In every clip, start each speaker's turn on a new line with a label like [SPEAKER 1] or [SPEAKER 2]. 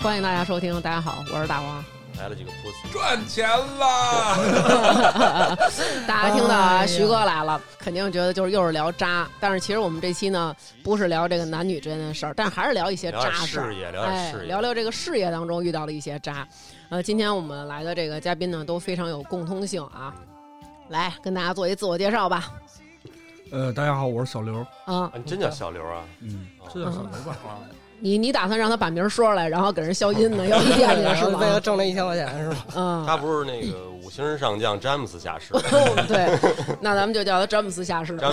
[SPEAKER 1] 欢迎大家收听，大家好，我是大王。
[SPEAKER 2] 来了几个 pussy，
[SPEAKER 3] 赚钱 啦！
[SPEAKER 1] 大家听到啊，
[SPEAKER 4] 哎呀
[SPEAKER 1] 徐哥来了，肯定觉得就是又是聊渣，但是其实我们这期呢，不是聊这个男女之间的事儿，但还是聊一些
[SPEAKER 2] 聊点
[SPEAKER 1] 渣事儿
[SPEAKER 2] 事，业，聊点
[SPEAKER 1] 哎
[SPEAKER 2] 事，业，
[SPEAKER 1] 聊聊这个事业当中遇到的一些渣。呃，今天我们来的这个嘉宾呢，都非常有共通性啊，
[SPEAKER 2] 嗯
[SPEAKER 1] 来跟大家做一自我介绍吧。
[SPEAKER 4] 呃，大家好，我是小刘。
[SPEAKER 1] 啊
[SPEAKER 2] 啊，，你真叫小刘啊？
[SPEAKER 4] 嗯
[SPEAKER 2] 哦，
[SPEAKER 4] 这叫小刘吧？啊，
[SPEAKER 1] 你你打算让他把名儿说出来，然后给人消音呢？要一点你是
[SPEAKER 5] 为了
[SPEAKER 1] 吗？
[SPEAKER 5] 挣这一千块钱是吧？
[SPEAKER 1] 嗯，
[SPEAKER 2] 他不是那个五星上将詹姆斯 下士，
[SPEAKER 1] 对，那咱们就叫他詹姆斯下士吧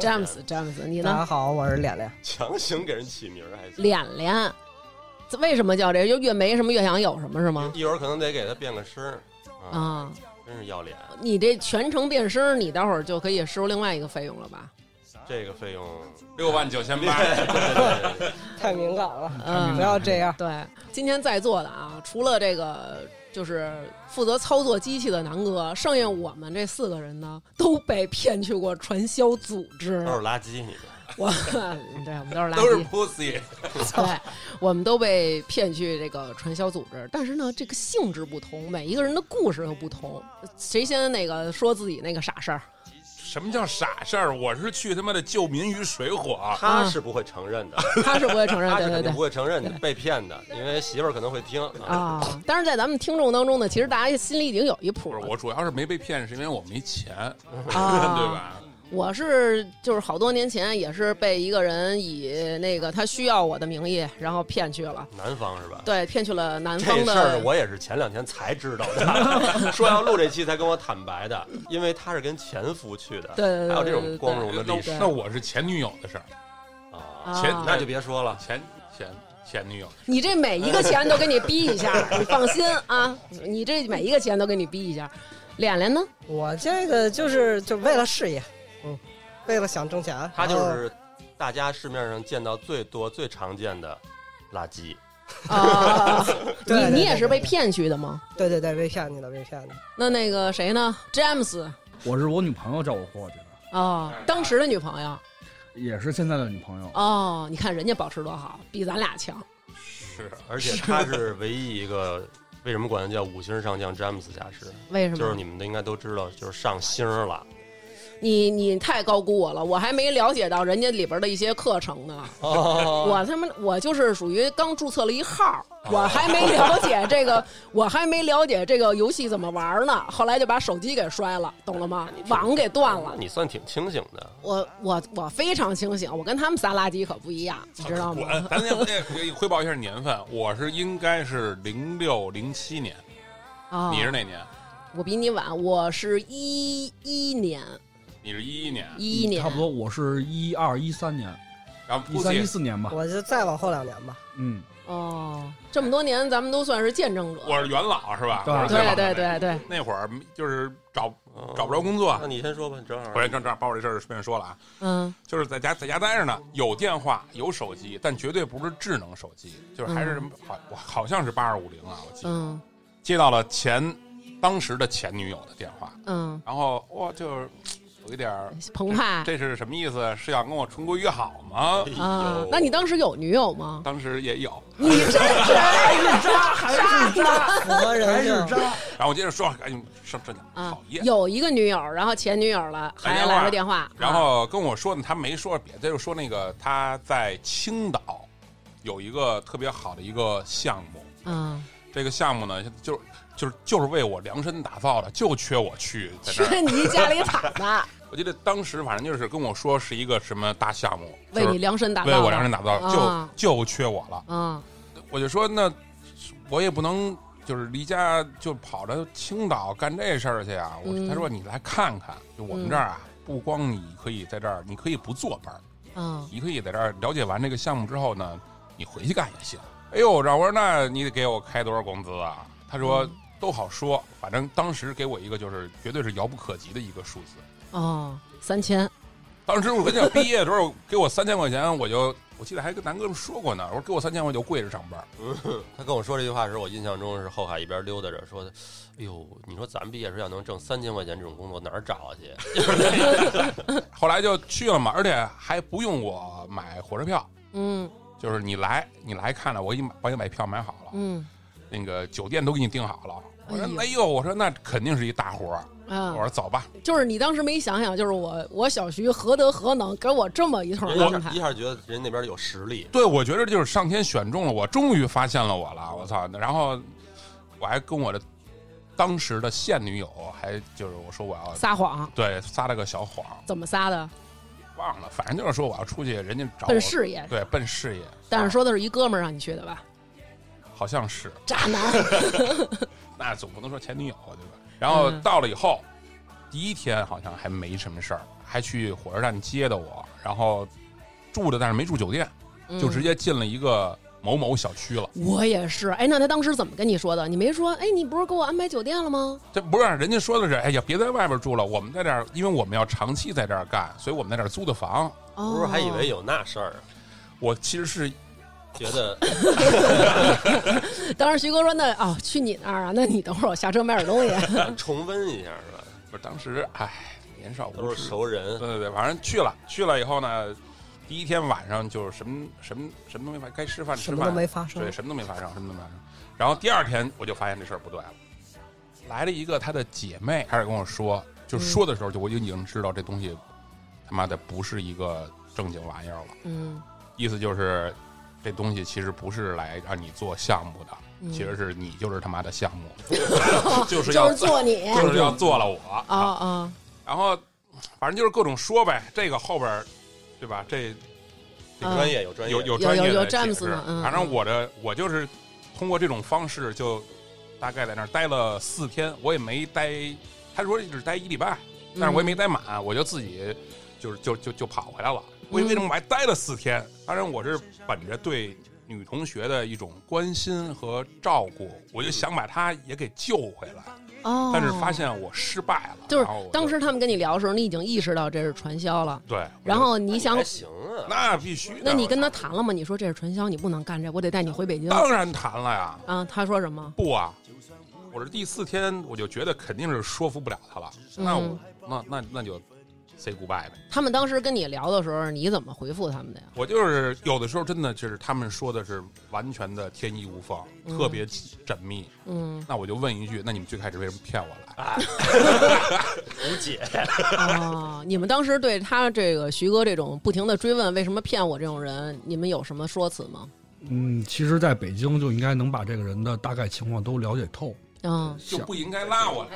[SPEAKER 2] 詹。姆
[SPEAKER 1] 詹姆斯，
[SPEAKER 2] 斯，
[SPEAKER 1] 詹姆斯，你
[SPEAKER 5] 大
[SPEAKER 1] 呢
[SPEAKER 5] 家？好，我是脸脸。
[SPEAKER 2] 强行给人起名儿还行。
[SPEAKER 1] 脸脸，这为什么叫这？就月没什么月想有什么是吗？
[SPEAKER 2] 一会儿可能得给他变个声儿，啊，
[SPEAKER 1] 啊，
[SPEAKER 2] 真是要脸。啊
[SPEAKER 1] 你这全程变声，你待会儿就可以收另外一个费用了吧？
[SPEAKER 2] 这个费用，
[SPEAKER 3] 六万九千
[SPEAKER 2] 对
[SPEAKER 3] 八，
[SPEAKER 2] 对对对
[SPEAKER 5] 太敏感了，
[SPEAKER 1] 嗯
[SPEAKER 5] 不，要这样。
[SPEAKER 1] 对，今天在座的啊，除了这个就是负责操作机器的南哥，剩下我们这四个人呢，都被骗去过传销组织
[SPEAKER 2] 都。是垃圾，你们
[SPEAKER 1] 我， 对，我们都是垃圾，嗯
[SPEAKER 3] 都是 pussy，
[SPEAKER 1] 对，我们都被骗去这个传销组织，但是呢，这个性质不同，每一个人的故事又不同。谁先那个说自己那个傻事儿？
[SPEAKER 3] 什么叫傻事儿？我是去他妈的救民于水 火。啊
[SPEAKER 2] 他是不会承认的，
[SPEAKER 1] 他是不会承认，
[SPEAKER 2] 他是
[SPEAKER 1] 对对
[SPEAKER 2] 肯定
[SPEAKER 1] 对
[SPEAKER 2] 不。会承认的，被骗的，因为媳妇儿可能会听啊。
[SPEAKER 1] 啊，但是在咱们听众当中呢，其实大家心里已经有一谱
[SPEAKER 3] 不是，
[SPEAKER 1] 了。
[SPEAKER 3] 我主要是没被骗，是因为我没钱，
[SPEAKER 1] 啊
[SPEAKER 3] 对吧？
[SPEAKER 1] 我是就是好多年前也是被一个人以那个他需要我的名义，然后骗去了，
[SPEAKER 2] 南方是吧？
[SPEAKER 1] 对，骗去了南方
[SPEAKER 2] 这事儿
[SPEAKER 1] 的。
[SPEAKER 2] 我也是前两天才知道 的，说要录这期才跟我坦白的，因为他是跟前夫去的，
[SPEAKER 1] 对对对
[SPEAKER 2] 还有这
[SPEAKER 1] 对对
[SPEAKER 2] 种光荣的
[SPEAKER 3] 那
[SPEAKER 2] 历史
[SPEAKER 1] 对
[SPEAKER 3] 那我是前女友的事儿，
[SPEAKER 2] 啊，
[SPEAKER 1] 啊
[SPEAKER 3] 前
[SPEAKER 2] 那就别说了，
[SPEAKER 3] 前前前女友。
[SPEAKER 1] 你这每一个钱都给你逼一下，你放心啊，你这每一个钱都给你逼一下。脸脸呢？
[SPEAKER 5] 我这个就是就为了事业，嗯，为了想挣钱。
[SPEAKER 2] 他就
[SPEAKER 5] 然后
[SPEAKER 2] 是啊大家市面上见到最多、最常见的垃圾。
[SPEAKER 1] 啊，你
[SPEAKER 5] 对对对
[SPEAKER 1] 你也是被骗去的吗？
[SPEAKER 5] 对对对，被骗去的，被骗去的。
[SPEAKER 1] 那那个谁呢？詹姆斯
[SPEAKER 4] 我是我女朋友叫我过去的，
[SPEAKER 2] 哎
[SPEAKER 1] 哦，当时的女朋友
[SPEAKER 4] 也是现在的女朋友。
[SPEAKER 1] 哦，你看人家保持多好，比咱俩强。
[SPEAKER 3] 是，
[SPEAKER 2] 而且他是唯一一个，为什么管他叫五星上将詹姆斯下士？
[SPEAKER 1] 为什么？
[SPEAKER 2] 就是你们都应该都知道，就是上星儿了。
[SPEAKER 1] 你你太高估我了，我还没了解到人家里边的一些课程呢。
[SPEAKER 2] 哦，
[SPEAKER 1] 我他妈我就是属于刚注册了一号，
[SPEAKER 2] 啊
[SPEAKER 1] 我还没了解这个， 我还没了解这个游戏怎么玩呢。后来就把手机给摔了，懂了
[SPEAKER 2] 啊
[SPEAKER 1] 吗？网给断了。
[SPEAKER 2] 你算挺清醒的。
[SPEAKER 1] 我我我非常清醒，我跟他们仨垃圾可不一样，你知道吗？
[SPEAKER 3] 我咱先那汇报一下年份，我是应该是零六零七年，
[SPEAKER 1] 啊，
[SPEAKER 3] 你是哪年？
[SPEAKER 1] 我比你晚，我是一一年，
[SPEAKER 3] 你是一一年，
[SPEAKER 1] 一一年
[SPEAKER 4] 差不多，我是一二一三年，
[SPEAKER 3] 然后
[SPEAKER 4] 一三一
[SPEAKER 3] pussy，
[SPEAKER 4] 四年吧。
[SPEAKER 5] 我就再往后两年吧。
[SPEAKER 4] 嗯，
[SPEAKER 1] 哦，这么多年咱们都算是见证者。
[SPEAKER 3] 我是元老是吧？
[SPEAKER 4] 对
[SPEAKER 3] 我是元老
[SPEAKER 1] 对对对对，
[SPEAKER 3] 那会儿就是找
[SPEAKER 2] 哦
[SPEAKER 3] 找不着工作
[SPEAKER 2] 那，你先说吧，你正好哎
[SPEAKER 3] 我先正正好把我这事儿顺便说了啊，
[SPEAKER 1] 嗯
[SPEAKER 3] 就是在家在家待着呢，有电话有手机，但绝对不是智能手机，就是还是什么好，我好像是八二五零啊，我记得
[SPEAKER 1] 嗯
[SPEAKER 3] 接到了前当时的前女友的电话，
[SPEAKER 1] 嗯，
[SPEAKER 3] 然后哇，就是有一点儿
[SPEAKER 1] 澎湃
[SPEAKER 3] 这是什么意思？啊是要跟我重归于好吗？
[SPEAKER 1] 啊。那你当时有女友吗？
[SPEAKER 3] 当时也有，
[SPEAKER 1] 你这 是
[SPEAKER 5] 符合人性，
[SPEAKER 3] 然后我接着说，哎呦，上正经，
[SPEAKER 1] 啊
[SPEAKER 3] 讨，厌。哎
[SPEAKER 1] 有一个女友，然后前女友了，还来个电话，
[SPEAKER 3] 然后跟我说呢，他没说别的，他就说那个他在青岛有一个特别好的一个项目，
[SPEAKER 1] 嗯，
[SPEAKER 3] 这个项目呢，就就是就是为我量身打造的，就缺我去在那儿。
[SPEAKER 1] 缺你家里惨 吧，
[SPEAKER 3] 我记得当时反正就是跟我说是一个什么大项目，
[SPEAKER 1] 为你量身打
[SPEAKER 3] 就
[SPEAKER 1] 造，
[SPEAKER 3] 是为我量身打造，
[SPEAKER 1] 啊
[SPEAKER 3] 就就缺我了。
[SPEAKER 1] 嗯
[SPEAKER 3] 我就说那我也不能就是离家就跑到青岛干这事儿去啊。我、
[SPEAKER 1] 嗯
[SPEAKER 3] 他说你来看看，就我们这儿啊，不光你可以在这儿，你可以不坐班儿，
[SPEAKER 1] 嗯
[SPEAKER 3] 你可以在这儿了解完这个项目之后呢，你回去干也行。哎呦，让我说那你得给我开多少工资啊？他说。
[SPEAKER 1] 嗯
[SPEAKER 3] 都好说，反正当时给我一个就是绝对是遥不可及的一个数字。
[SPEAKER 1] 哦，三千，
[SPEAKER 3] 当时我跟你讲，毕业的时候给我三千块钱，我就我记得还跟南哥们说过呢，我说给我三千我就跪着上班。
[SPEAKER 2] 他跟我说这句话时，我印象中是后海一边溜达着说的：“哎呦，你说咱们毕业时候要能挣三千块钱这种工作，哪儿找啊去？
[SPEAKER 3] 后来就去了嘛，而且还不用我买火车票，
[SPEAKER 1] 嗯
[SPEAKER 3] 就是你来你来看了，我给你买，我给你买票买好了，
[SPEAKER 1] 嗯
[SPEAKER 3] 那个酒店都给你订好了。我说
[SPEAKER 1] 哎呦
[SPEAKER 3] 哎呦，我说那肯定是一大活儿。我
[SPEAKER 1] 啊，
[SPEAKER 3] 说走吧，
[SPEAKER 1] 就是你当时没想想，就是我我小徐何德何能给我这么一通
[SPEAKER 2] 人
[SPEAKER 1] 安
[SPEAKER 2] 家
[SPEAKER 1] 排
[SPEAKER 2] 一，下觉得人那边有实力，
[SPEAKER 3] 对我觉得就是上天选中了我，终于发现了我了，我操！然后我还跟我的当时的现女友还就是我说我要
[SPEAKER 1] 撒谎
[SPEAKER 3] 对撒了个小谎，
[SPEAKER 1] 怎么撒的？
[SPEAKER 3] 忘了，反正就是说我要出去，人家找我
[SPEAKER 1] 奔事业，
[SPEAKER 3] 对奔事业，
[SPEAKER 1] 但是说的是一哥们儿让你去的吧？
[SPEAKER 3] 好像是
[SPEAKER 1] 渣 男，
[SPEAKER 3] 那总不能说前女友啊对吧？然后
[SPEAKER 1] 嗯
[SPEAKER 3] 到了以后，第一天好像还没什么事儿，还去火车站接的我，然后住的但是没住酒店，就直
[SPEAKER 1] 接。
[SPEAKER 3] 接进了一个某某小区了。
[SPEAKER 1] 我也是，哎，那他当时怎么跟你说的？你没说，哎，你不是给我安排酒店了吗？
[SPEAKER 3] 这不是人家说的是，哎呀，别在外边住了，我们在这儿，因为我们要长期在这儿干，所以我们在这儿租的房。
[SPEAKER 1] 哦，
[SPEAKER 2] 不是还以为有那事儿，
[SPEAKER 3] 我其实是
[SPEAKER 2] 觉得
[SPEAKER 1] 当时徐哥说那哦，去你那儿啊？那你等会儿我下车买点东 西。
[SPEAKER 2] 咱 重温一下是吧？
[SPEAKER 3] 不是当时哎年少无
[SPEAKER 2] 都是
[SPEAKER 3] 知，
[SPEAKER 2] 熟人
[SPEAKER 3] 对，对对，反正去了去了以后呢，第一天晚上就是什么什么什么都没法，该吃饭吃
[SPEAKER 5] 什
[SPEAKER 3] 饭，
[SPEAKER 5] 么都没发生
[SPEAKER 3] 对，，什么都没发生，什么都没发生。然后第二天我就发现这事儿不对了，来了一个她的姐妹，开始跟我说，
[SPEAKER 5] 嗯
[SPEAKER 3] 就说的时候就我就已经知道这东西他妈的不是一个正经玩意儿了，
[SPEAKER 1] 嗯，
[SPEAKER 3] 意思就是这东西其实不是来让你做项目的，
[SPEAKER 1] 嗯
[SPEAKER 3] 其实是你就是他妈的项 目，
[SPEAKER 1] 就
[SPEAKER 3] 就
[SPEAKER 1] 是
[SPEAKER 3] 要
[SPEAKER 1] 是做你啊
[SPEAKER 3] 就是要做了我
[SPEAKER 5] 哦
[SPEAKER 1] 啊、啊！
[SPEAKER 3] 然后反正就是各种说呗，这个后边儿对吧？这
[SPEAKER 2] 这专
[SPEAKER 1] 嗯
[SPEAKER 2] 业有专业哎
[SPEAKER 3] 有有
[SPEAKER 1] 有
[SPEAKER 3] 专业
[SPEAKER 1] 有
[SPEAKER 3] 的
[SPEAKER 1] 有詹姆
[SPEAKER 3] 解
[SPEAKER 1] 斯
[SPEAKER 3] 释
[SPEAKER 1] 呢嗯
[SPEAKER 3] 反
[SPEAKER 1] 嗯
[SPEAKER 3] 正我的我就是通过这种方式，就大概在那儿待了四天，我也没待，他说只待一礼拜，
[SPEAKER 1] 嗯
[SPEAKER 3] 但是我也没待满，我就自己就是就就就跑回来了。为
[SPEAKER 1] 嗯
[SPEAKER 3] 为什么我还待了四天？当然我是本着对女同学的一种关心和照顾，我就想把她也给救回来，
[SPEAKER 1] 哦，
[SPEAKER 3] 但是发现我失败了。
[SPEAKER 1] 就是
[SPEAKER 3] 然后我
[SPEAKER 1] 当时他们跟你聊的时候，你已经意识到这是传销了。
[SPEAKER 3] 对，
[SPEAKER 1] 然后你想
[SPEAKER 2] 还，行啊，
[SPEAKER 3] 那必须的。
[SPEAKER 1] 那你跟
[SPEAKER 3] 我
[SPEAKER 1] 他谈了吗？你说这是传销，你不能干这，我得带你回北京。
[SPEAKER 3] 当然谈了呀，
[SPEAKER 1] 啊，他说什么？
[SPEAKER 3] 不啊，我是第四天我就觉得肯定是说服不了他了，那我
[SPEAKER 1] 嗯
[SPEAKER 3] 那那那就 say goodbye 呗。
[SPEAKER 1] 他们当时跟你聊的时候，你怎么回复他们的呀？
[SPEAKER 3] 我就是有的时候真的就是他们说的是完全的天衣无缝，
[SPEAKER 1] 嗯
[SPEAKER 3] 特别缜密。，
[SPEAKER 1] 嗯
[SPEAKER 3] 那我就问一句，那你们最开始为什么骗我来？
[SPEAKER 2] 无解。
[SPEAKER 1] 哦，你们当时对他这个徐哥这种不停的追问为什么骗我这种人，你们有什么说辞吗？
[SPEAKER 4] 嗯，其实在北京就应该能把这个人的大概情况都了解透。
[SPEAKER 1] 嗯
[SPEAKER 3] 就不应该拉我来。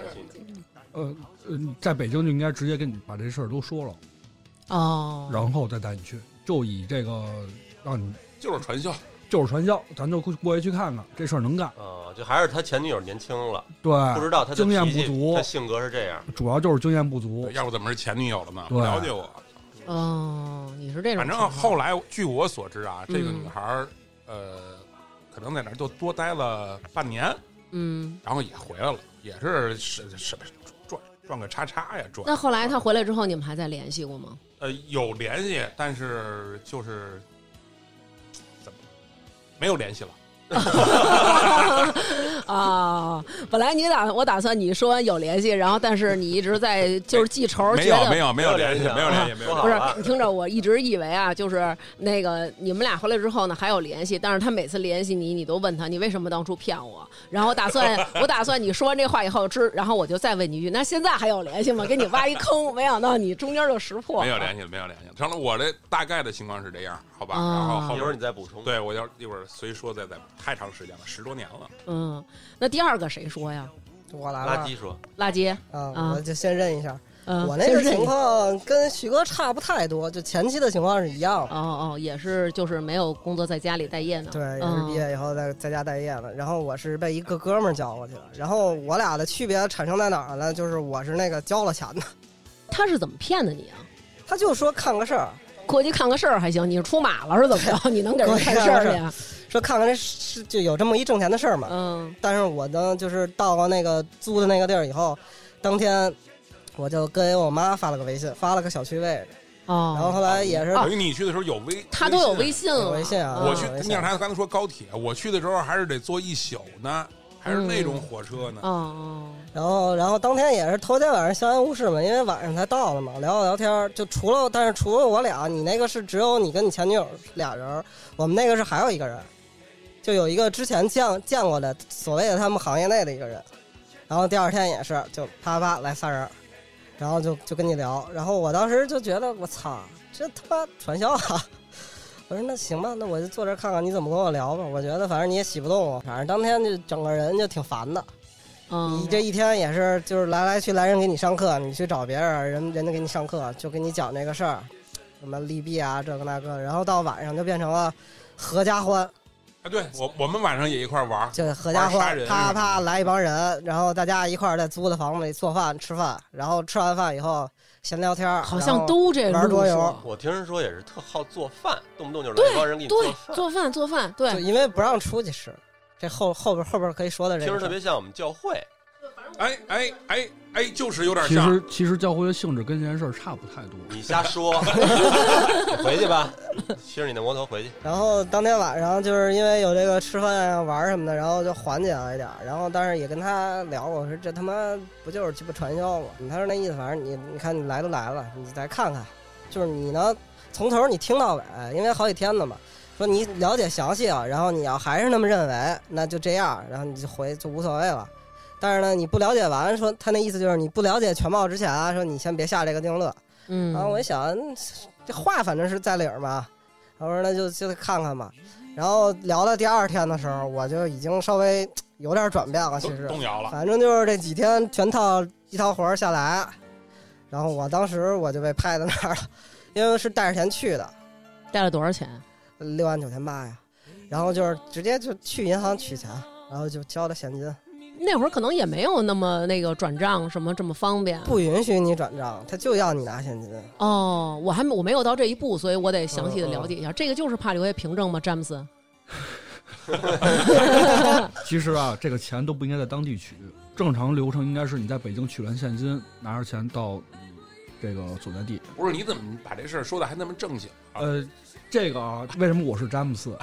[SPEAKER 4] 呃，呃在北京就应该直接跟你把这事儿都说了，
[SPEAKER 1] 哦，
[SPEAKER 4] 然后再带你去，就以这个让你
[SPEAKER 3] 就是传销，
[SPEAKER 4] 就是传销，咱就过过去去看看这事儿能干。
[SPEAKER 2] 啊，就还是他前女友年轻了，
[SPEAKER 4] 对，
[SPEAKER 3] 啊
[SPEAKER 2] 不知道他的
[SPEAKER 4] 经验
[SPEAKER 2] 脾气
[SPEAKER 4] 不足
[SPEAKER 2] 他性格是这样。
[SPEAKER 4] 主要就是经验不足。
[SPEAKER 3] 要不怎么是前女友了呢？
[SPEAKER 4] 对
[SPEAKER 3] 了解我。
[SPEAKER 1] 哦，你是这种
[SPEAKER 3] 反
[SPEAKER 1] 情
[SPEAKER 3] 正
[SPEAKER 1] 况，
[SPEAKER 3] 后来据我所知啊，这个
[SPEAKER 1] 嗯
[SPEAKER 3] 女孩儿呃，可能在那儿就多待了半年，
[SPEAKER 1] 嗯，
[SPEAKER 3] 然后也回来了，也是是是转转个叉叉呀转。
[SPEAKER 1] 那后来他回来之后，你们还在联系过 吗？
[SPEAKER 3] 呃有联系，但是就是怎么没有联系了。
[SPEAKER 1] 啊，本来你打我打算你说完有联系，然后但是你一直在就是记仇，
[SPEAKER 3] 没
[SPEAKER 1] 觉
[SPEAKER 3] 有
[SPEAKER 1] 得
[SPEAKER 3] 没有没有联系，没有联系，没有
[SPEAKER 2] 啊说好
[SPEAKER 3] 联
[SPEAKER 1] 不是
[SPEAKER 2] 了，
[SPEAKER 1] 你听着，我一直以为啊，就是那个你们俩回来之后呢还有联系，但是他每次联系你，你都问他你为什么当初骗我，然后打算我打算你说完这话以后知，然后我就再问你一句，那现在还有联系吗？给你挖一坑，没想到你中间就识
[SPEAKER 3] 系，
[SPEAKER 1] 破，
[SPEAKER 3] 没有联系了，没有联系了。成了我的大概的情况是这样，好吧？
[SPEAKER 1] 啊
[SPEAKER 3] 然后后
[SPEAKER 2] 一会儿
[SPEAKER 3] 边
[SPEAKER 2] 你再补充。，
[SPEAKER 3] 对我要一会儿随说再再太长时间了，十多年了。
[SPEAKER 1] 嗯，那第二个谁说呀？
[SPEAKER 5] 我来
[SPEAKER 2] 垃
[SPEAKER 5] 了
[SPEAKER 2] 圾说，
[SPEAKER 1] 垃圾，啊
[SPEAKER 5] 啊，我就先认一下，
[SPEAKER 1] 嗯，
[SPEAKER 5] 我那个
[SPEAKER 1] 真是
[SPEAKER 5] 情况跟徐哥差不太多，就前期的情况是一样的。
[SPEAKER 1] 哦哦，也是，就是没有工作，在家里待业呢。
[SPEAKER 5] 对，也是
[SPEAKER 1] 嗯
[SPEAKER 5] 毕业以后在在家待业了。然后我是被一个哥们儿叫过去的。然后我俩的区别产生在哪儿呢？就是我是那个交了钱的，
[SPEAKER 1] 他是怎么骗的你啊？
[SPEAKER 5] 他就说看个事儿，
[SPEAKER 1] 过去看个事儿还行，你是出马了是怎么 着？你能给人看事儿去啊？
[SPEAKER 5] 说看看这是就有这么一挣钱的事儿嘛。
[SPEAKER 1] 嗯
[SPEAKER 5] 但是我呢，就是到了那个租的那个地儿以后，当天我就跟我妈发了个微信，发了个小区位置。
[SPEAKER 1] 哦，
[SPEAKER 5] 然后后来也是
[SPEAKER 1] 啊
[SPEAKER 3] 等于你去的时候有微，
[SPEAKER 1] 他都有
[SPEAKER 3] 微
[SPEAKER 1] 微
[SPEAKER 3] 信。
[SPEAKER 1] 信了，
[SPEAKER 5] 有微信啊
[SPEAKER 1] 嗯
[SPEAKER 3] 我去
[SPEAKER 5] 有微，信
[SPEAKER 3] 你想他刚才说高铁，我去的时候还是得坐一宿呢，还是那种火车
[SPEAKER 5] 嗯
[SPEAKER 3] 呢。
[SPEAKER 1] 哦
[SPEAKER 5] 然后，然后当天也是头天晚上相安无事嘛，因为晚上才到了嘛，聊了聊天儿，就除了但是除了我俩，你那个是只有你跟你前女友俩人儿，我们那个是还有一个人，就有一个之前见见过的所谓的他们行业内的一个人，然后第二天也是就啪啪来仨人儿，然后就就跟你聊，然后我当时就觉得我操，这他妈传销啊！我说那行吧，那我就坐这儿看看你怎么跟我聊吧。我觉得反正你也洗不动我，反正当天就整个人就挺烦的。
[SPEAKER 1] 哦，
[SPEAKER 5] 你这一天也是，就是来来去来人给你上课，你去找别人，人人家给你上课，就给你讲这个事儿，什么利弊啊，这个那个，然后到晚上就变成了合家欢，
[SPEAKER 3] 啊，对我我们晚上也一块玩儿，
[SPEAKER 5] 就是合家
[SPEAKER 3] 玩杀
[SPEAKER 5] 欢，
[SPEAKER 3] 人
[SPEAKER 5] 啪
[SPEAKER 3] 是吧
[SPEAKER 5] 啪来一帮人，然后大家一块儿在租的房子里做饭吃饭，然后吃完饭以后闲聊天儿，
[SPEAKER 1] 好
[SPEAKER 5] 然
[SPEAKER 1] 像
[SPEAKER 5] 后
[SPEAKER 1] 都这
[SPEAKER 5] 玩
[SPEAKER 1] 路
[SPEAKER 5] 桌
[SPEAKER 1] 数
[SPEAKER 3] 啊
[SPEAKER 5] 游
[SPEAKER 2] 我听人说也是特好做饭，动不动就是来一帮人给你做
[SPEAKER 1] 对，
[SPEAKER 2] 饭，
[SPEAKER 1] 做饭做饭，
[SPEAKER 5] 就
[SPEAKER 1] 对，
[SPEAKER 5] 因为不让出去吃，这后后边后边可以说的这
[SPEAKER 2] 听
[SPEAKER 5] 个
[SPEAKER 2] 着
[SPEAKER 5] 事
[SPEAKER 2] 特
[SPEAKER 5] 儿，
[SPEAKER 2] 别像我们教会。
[SPEAKER 3] 哎哎哎哎，就是有点
[SPEAKER 4] 其
[SPEAKER 3] 像。
[SPEAKER 4] 实其实教会的性质跟这件事儿差不太多。
[SPEAKER 2] 你瞎 说，你回去吧，骑着你的摩托回去。
[SPEAKER 5] 然后当天晚上就是因为有这个吃饭啊、玩儿什么的，然后就缓解了一点儿。然后但是也跟他聊过，我说这他妈不就是鸡巴传销吗？他说那意思，反正你你看你来都来了，你再看看，就是你呢从头你听到尾，因为好几天呢嘛。说你了解详细啊，然后你要还是那么认为，那就这样，然后你就回就无所谓了。但是呢，你不了解完，说他那意思就是你不了解全貌之前啊，说你先别下这个定论。
[SPEAKER 1] 嗯，
[SPEAKER 5] 然后我一想，嗯这话反正是在理儿嘛，我说那就就看看吧。然后聊到第二天的时候，我就已经稍微有点转变了，其
[SPEAKER 3] 动
[SPEAKER 5] 实，
[SPEAKER 3] 动摇了，
[SPEAKER 5] 反正就是这几天全套一套活儿下来，然后我当时我就被派到那儿了，因为是带着钱去的，
[SPEAKER 1] 带了多少钱？
[SPEAKER 5] 六万九千八呀，然后就是直接就去银行取钱，然后就交了现金，
[SPEAKER 1] 那会儿可能也没有那么那个转账什么这么方便。
[SPEAKER 5] 不允许你转账，他就要你拿现金。
[SPEAKER 1] 哦，我还没我没有到这一步，所以我得详细
[SPEAKER 5] 嗯
[SPEAKER 1] 的了解一下。这个就是怕留下凭证吗，詹姆斯？
[SPEAKER 4] 其实啊，这个钱都不应该在当地取，正常流程应该是你在北京取完现金，拿着钱到你这个所在地。
[SPEAKER 3] 不是？你怎么把这事儿说的还那么正经啊？
[SPEAKER 4] 呃，这个啊，为什么我是詹姆斯？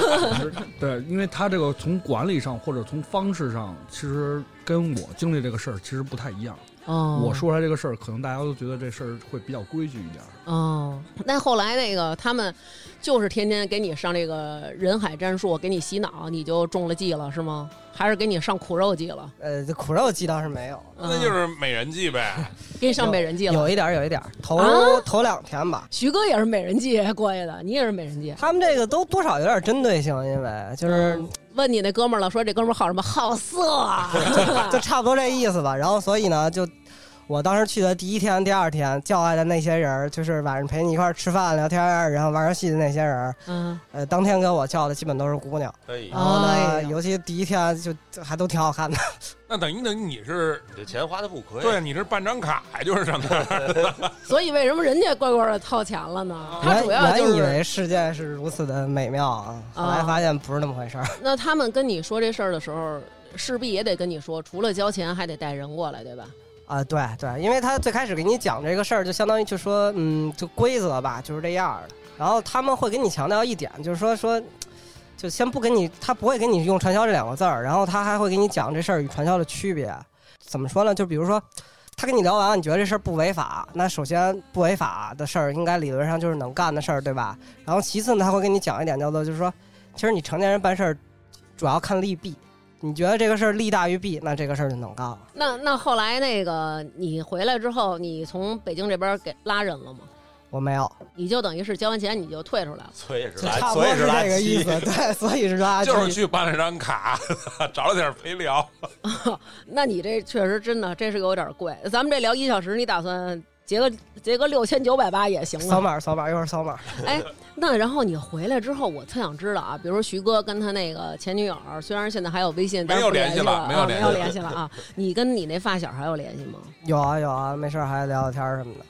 [SPEAKER 4] 对，因为他这个从管理上或者从方式上，其实跟我经历这个事儿其实不太一样。
[SPEAKER 1] 哦，
[SPEAKER 4] 我说出来这个事儿，可能大家都觉得这事儿会比较规矩一点儿。
[SPEAKER 1] 哦，但后来那个他们就是天天给你上这个人海战术，给你洗脑，你就中了计了是吗？还是给你上苦肉计了？
[SPEAKER 5] 呃，这苦肉计倒是没有，
[SPEAKER 1] 嗯
[SPEAKER 3] 那就是美人计呗。
[SPEAKER 1] 给你上美人计了。
[SPEAKER 5] 有一点儿有一点儿，头、
[SPEAKER 1] 啊
[SPEAKER 5] 头两天吧，
[SPEAKER 1] 徐哥也是美人计过去的，你也是美人计。
[SPEAKER 5] 他们这个都多少有点针对性，因为就是
[SPEAKER 1] 问你那哥们儿了，说这哥们儿好什么？好色、啊，
[SPEAKER 5] 就差不多这意思吧。然后所以呢，就我当时去的第一天、第二天，叫来的那些人儿，就是晚上陪你一块儿吃饭、聊天儿，然后玩游戏的那些人儿，
[SPEAKER 1] 嗯，
[SPEAKER 5] 呃，当天给我叫的基本都是姑娘。
[SPEAKER 2] 哎，
[SPEAKER 3] 啊
[SPEAKER 5] 然后
[SPEAKER 1] 哎
[SPEAKER 5] 呢，
[SPEAKER 1] 呀
[SPEAKER 5] 尤其第一天就就还都挺好看的。
[SPEAKER 3] 那等于等于你是
[SPEAKER 2] 你这钱花的不亏。
[SPEAKER 3] 对，啊你是办张卡，就是上那儿。
[SPEAKER 1] 所以为什么人家乖乖的掏钱了呢？他
[SPEAKER 5] 原
[SPEAKER 1] 主要就
[SPEAKER 5] 原以
[SPEAKER 1] 是
[SPEAKER 5] 为世界是如此的美妙啊，后来
[SPEAKER 1] 啊
[SPEAKER 5] 发现不是那么回事儿。
[SPEAKER 1] 那他们跟你说这事儿的时候，势必也得跟你说，除了交钱还得带人过来，对吧？
[SPEAKER 5] 啊，对对，因为他最开始给你讲这个事儿，就相当于就说，嗯，就规则吧，就是这样儿的。然后他们会给你强调一点，就是说说，就先不跟你，他不会给你用传销这两个字儿，然后他还会给你讲这事儿与传销的区别。怎么说呢？就比如说，他跟你聊完，你觉得这事儿不违法，那首先不违法的事儿，应该理论上就是能干的事儿，对吧？然后其次呢，他会跟你讲一点叫做，就是说，其实你成年人办事儿，主要看利弊。你觉得这个事儿利大于弊，那这个事儿就能干了。
[SPEAKER 1] 那那后来那个你回来之后，你从北京这边给拉人了吗？
[SPEAKER 5] 我没有。
[SPEAKER 1] 你就等于是交完钱你就退出来了。
[SPEAKER 2] 所以是
[SPEAKER 5] 就
[SPEAKER 2] 垃
[SPEAKER 5] 差
[SPEAKER 2] 圾，
[SPEAKER 5] 不多
[SPEAKER 2] 所以
[SPEAKER 5] 是
[SPEAKER 2] 垃
[SPEAKER 5] 这个意 思，
[SPEAKER 2] 圾。
[SPEAKER 5] 对，所以是垃圾。
[SPEAKER 3] 就是去办了张卡，找了点陪聊。
[SPEAKER 1] 那你这确实真的，这是有点贵。咱们这聊一小时，你打算结个结个六千九百八也行啊
[SPEAKER 5] 扫
[SPEAKER 1] 了。
[SPEAKER 5] 码，扫码，一会儿扫码。
[SPEAKER 1] 哎，那然后你回来之后，我特想知道啊，比如说徐哥跟他那个前女友，虽然现在还有微信，但是
[SPEAKER 3] 没有
[SPEAKER 1] 不
[SPEAKER 3] 联系了
[SPEAKER 1] 了，
[SPEAKER 3] 没有
[SPEAKER 1] 啊
[SPEAKER 3] 联系
[SPEAKER 1] 没有
[SPEAKER 3] 了
[SPEAKER 1] 联系了啊。你跟你那发小还有联系吗？
[SPEAKER 5] 有啊有啊，没事儿还聊聊天儿什么的。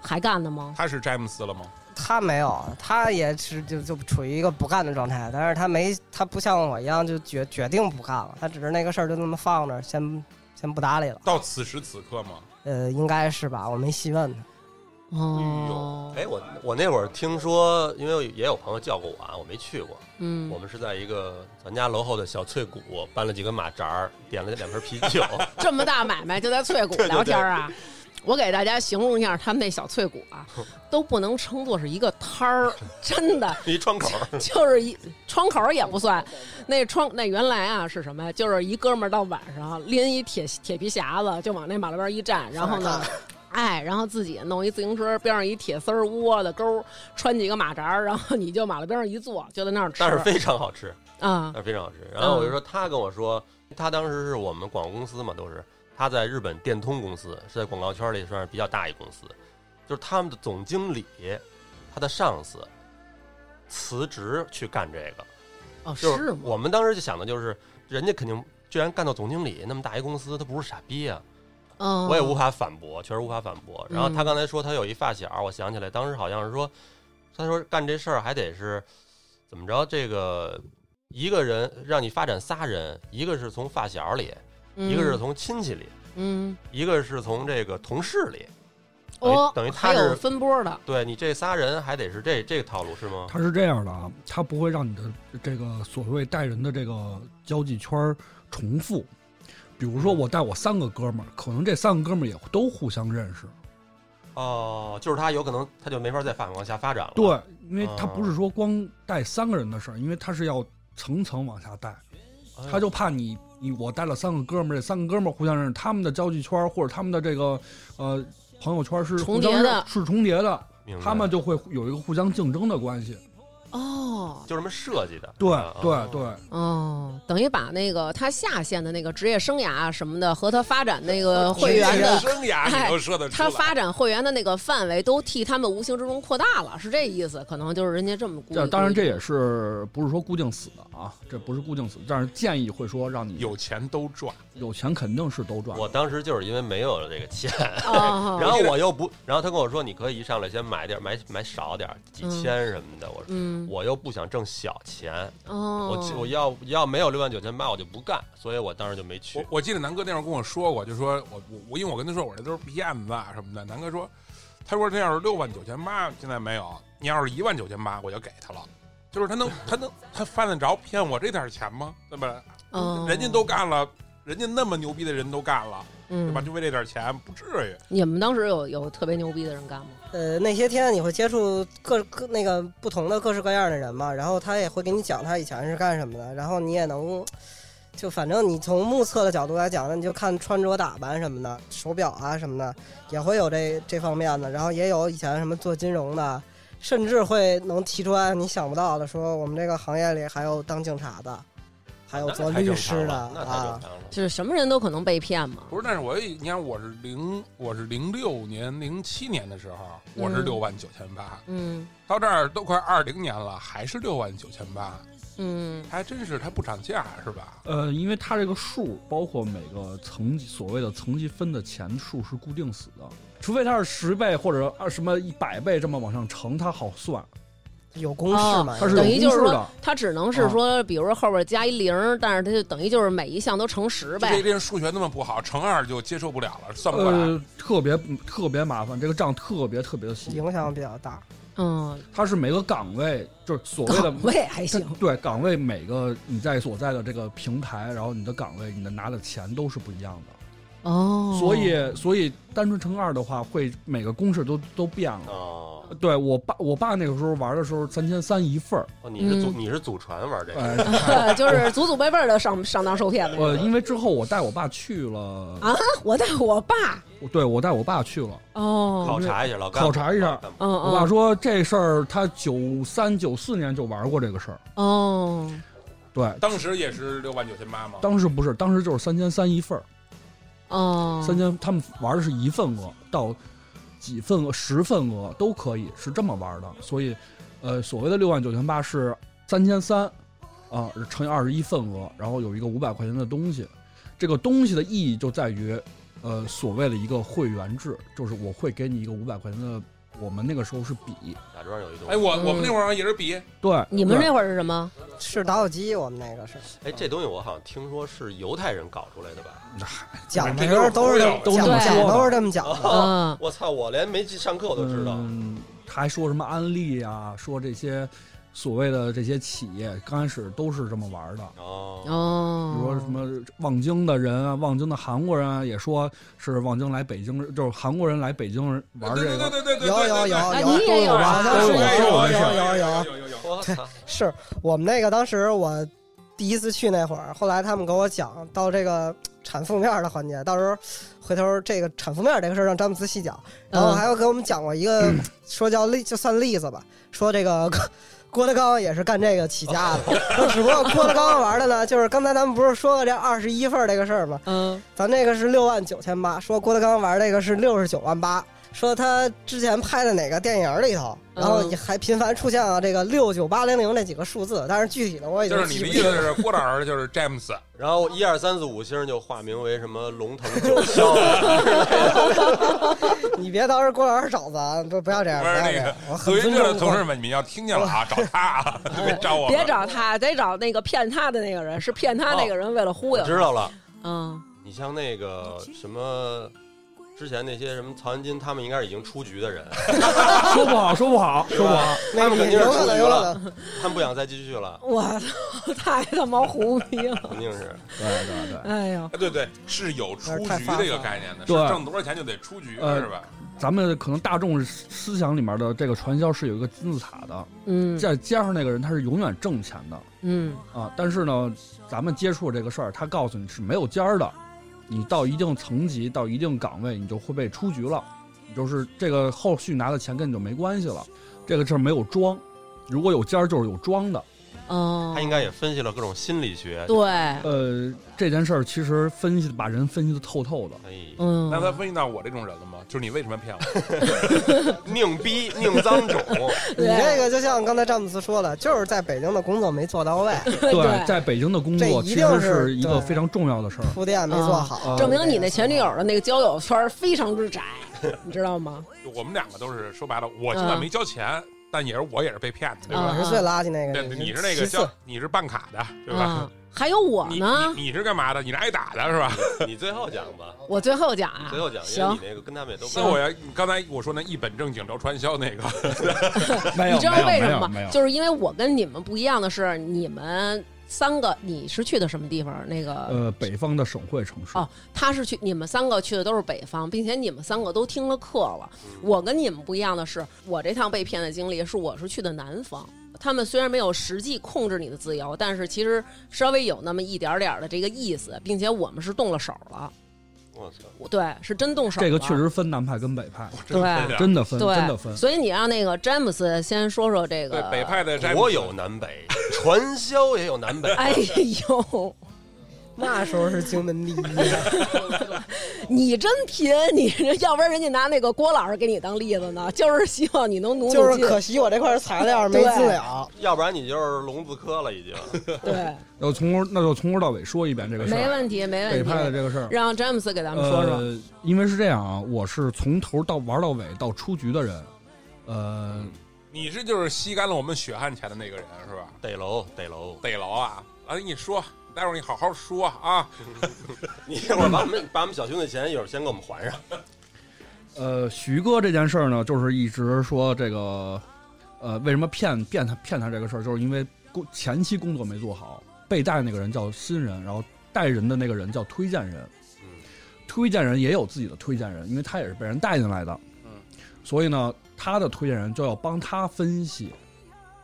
[SPEAKER 1] 还干呢吗？
[SPEAKER 3] 他是詹姆斯了吗？
[SPEAKER 5] 他没有，他也是就就处于一个不干的状态，但是他没，他不像我一样就决决定不干了，他只是那个事儿就那么放着，先先不搭理了。
[SPEAKER 3] 到此时此刻吗？
[SPEAKER 5] 呃，应该是吧，我没细问他。
[SPEAKER 1] 哦，
[SPEAKER 3] 嗯
[SPEAKER 2] 哎，我我那会儿听说，因为也有朋友叫过我啊，我没去过。
[SPEAKER 1] 嗯
[SPEAKER 2] 我，们是在一个咱家楼后的小翠谷搬了几个马扎儿，点了两瓶啤酒。
[SPEAKER 1] 这么大买卖就在 翠谷
[SPEAKER 2] 对对对
[SPEAKER 1] 聊天啊。我给大家形容一下他们那小翠谷 啊，都不能称作是一个摊儿，真的
[SPEAKER 2] 一窗口，
[SPEAKER 1] 就是一窗口儿也不算，那窗那原来啊是什么呀？就是一哥们儿到晚上拎一铁铁皮匣子就往那马路边儿一站，然后呢。 哎，然后自己弄一自行车，边上一铁丝儿窝的钩儿，穿几个马扎儿，然后你就马路边上一坐，就在那儿吃
[SPEAKER 2] 但是非常好吃，
[SPEAKER 1] 啊
[SPEAKER 2] 但是非常好吃。然后我就说，他跟我说，他当时是我们广告公司嘛，都是他在日本电通公司，是在广告圈里算是比较大一公司，就是他们的总经理，他的上司辞职去干这个。
[SPEAKER 1] 哦，
[SPEAKER 2] 就是
[SPEAKER 1] 吗？
[SPEAKER 2] 我们当时就想的就是，人家肯定居然干到总经理那么大一公司，他不是傻逼啊！
[SPEAKER 1] 嗯，
[SPEAKER 2] 我也无法反驳，确实无法反驳。然
[SPEAKER 4] 嗯
[SPEAKER 2] 后他刚才说他有一发小，我想起来当时好像是说，他说干这事儿还得是怎么着？这个一个人让你发展仨人，一个是从发小里，
[SPEAKER 1] 嗯，
[SPEAKER 2] 一个是从亲戚里，
[SPEAKER 1] 嗯，
[SPEAKER 2] 一个是从这个同事里。等于
[SPEAKER 1] 哦，
[SPEAKER 2] 等于他
[SPEAKER 1] 还有
[SPEAKER 2] 是
[SPEAKER 1] 分波的，
[SPEAKER 2] 对你这仨人还得是这这个套路是吗？
[SPEAKER 4] 他是这样的啊，他不会让你的这个所谓带人的这个交际圈儿重复。比如
[SPEAKER 2] 嗯
[SPEAKER 4] 说，我带我三个哥们儿，可能这三个哥们儿也都互相认识。啊
[SPEAKER 2] 哦，就是他有可能他就没法再发往下发展了。
[SPEAKER 4] 对，因为他
[SPEAKER 2] 啊
[SPEAKER 4] 不是说光带三个人的事儿，因为他是要层层往下带。
[SPEAKER 2] 哎呦，
[SPEAKER 4] 他就怕你你我带了三个哥们儿，这三个哥们儿互相认识，他们的交际圈儿或者他们的这个呃朋友圈儿是
[SPEAKER 1] 重
[SPEAKER 4] 互
[SPEAKER 1] 叠
[SPEAKER 4] 相
[SPEAKER 1] 的
[SPEAKER 4] 认是重叠的，
[SPEAKER 2] 明白
[SPEAKER 4] 他们就会有一个互相竞争的关系。
[SPEAKER 1] 哦，
[SPEAKER 2] 就这么设计的。
[SPEAKER 4] 对
[SPEAKER 2] 啊
[SPEAKER 4] 对对，
[SPEAKER 1] 哦，等于把那个他下线的那个职业生涯啊什么的，和他发展那个呃会员的，
[SPEAKER 3] 生涯你都说得出
[SPEAKER 1] 他
[SPEAKER 3] 来，
[SPEAKER 1] 发展会员的那个范围都替他们无形之中扩大了，是这意思？可能就是人家这么估计。
[SPEAKER 4] 这当然这也是不是说固定死的啊？这不是固定死，但是建议会说让你
[SPEAKER 3] 有钱都赚。
[SPEAKER 4] 有钱肯定是都赚。
[SPEAKER 2] 我当时就是因为没有这个钱，
[SPEAKER 1] 哦，
[SPEAKER 2] 然后我又不，然后他跟我说你可以一上来先买点，买买少点，几千什么的。我说
[SPEAKER 1] 嗯
[SPEAKER 2] 我又不想挣小钱，
[SPEAKER 1] 哦，
[SPEAKER 2] 我我要要没有六万九千八我就不干，所以我当时就没去
[SPEAKER 3] 我。我记得南哥那会儿跟我说过，就说我我我因为我跟他说我这都是骗子啊什么的。南哥说，他说这要是六万九千八现在没有，你要是一万九千八我就给他了。就是 他能他能他犯得着骗我这点钱吗？对吧？
[SPEAKER 1] 哦
[SPEAKER 3] 人家都干了，人家那么牛逼的人都干了，对吧？
[SPEAKER 1] 嗯，
[SPEAKER 3] 就为这点钱不至于。
[SPEAKER 1] 你们当时有有特别牛逼的人干吗？
[SPEAKER 5] 呃，那些天你会接触各各那个不同的各式各样的人嘛，然后他也会给你讲他以前是干什么的，然后你也能，就反正你从目测的角度来讲呢，你就看穿着打扮什么的，手表啊什么的，也会有这这方面的，然后也有以前什么做金融的，甚至会能提出来你想不到的，说我们这个行业里还有当警察的，还有
[SPEAKER 2] 那
[SPEAKER 5] 做
[SPEAKER 2] 太
[SPEAKER 5] 律
[SPEAKER 2] 正常
[SPEAKER 5] 师的
[SPEAKER 2] 了那太
[SPEAKER 5] 啊
[SPEAKER 2] 正，常了。
[SPEAKER 1] 就是什么人都可能被骗嘛。
[SPEAKER 3] 不是，但是我有一你看我是零我是零六年零七年的时候，我是
[SPEAKER 1] 嗯
[SPEAKER 3] 六万九千八，
[SPEAKER 1] 嗯
[SPEAKER 3] 到这儿都快二零年了，还是六万九千八，
[SPEAKER 1] 嗯
[SPEAKER 3] 还真是他不涨价是吧？
[SPEAKER 4] 呃，因为它这个数包括每个层级所谓的层级分的钱数是固定死的，除非它是十倍或者二什么一百倍这么往上乘，它好算，
[SPEAKER 5] 有公式嘛，
[SPEAKER 4] 它哦是有
[SPEAKER 1] 等于就
[SPEAKER 4] 公
[SPEAKER 1] 是
[SPEAKER 4] 式
[SPEAKER 1] 说
[SPEAKER 4] 的。
[SPEAKER 1] 他只能是说，比如说后边加一零儿，但是他就等于就是每一项都乘十
[SPEAKER 3] 就这
[SPEAKER 1] 呗。
[SPEAKER 3] 这人数学那么不好，乘二就接受不了了，算不过来。
[SPEAKER 4] 呃，特别特别麻烦，这个账特别特别的细，
[SPEAKER 5] 影响比较大。
[SPEAKER 1] 嗯，
[SPEAKER 4] 它是每个岗位就是所谓 的
[SPEAKER 1] 岗位还行。
[SPEAKER 4] 对岗位每个你在所在的这个平台，然后你的岗位你的拿的钱都是不一样的，
[SPEAKER 1] 哦，
[SPEAKER 4] 所以所以单纯乘二的话，会每个公式都都变了。
[SPEAKER 2] 哦，
[SPEAKER 4] 对我爸，我爸那个时候玩的时候三千三一份儿，
[SPEAKER 2] 哦你
[SPEAKER 1] 嗯
[SPEAKER 2] 是祖你是祖传玩这个，
[SPEAKER 4] 呃，
[SPEAKER 1] 就是祖祖辈辈的上上当受骗呗。
[SPEAKER 4] 呃，因为之后我带我爸去了，
[SPEAKER 1] 啊，我带我爸
[SPEAKER 4] 我对我带我爸去了，
[SPEAKER 1] 哦，
[SPEAKER 2] 考察一下老干部
[SPEAKER 4] 考察一下
[SPEAKER 2] 老。干部
[SPEAKER 1] 嗯
[SPEAKER 4] 我爸
[SPEAKER 1] 嗯
[SPEAKER 4] 说这事儿他九三九四年就玩过这个事儿，
[SPEAKER 1] 哦，
[SPEAKER 4] 对，
[SPEAKER 3] 当时也是六万九千八吗？
[SPEAKER 4] 当时不是，当时就是三千三一份儿，
[SPEAKER 1] 哦，
[SPEAKER 4] 三千他们玩的是一份额到几份额、十份额都可以，是这么玩的。所以，呃，所谓的六万九千八是三千三啊乘以二十一份额，然后有一个五百块钱的东西。这个东西的意义就在于，呃，所谓的一个会员制，就是我会给你一个五百块钱的，我们那个时候是笔，
[SPEAKER 2] 假装有一种
[SPEAKER 3] 哎哎，我我们那会儿也是比
[SPEAKER 4] 对，
[SPEAKER 1] 你们
[SPEAKER 4] 对
[SPEAKER 1] 那会儿是什么？
[SPEAKER 5] 是打火机，我们那个是
[SPEAKER 2] 哎，这东西我好像听说是犹太人搞出来的吧？
[SPEAKER 5] 讲的
[SPEAKER 3] 这
[SPEAKER 5] 时候都是这
[SPEAKER 3] 都
[SPEAKER 5] 讲
[SPEAKER 1] 这么
[SPEAKER 5] 讲
[SPEAKER 4] 说的
[SPEAKER 5] 都是这么讲的。
[SPEAKER 1] 嗯
[SPEAKER 2] 我操！我连没去上课我都知道。
[SPEAKER 4] 嗯，他还说什么安利啊，说这些所谓的这些企业刚开始都是这么玩的。
[SPEAKER 2] 哦，
[SPEAKER 1] 哦，
[SPEAKER 4] 比如说什么呃望京的人啊，望京的韩国人啊，也说是望京来北京，就是韩国人来北京玩这
[SPEAKER 3] 对
[SPEAKER 4] 个。
[SPEAKER 3] 对对对对，
[SPEAKER 5] 有有有
[SPEAKER 1] 啊
[SPEAKER 5] 有
[SPEAKER 1] 你也有啊
[SPEAKER 5] 好像是
[SPEAKER 4] 都有
[SPEAKER 5] 有
[SPEAKER 4] 都有
[SPEAKER 5] 有有有
[SPEAKER 3] 有有有，
[SPEAKER 2] 我操！
[SPEAKER 5] 是我们那个当时我第一次去那会儿，后来他们给我讲到这个产妇面的环节，到时候回头这个产妇面这个事儿让詹姆斯细讲。然后还有给我们讲过一个说叫例，就算例子吧，说这个郭德纲也是干这个起家的，那 只不过郭德纲玩的呢，就是刚才咱们不是说过这二十一份儿这个事儿吗？
[SPEAKER 1] 嗯
[SPEAKER 5] 咱那个是六万九千八，说郭德纲玩这个是六十九万八，说他之前拍的哪个电影里头，
[SPEAKER 1] 嗯
[SPEAKER 5] 然后也还频繁出现了这个六九八零零这几个数字，但是具体的我已
[SPEAKER 3] 就
[SPEAKER 5] 经
[SPEAKER 3] 是你的意
[SPEAKER 5] 记不清
[SPEAKER 3] 思
[SPEAKER 5] 了。
[SPEAKER 3] 是郭老师就是詹姆斯，
[SPEAKER 2] 然后一二三四五星就化名为什么龙腾九霄，
[SPEAKER 1] 啊
[SPEAKER 5] 你别到时候郭老师找咱，不不要这
[SPEAKER 3] 不
[SPEAKER 5] 样，不
[SPEAKER 3] 是
[SPEAKER 5] 要这
[SPEAKER 3] 那
[SPEAKER 5] 样
[SPEAKER 3] 个，德
[SPEAKER 5] 我很
[SPEAKER 3] 云
[SPEAKER 5] 尊
[SPEAKER 3] 社的
[SPEAKER 5] 重
[SPEAKER 3] 同志们，你们要听见了啊，找他啊，别找我，
[SPEAKER 1] 别找他，得找那个骗他的那个人，是骗他那个人为了忽
[SPEAKER 2] 我
[SPEAKER 1] 悠。
[SPEAKER 2] 知道了。
[SPEAKER 1] 嗯，
[SPEAKER 2] 你像那个什么，之前那些什么曹云金，他们应该是已经出局的人，
[SPEAKER 4] 说不好，说不好，说不好。
[SPEAKER 5] 那
[SPEAKER 2] 他
[SPEAKER 5] 个
[SPEAKER 2] 们肯
[SPEAKER 5] 你
[SPEAKER 2] 定是
[SPEAKER 5] 有
[SPEAKER 2] 出
[SPEAKER 5] 可能
[SPEAKER 2] 局
[SPEAKER 5] 有可
[SPEAKER 2] 了，
[SPEAKER 5] 能，
[SPEAKER 2] 他们不想再继续了，
[SPEAKER 1] 我操，太他妈胡逼了！
[SPEAKER 2] 肯定是。
[SPEAKER 4] 对对对，
[SPEAKER 1] 哎呦，
[SPEAKER 3] 哎对对，是有出局这个概念的，是
[SPEAKER 4] 对
[SPEAKER 3] 挣多少钱就得出局，
[SPEAKER 4] 呃
[SPEAKER 3] 是吧？
[SPEAKER 4] 咱们可能大众思想里面的这个传销是有一个金字塔的，
[SPEAKER 1] 嗯
[SPEAKER 4] 再加上那个人他是永远挣钱的
[SPEAKER 1] 嗯
[SPEAKER 4] 啊。但是呢，咱们接触这个事儿，他告诉你是没有尖儿的，你到一定层级、到一定岗位，你就会被出局了，你就是这个后续拿的钱跟你就没关系了。这个事儿没有装，如果有尖儿就是有装的。
[SPEAKER 1] 哦
[SPEAKER 2] 他应该也分析了各种心理学。
[SPEAKER 1] 对，
[SPEAKER 4] 呃，这件事儿其实分析把人分析的透透的，
[SPEAKER 2] 哎，
[SPEAKER 1] 嗯
[SPEAKER 3] 那他分析到我这种人了吗？就是你为什么骗我？
[SPEAKER 2] 宁逼宁脏 种，
[SPEAKER 5] 你这个就像刚才詹姆斯说了，就是在北京的工作没做到位，
[SPEAKER 1] 对
[SPEAKER 4] 在北京的工
[SPEAKER 5] 这
[SPEAKER 4] 作
[SPEAKER 5] 一
[SPEAKER 4] 其
[SPEAKER 5] 定
[SPEAKER 4] 实
[SPEAKER 5] 是
[SPEAKER 4] 一个
[SPEAKER 5] 对
[SPEAKER 4] 非常重要的事儿。
[SPEAKER 5] 铺垫没做好，
[SPEAKER 4] 啊
[SPEAKER 1] 嗯证明你那前女友的那个交友圈儿非常之窄，你知道吗？
[SPEAKER 3] 我们两个都是说白了，我尽
[SPEAKER 1] 嗯
[SPEAKER 3] 管没交钱，但也是我也是被骗的，对
[SPEAKER 5] 我
[SPEAKER 3] 吧？
[SPEAKER 5] 是最垃圾那个
[SPEAKER 3] 对，
[SPEAKER 5] 人，
[SPEAKER 3] 你是那个
[SPEAKER 5] 其次
[SPEAKER 3] 交，你是办卡的，对吧
[SPEAKER 1] 啊？，还有我
[SPEAKER 3] 你
[SPEAKER 1] 呢，
[SPEAKER 3] 你你是干嘛的？你是挨打的是吧？
[SPEAKER 2] 你最后讲吧，
[SPEAKER 1] 我最后讲啊
[SPEAKER 2] 最后，讲，因为
[SPEAKER 1] 行
[SPEAKER 2] 你，那个跟他们也都不
[SPEAKER 3] 那我要你刚才我说那一本正经聊传销那个，
[SPEAKER 4] 没
[SPEAKER 1] 你知道为什
[SPEAKER 4] 哎没有
[SPEAKER 1] 么
[SPEAKER 4] 没
[SPEAKER 1] 吗？
[SPEAKER 4] 有
[SPEAKER 1] 就是因为我跟你们不一样的是，你们三个你是去的什么地方？那个
[SPEAKER 4] 呃，北方的省会城市，
[SPEAKER 1] 哦他是去，你们三个去的都是北方，并且你们三个都听了课了。
[SPEAKER 2] 嗯
[SPEAKER 1] 我跟你们不一样的是，我这趟被骗的经历是我是去的南方。他们虽然没有实际控制你的自由，但是其实稍微有那么一点点儿的这个意思，并且我们是动了手了，
[SPEAKER 2] 我操，
[SPEAKER 1] 对，是真动手了。
[SPEAKER 4] 这个确实分南派跟北派，
[SPEAKER 1] 啊对
[SPEAKER 4] 哦
[SPEAKER 1] 啊
[SPEAKER 4] 真的分，
[SPEAKER 1] 对，
[SPEAKER 4] 真的分。
[SPEAKER 1] 所以你让那个詹姆斯先说说这
[SPEAKER 3] 对
[SPEAKER 1] 个
[SPEAKER 3] 北。派的
[SPEAKER 2] 国有南北，传销也有南北。
[SPEAKER 1] 哎呦，
[SPEAKER 5] 那时候是京门第一。
[SPEAKER 1] 你真贫， 你这要不然人家拿那个郭老师给你当例子呢，就是希望你能努努劲。
[SPEAKER 5] 就是可惜我这块材料没进了。
[SPEAKER 2] 要不然你就是聋子科了，已经。
[SPEAKER 1] 对，
[SPEAKER 4] 要从头，那就从头到尾说一遍这个事
[SPEAKER 1] 没
[SPEAKER 4] 儿。
[SPEAKER 1] 问题，没
[SPEAKER 4] 北
[SPEAKER 1] 问
[SPEAKER 4] 派的
[SPEAKER 1] 题。
[SPEAKER 4] 这个事儿，
[SPEAKER 1] 让詹姆斯给咱们说说。
[SPEAKER 4] 呃，因为是这样啊，我是从头到玩到尾到出局的人，呃，
[SPEAKER 3] 你是就是吸干了我们血汗钱的那个人是吧？
[SPEAKER 2] 逮楼，逮楼！
[SPEAKER 3] 得劳啊！来，你说，待会儿你好好说啊。
[SPEAKER 2] 你一会儿把我们把我们小兄弟钱，一会儿先给我们还上。
[SPEAKER 4] 呃，徐哥这件事儿呢，就是一直说这个，呃，为什么骗骗他骗他这个事儿，就是因为工前期工作没做好，被带那个人叫新人，然后带人的那个人叫推荐人，
[SPEAKER 2] 嗯，
[SPEAKER 4] 推荐人也有自己的推荐人，因为他也是被人带进来的，
[SPEAKER 3] 嗯，
[SPEAKER 4] 所以呢，他的推荐人就要帮他分析，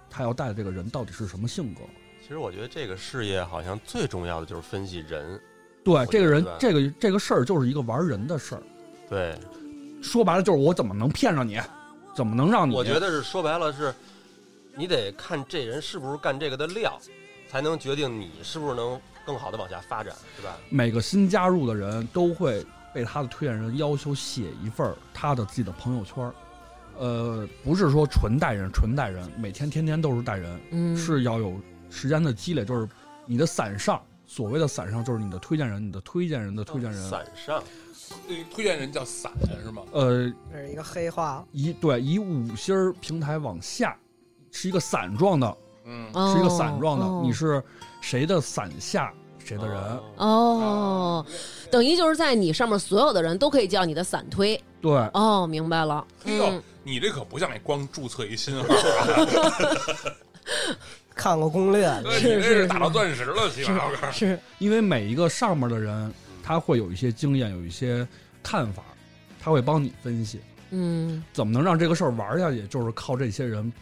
[SPEAKER 4] 他要带的这个人到底是什么性格。
[SPEAKER 2] 其实我觉得这个事业好像最重要的就是分析人。
[SPEAKER 4] 对，这个人
[SPEAKER 2] 明白，
[SPEAKER 4] 这个这个事儿就是一个玩人的事儿，
[SPEAKER 2] 对，
[SPEAKER 4] 说白了就是我怎么能骗上你，怎么能让你？
[SPEAKER 2] 我觉得是说白了是，你得看这人是不是干这个的料，才能决定你是不是能更好的往下发展，对吧？
[SPEAKER 4] 每个新加入的人都会被他的推荐人要求写一份儿他的自己的朋友圈儿，呃，不是说纯带人，纯带人，每天天天都是带人，
[SPEAKER 1] 嗯，
[SPEAKER 4] 是要有时间的积累，就是你的散上，所谓的散上就是你的推荐人，你的推荐人的推荐人，
[SPEAKER 2] 散上，
[SPEAKER 3] 对于推荐人叫散是吗？
[SPEAKER 4] 呃，
[SPEAKER 5] 这是一个黑话，
[SPEAKER 4] 以对以五星儿平台往下是一个散状的
[SPEAKER 3] 嗯，
[SPEAKER 4] 呃是一个散状的，
[SPEAKER 1] 哦
[SPEAKER 4] 你是谁的伞下谁的人。
[SPEAKER 2] 哦
[SPEAKER 1] 哦，等于就是在你上面所有的人都可以叫你的散推。
[SPEAKER 4] 对，
[SPEAKER 1] 哦，明白了。
[SPEAKER 3] 嘿哎呦
[SPEAKER 1] 嗯，
[SPEAKER 3] 你这可不像你光注册一新号，啊
[SPEAKER 5] 看过 攻略，
[SPEAKER 3] 你
[SPEAKER 1] 是
[SPEAKER 3] 这是
[SPEAKER 1] 是
[SPEAKER 3] 打到钻石了，起码
[SPEAKER 5] 是
[SPEAKER 4] 因为每一个上面的人，他会有一些经验，有一些看法，他会帮你分析
[SPEAKER 1] 嗯
[SPEAKER 4] 怎么能让这个事儿玩下去，就是靠这些人。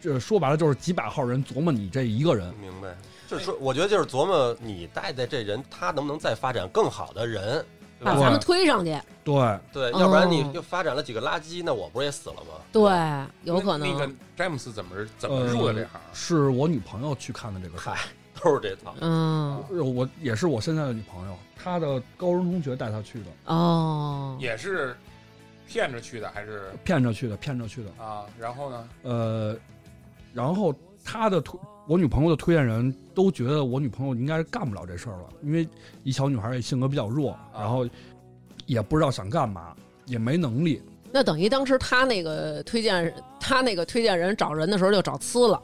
[SPEAKER 4] 这说白了就是几百号人琢磨你这一个人，
[SPEAKER 2] 明白，就是说，我觉得就是琢磨你带的这人，他能不能再发展更好的人，对
[SPEAKER 1] 把
[SPEAKER 2] 吧？
[SPEAKER 4] 啊
[SPEAKER 1] 咱们推上去，
[SPEAKER 4] 对，
[SPEAKER 2] 对，
[SPEAKER 1] 哦
[SPEAKER 2] 要不然你就发展了几个垃圾，那我不是也死了吗？
[SPEAKER 1] 对，有可
[SPEAKER 3] 那个
[SPEAKER 1] 能。
[SPEAKER 3] 詹姆斯怎么怎么入的这行？
[SPEAKER 4] 呃
[SPEAKER 3] 啊
[SPEAKER 4] 是我女朋友去看的这个事儿，
[SPEAKER 2] 都是这套。
[SPEAKER 1] 嗯，
[SPEAKER 4] 呃我也是我现在的女朋友，她的高中同学带她去的，
[SPEAKER 1] 哦，
[SPEAKER 3] 也是骗着去的，还是
[SPEAKER 4] 骗着去的，骗着去的。
[SPEAKER 3] 啊？然后呢？
[SPEAKER 4] 呃，然后她的推，我女朋友的推荐人都觉得我女朋友应该是干不了这事儿了，因为一小女孩儿也性格比较弱，
[SPEAKER 3] 啊
[SPEAKER 4] 然后也不知道想干嘛，也没能力。
[SPEAKER 1] 那等于当时他那个推荐他那个推荐人找人的时候就找呲了。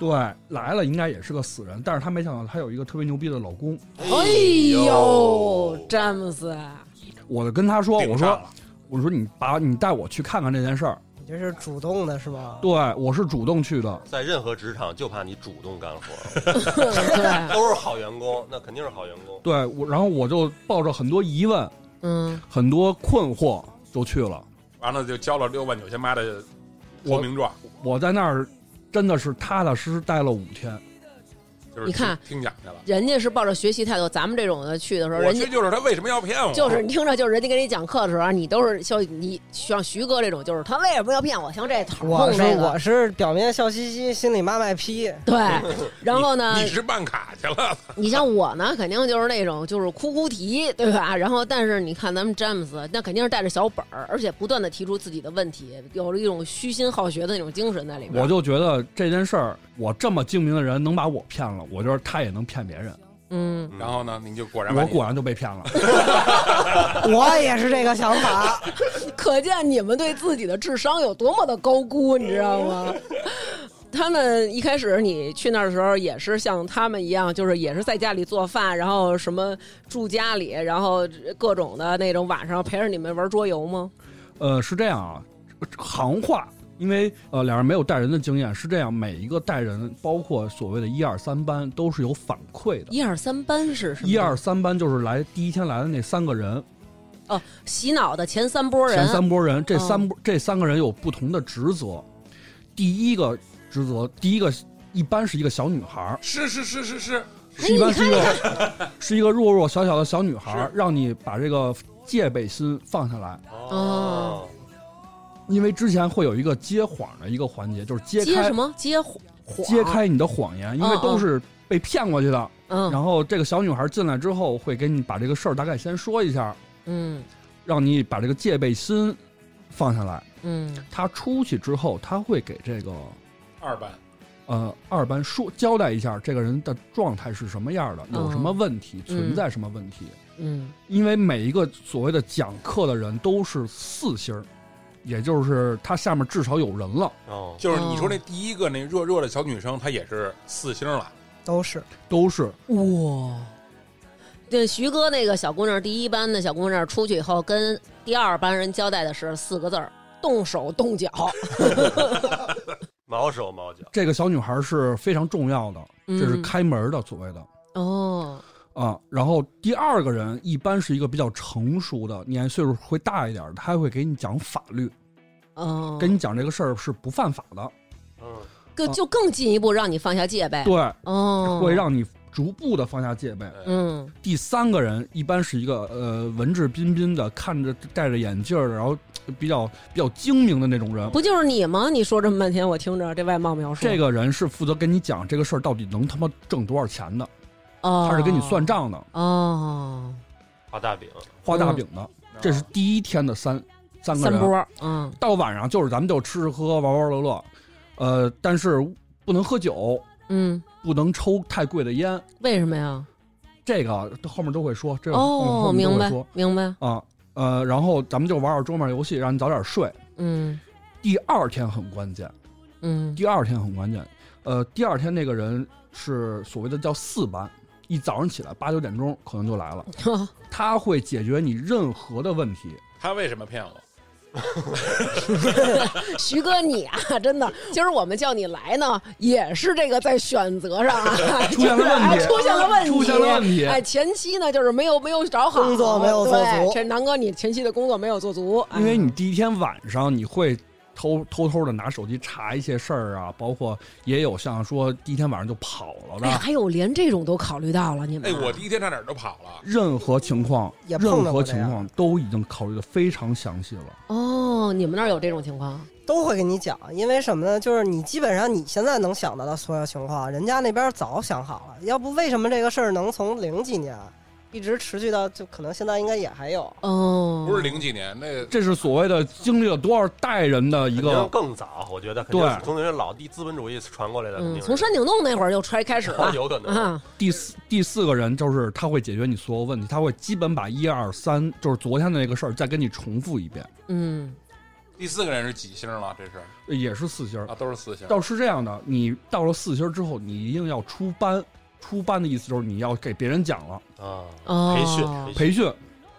[SPEAKER 4] 对，来了应该也是个死人，但是她没想到她有一个特别牛逼的老公。
[SPEAKER 1] 哎呦，詹姆斯，啊
[SPEAKER 4] 我就跟她说，
[SPEAKER 3] 顶
[SPEAKER 4] 我
[SPEAKER 3] 上
[SPEAKER 4] 说
[SPEAKER 3] 了啊
[SPEAKER 4] 我说你把你带我去看看这件事儿，
[SPEAKER 5] 你这是主动的是吗？
[SPEAKER 4] 对我是主动去的，
[SPEAKER 2] 在任何职场，就怕你主动干活，
[SPEAKER 1] 对，
[SPEAKER 2] 都是好员工，那肯定是好员工。
[SPEAKER 4] 对我，然后我就抱着很多疑问、
[SPEAKER 1] 嗯，
[SPEAKER 4] 很多困惑就去了。
[SPEAKER 3] 完了就交了六万九千八的投名状，
[SPEAKER 4] 我在那儿真的是踏踏实实待了五天。
[SPEAKER 3] 就是
[SPEAKER 1] 你看
[SPEAKER 3] 听听讲去了。
[SPEAKER 1] 人家是抱着学习态度，咱们这种的去的时候，
[SPEAKER 3] 我
[SPEAKER 1] 人
[SPEAKER 3] 去
[SPEAKER 1] 家
[SPEAKER 3] 就是他为什么要骗我？
[SPEAKER 1] 就是你听着，就是人家给你讲课的时候啊，你都是像你像徐哥这种，就是他为什么要骗我？像这头
[SPEAKER 5] 我
[SPEAKER 1] 碰
[SPEAKER 5] 是
[SPEAKER 1] 这
[SPEAKER 5] 我
[SPEAKER 1] 个，
[SPEAKER 5] 是表面笑嘻嘻，心里骂卖批，
[SPEAKER 1] 对。然后呢，
[SPEAKER 3] 你是办卡去了，
[SPEAKER 1] 你像我呢，肯定就是那种就是哭哭啼，对吧？然后，但是你看咱们詹姆斯，那肯定是带着小本儿，而且不断的提出自己的问题，有了一种虚心好学的那种精神在里面。
[SPEAKER 4] 我就觉得这件事儿，我这么精明的人能把我骗了，我觉得他也能骗别人。
[SPEAKER 1] 嗯，
[SPEAKER 3] 然后呢，你就果然把
[SPEAKER 4] 我
[SPEAKER 3] 你
[SPEAKER 4] 果然就被骗了。
[SPEAKER 5] 我也是这个想法。
[SPEAKER 1] 可见你们对自己的智商有多么的高估，你知道吗？ 他们一开始你去那儿的时候，也是像他们一样，就是也是在家里做饭，然后什么住家里，然后各种的那种晚上陪着你们玩桌游吗？
[SPEAKER 4] 呃，是这样啊，行话，因为呃两人没有带人的经验，是这样，每一个带人，包括所谓的一二三班，都是有反馈的。
[SPEAKER 1] 一二三班是什么？
[SPEAKER 4] 一二三班就是来第一天来的那三个人，
[SPEAKER 1] 哦洗脑的前三波人，
[SPEAKER 4] 前三拨人，这
[SPEAKER 1] 哦
[SPEAKER 4] 三拨、这三个人有不同的职责。第一个职责，第一个一般是一个小女孩儿，
[SPEAKER 3] 是是是是是，
[SPEAKER 1] 哎
[SPEAKER 4] 是一般
[SPEAKER 1] 你看
[SPEAKER 4] 是一个 是一个弱弱小小的小女孩儿
[SPEAKER 3] 是，
[SPEAKER 4] 让你把这个戒备心放下来，
[SPEAKER 1] 哦，
[SPEAKER 4] 因为之前会有一个接谎的一个环节，就是揭
[SPEAKER 1] 接
[SPEAKER 4] 开
[SPEAKER 1] 什么接谎？
[SPEAKER 4] 揭开你的谎言，因为
[SPEAKER 1] 嗯
[SPEAKER 4] 都是被骗过去的。
[SPEAKER 1] 嗯
[SPEAKER 4] 然后这个小女孩进来之后，会给你把这个事儿大概先说一下，
[SPEAKER 1] 嗯
[SPEAKER 4] 让你把这个戒备心放下来。
[SPEAKER 1] 嗯
[SPEAKER 4] 她出去之后，她会给这个
[SPEAKER 3] 二班
[SPEAKER 4] 呃二班说交代一下这个人的状态是什么样的，有什么问题，存在什么问题。
[SPEAKER 1] 嗯
[SPEAKER 4] 因为每一个所谓的讲课的人都是四星儿，也就是他下面至少有人了，
[SPEAKER 2] 哦，
[SPEAKER 3] 就是你说那第一个那弱弱的小女生，她也是四星了，
[SPEAKER 5] 都是
[SPEAKER 4] 都是
[SPEAKER 1] 哇。对，徐哥那个小姑娘，第一班的小姑娘出去以后，跟第二班人交代的是四个字儿：动手动脚。
[SPEAKER 2] 毛手毛脚，
[SPEAKER 4] 这个小女孩是非常重要的，
[SPEAKER 1] 嗯
[SPEAKER 4] 这是开门的所谓的。
[SPEAKER 1] 哦，
[SPEAKER 4] 啊，然后第二个人一般是一个比较成熟的，年岁数会大一点的，他会给你讲法律，
[SPEAKER 1] 哦，
[SPEAKER 4] 跟你讲这个事儿是不犯法的，
[SPEAKER 2] 嗯，
[SPEAKER 1] 更就更进一步让你放下戒备。
[SPEAKER 4] 对，
[SPEAKER 1] 哦，
[SPEAKER 4] 会让你逐步的放下戒备。
[SPEAKER 1] 嗯
[SPEAKER 4] 第三个人一般是一个呃文质彬彬的，看着戴着眼镜儿的，然后比较比较精明的那种人。
[SPEAKER 1] 不就是你吗？你说这么半天，我听着这外貌描述，
[SPEAKER 4] 这个人是负责跟你讲这个事儿到底能他妈挣多少钱的，
[SPEAKER 1] 哦，
[SPEAKER 4] 他是跟你算账的，
[SPEAKER 1] 哦，
[SPEAKER 2] 画大饼，
[SPEAKER 4] 画大饼的。这是第一天的三三
[SPEAKER 1] 嗯
[SPEAKER 4] 个
[SPEAKER 1] 三
[SPEAKER 4] 人。
[SPEAKER 1] 波，嗯
[SPEAKER 4] 到晚上就是咱们就吃吃喝喝玩玩乐乐，呃，但是不能喝酒，
[SPEAKER 1] 嗯，
[SPEAKER 4] 不能抽太贵的烟，
[SPEAKER 1] 为什么呀？
[SPEAKER 4] 这个后面都会说，这个嗯
[SPEAKER 1] 哦
[SPEAKER 4] 后，面
[SPEAKER 1] 明
[SPEAKER 4] 后面都会
[SPEAKER 1] 白
[SPEAKER 4] 说
[SPEAKER 1] 明白，
[SPEAKER 4] 啊，呃，然后咱们就玩玩桌面游戏，让你早点睡。
[SPEAKER 1] 嗯
[SPEAKER 4] 第二天很关键，
[SPEAKER 1] 嗯
[SPEAKER 4] 第二天很关键，呃，第二天那个人是所谓的叫四班，一早上起来八九点钟可能就来 了，他会解决你任何的问题。
[SPEAKER 3] 他为什么骗我？
[SPEAKER 1] 徐哥，你啊，真的，今儿我们叫你来呢，也是这个在选择上啊，
[SPEAKER 4] 出现了
[SPEAKER 1] 就
[SPEAKER 4] 问题
[SPEAKER 1] 是哎出现了问题，
[SPEAKER 4] 出现了问题
[SPEAKER 1] 哎，前期呢，就是没有没有找好
[SPEAKER 5] 工作没有做
[SPEAKER 1] 对
[SPEAKER 5] 足
[SPEAKER 1] 这南哥，你前期的工作没有做足，哎
[SPEAKER 4] 因为你第一天晚上你会偷偷偷的拿手机查一些事儿啊，包括也有像说第一天晚上就跑了
[SPEAKER 1] 哎，
[SPEAKER 4] 的，
[SPEAKER 1] 还有连这种都考虑到了，你
[SPEAKER 3] 哎，
[SPEAKER 1] 们啊。
[SPEAKER 3] 我第一天差点就跑了。
[SPEAKER 4] 任何情况，
[SPEAKER 5] 也碰到过
[SPEAKER 4] 任何
[SPEAKER 5] 这样
[SPEAKER 4] 情况都已经考虑的非常详细了。
[SPEAKER 1] 哦，你们那儿有这种情况？
[SPEAKER 5] 都会跟你讲，因为什么呢？就是你基本上你现在能想到的所有情况，人家那边早想好了。要不为什么这个事儿能从零几年一直持续到就可能现在应该也还有？
[SPEAKER 1] 哦，
[SPEAKER 3] 不是零几年，那
[SPEAKER 4] 这是所谓的经历了多少代人的一
[SPEAKER 2] 肯定
[SPEAKER 4] 个，
[SPEAKER 2] 更早，我觉得肯定
[SPEAKER 4] 对
[SPEAKER 2] 是从那些老地资本主义传过来的，肯
[SPEAKER 1] 嗯，
[SPEAKER 2] 定是
[SPEAKER 1] 从山顶洞那会儿就开开始了，
[SPEAKER 2] 有可能
[SPEAKER 1] 啊，
[SPEAKER 4] 第四第四个人就是他会解决你所有问题，他会基本把一二三，就是昨天的那个事儿再跟你重复一遍，
[SPEAKER 1] 嗯，
[SPEAKER 3] 第四个人是几星了？这是
[SPEAKER 4] 也是四星儿
[SPEAKER 3] 啊，。都是四星。
[SPEAKER 4] 嗯倒是这样的，你到了四星儿之后，你一定要出班。出班的意思就是你要给别人讲了，
[SPEAKER 2] 啊，
[SPEAKER 1] 哦，
[SPEAKER 2] 培训
[SPEAKER 4] 培训，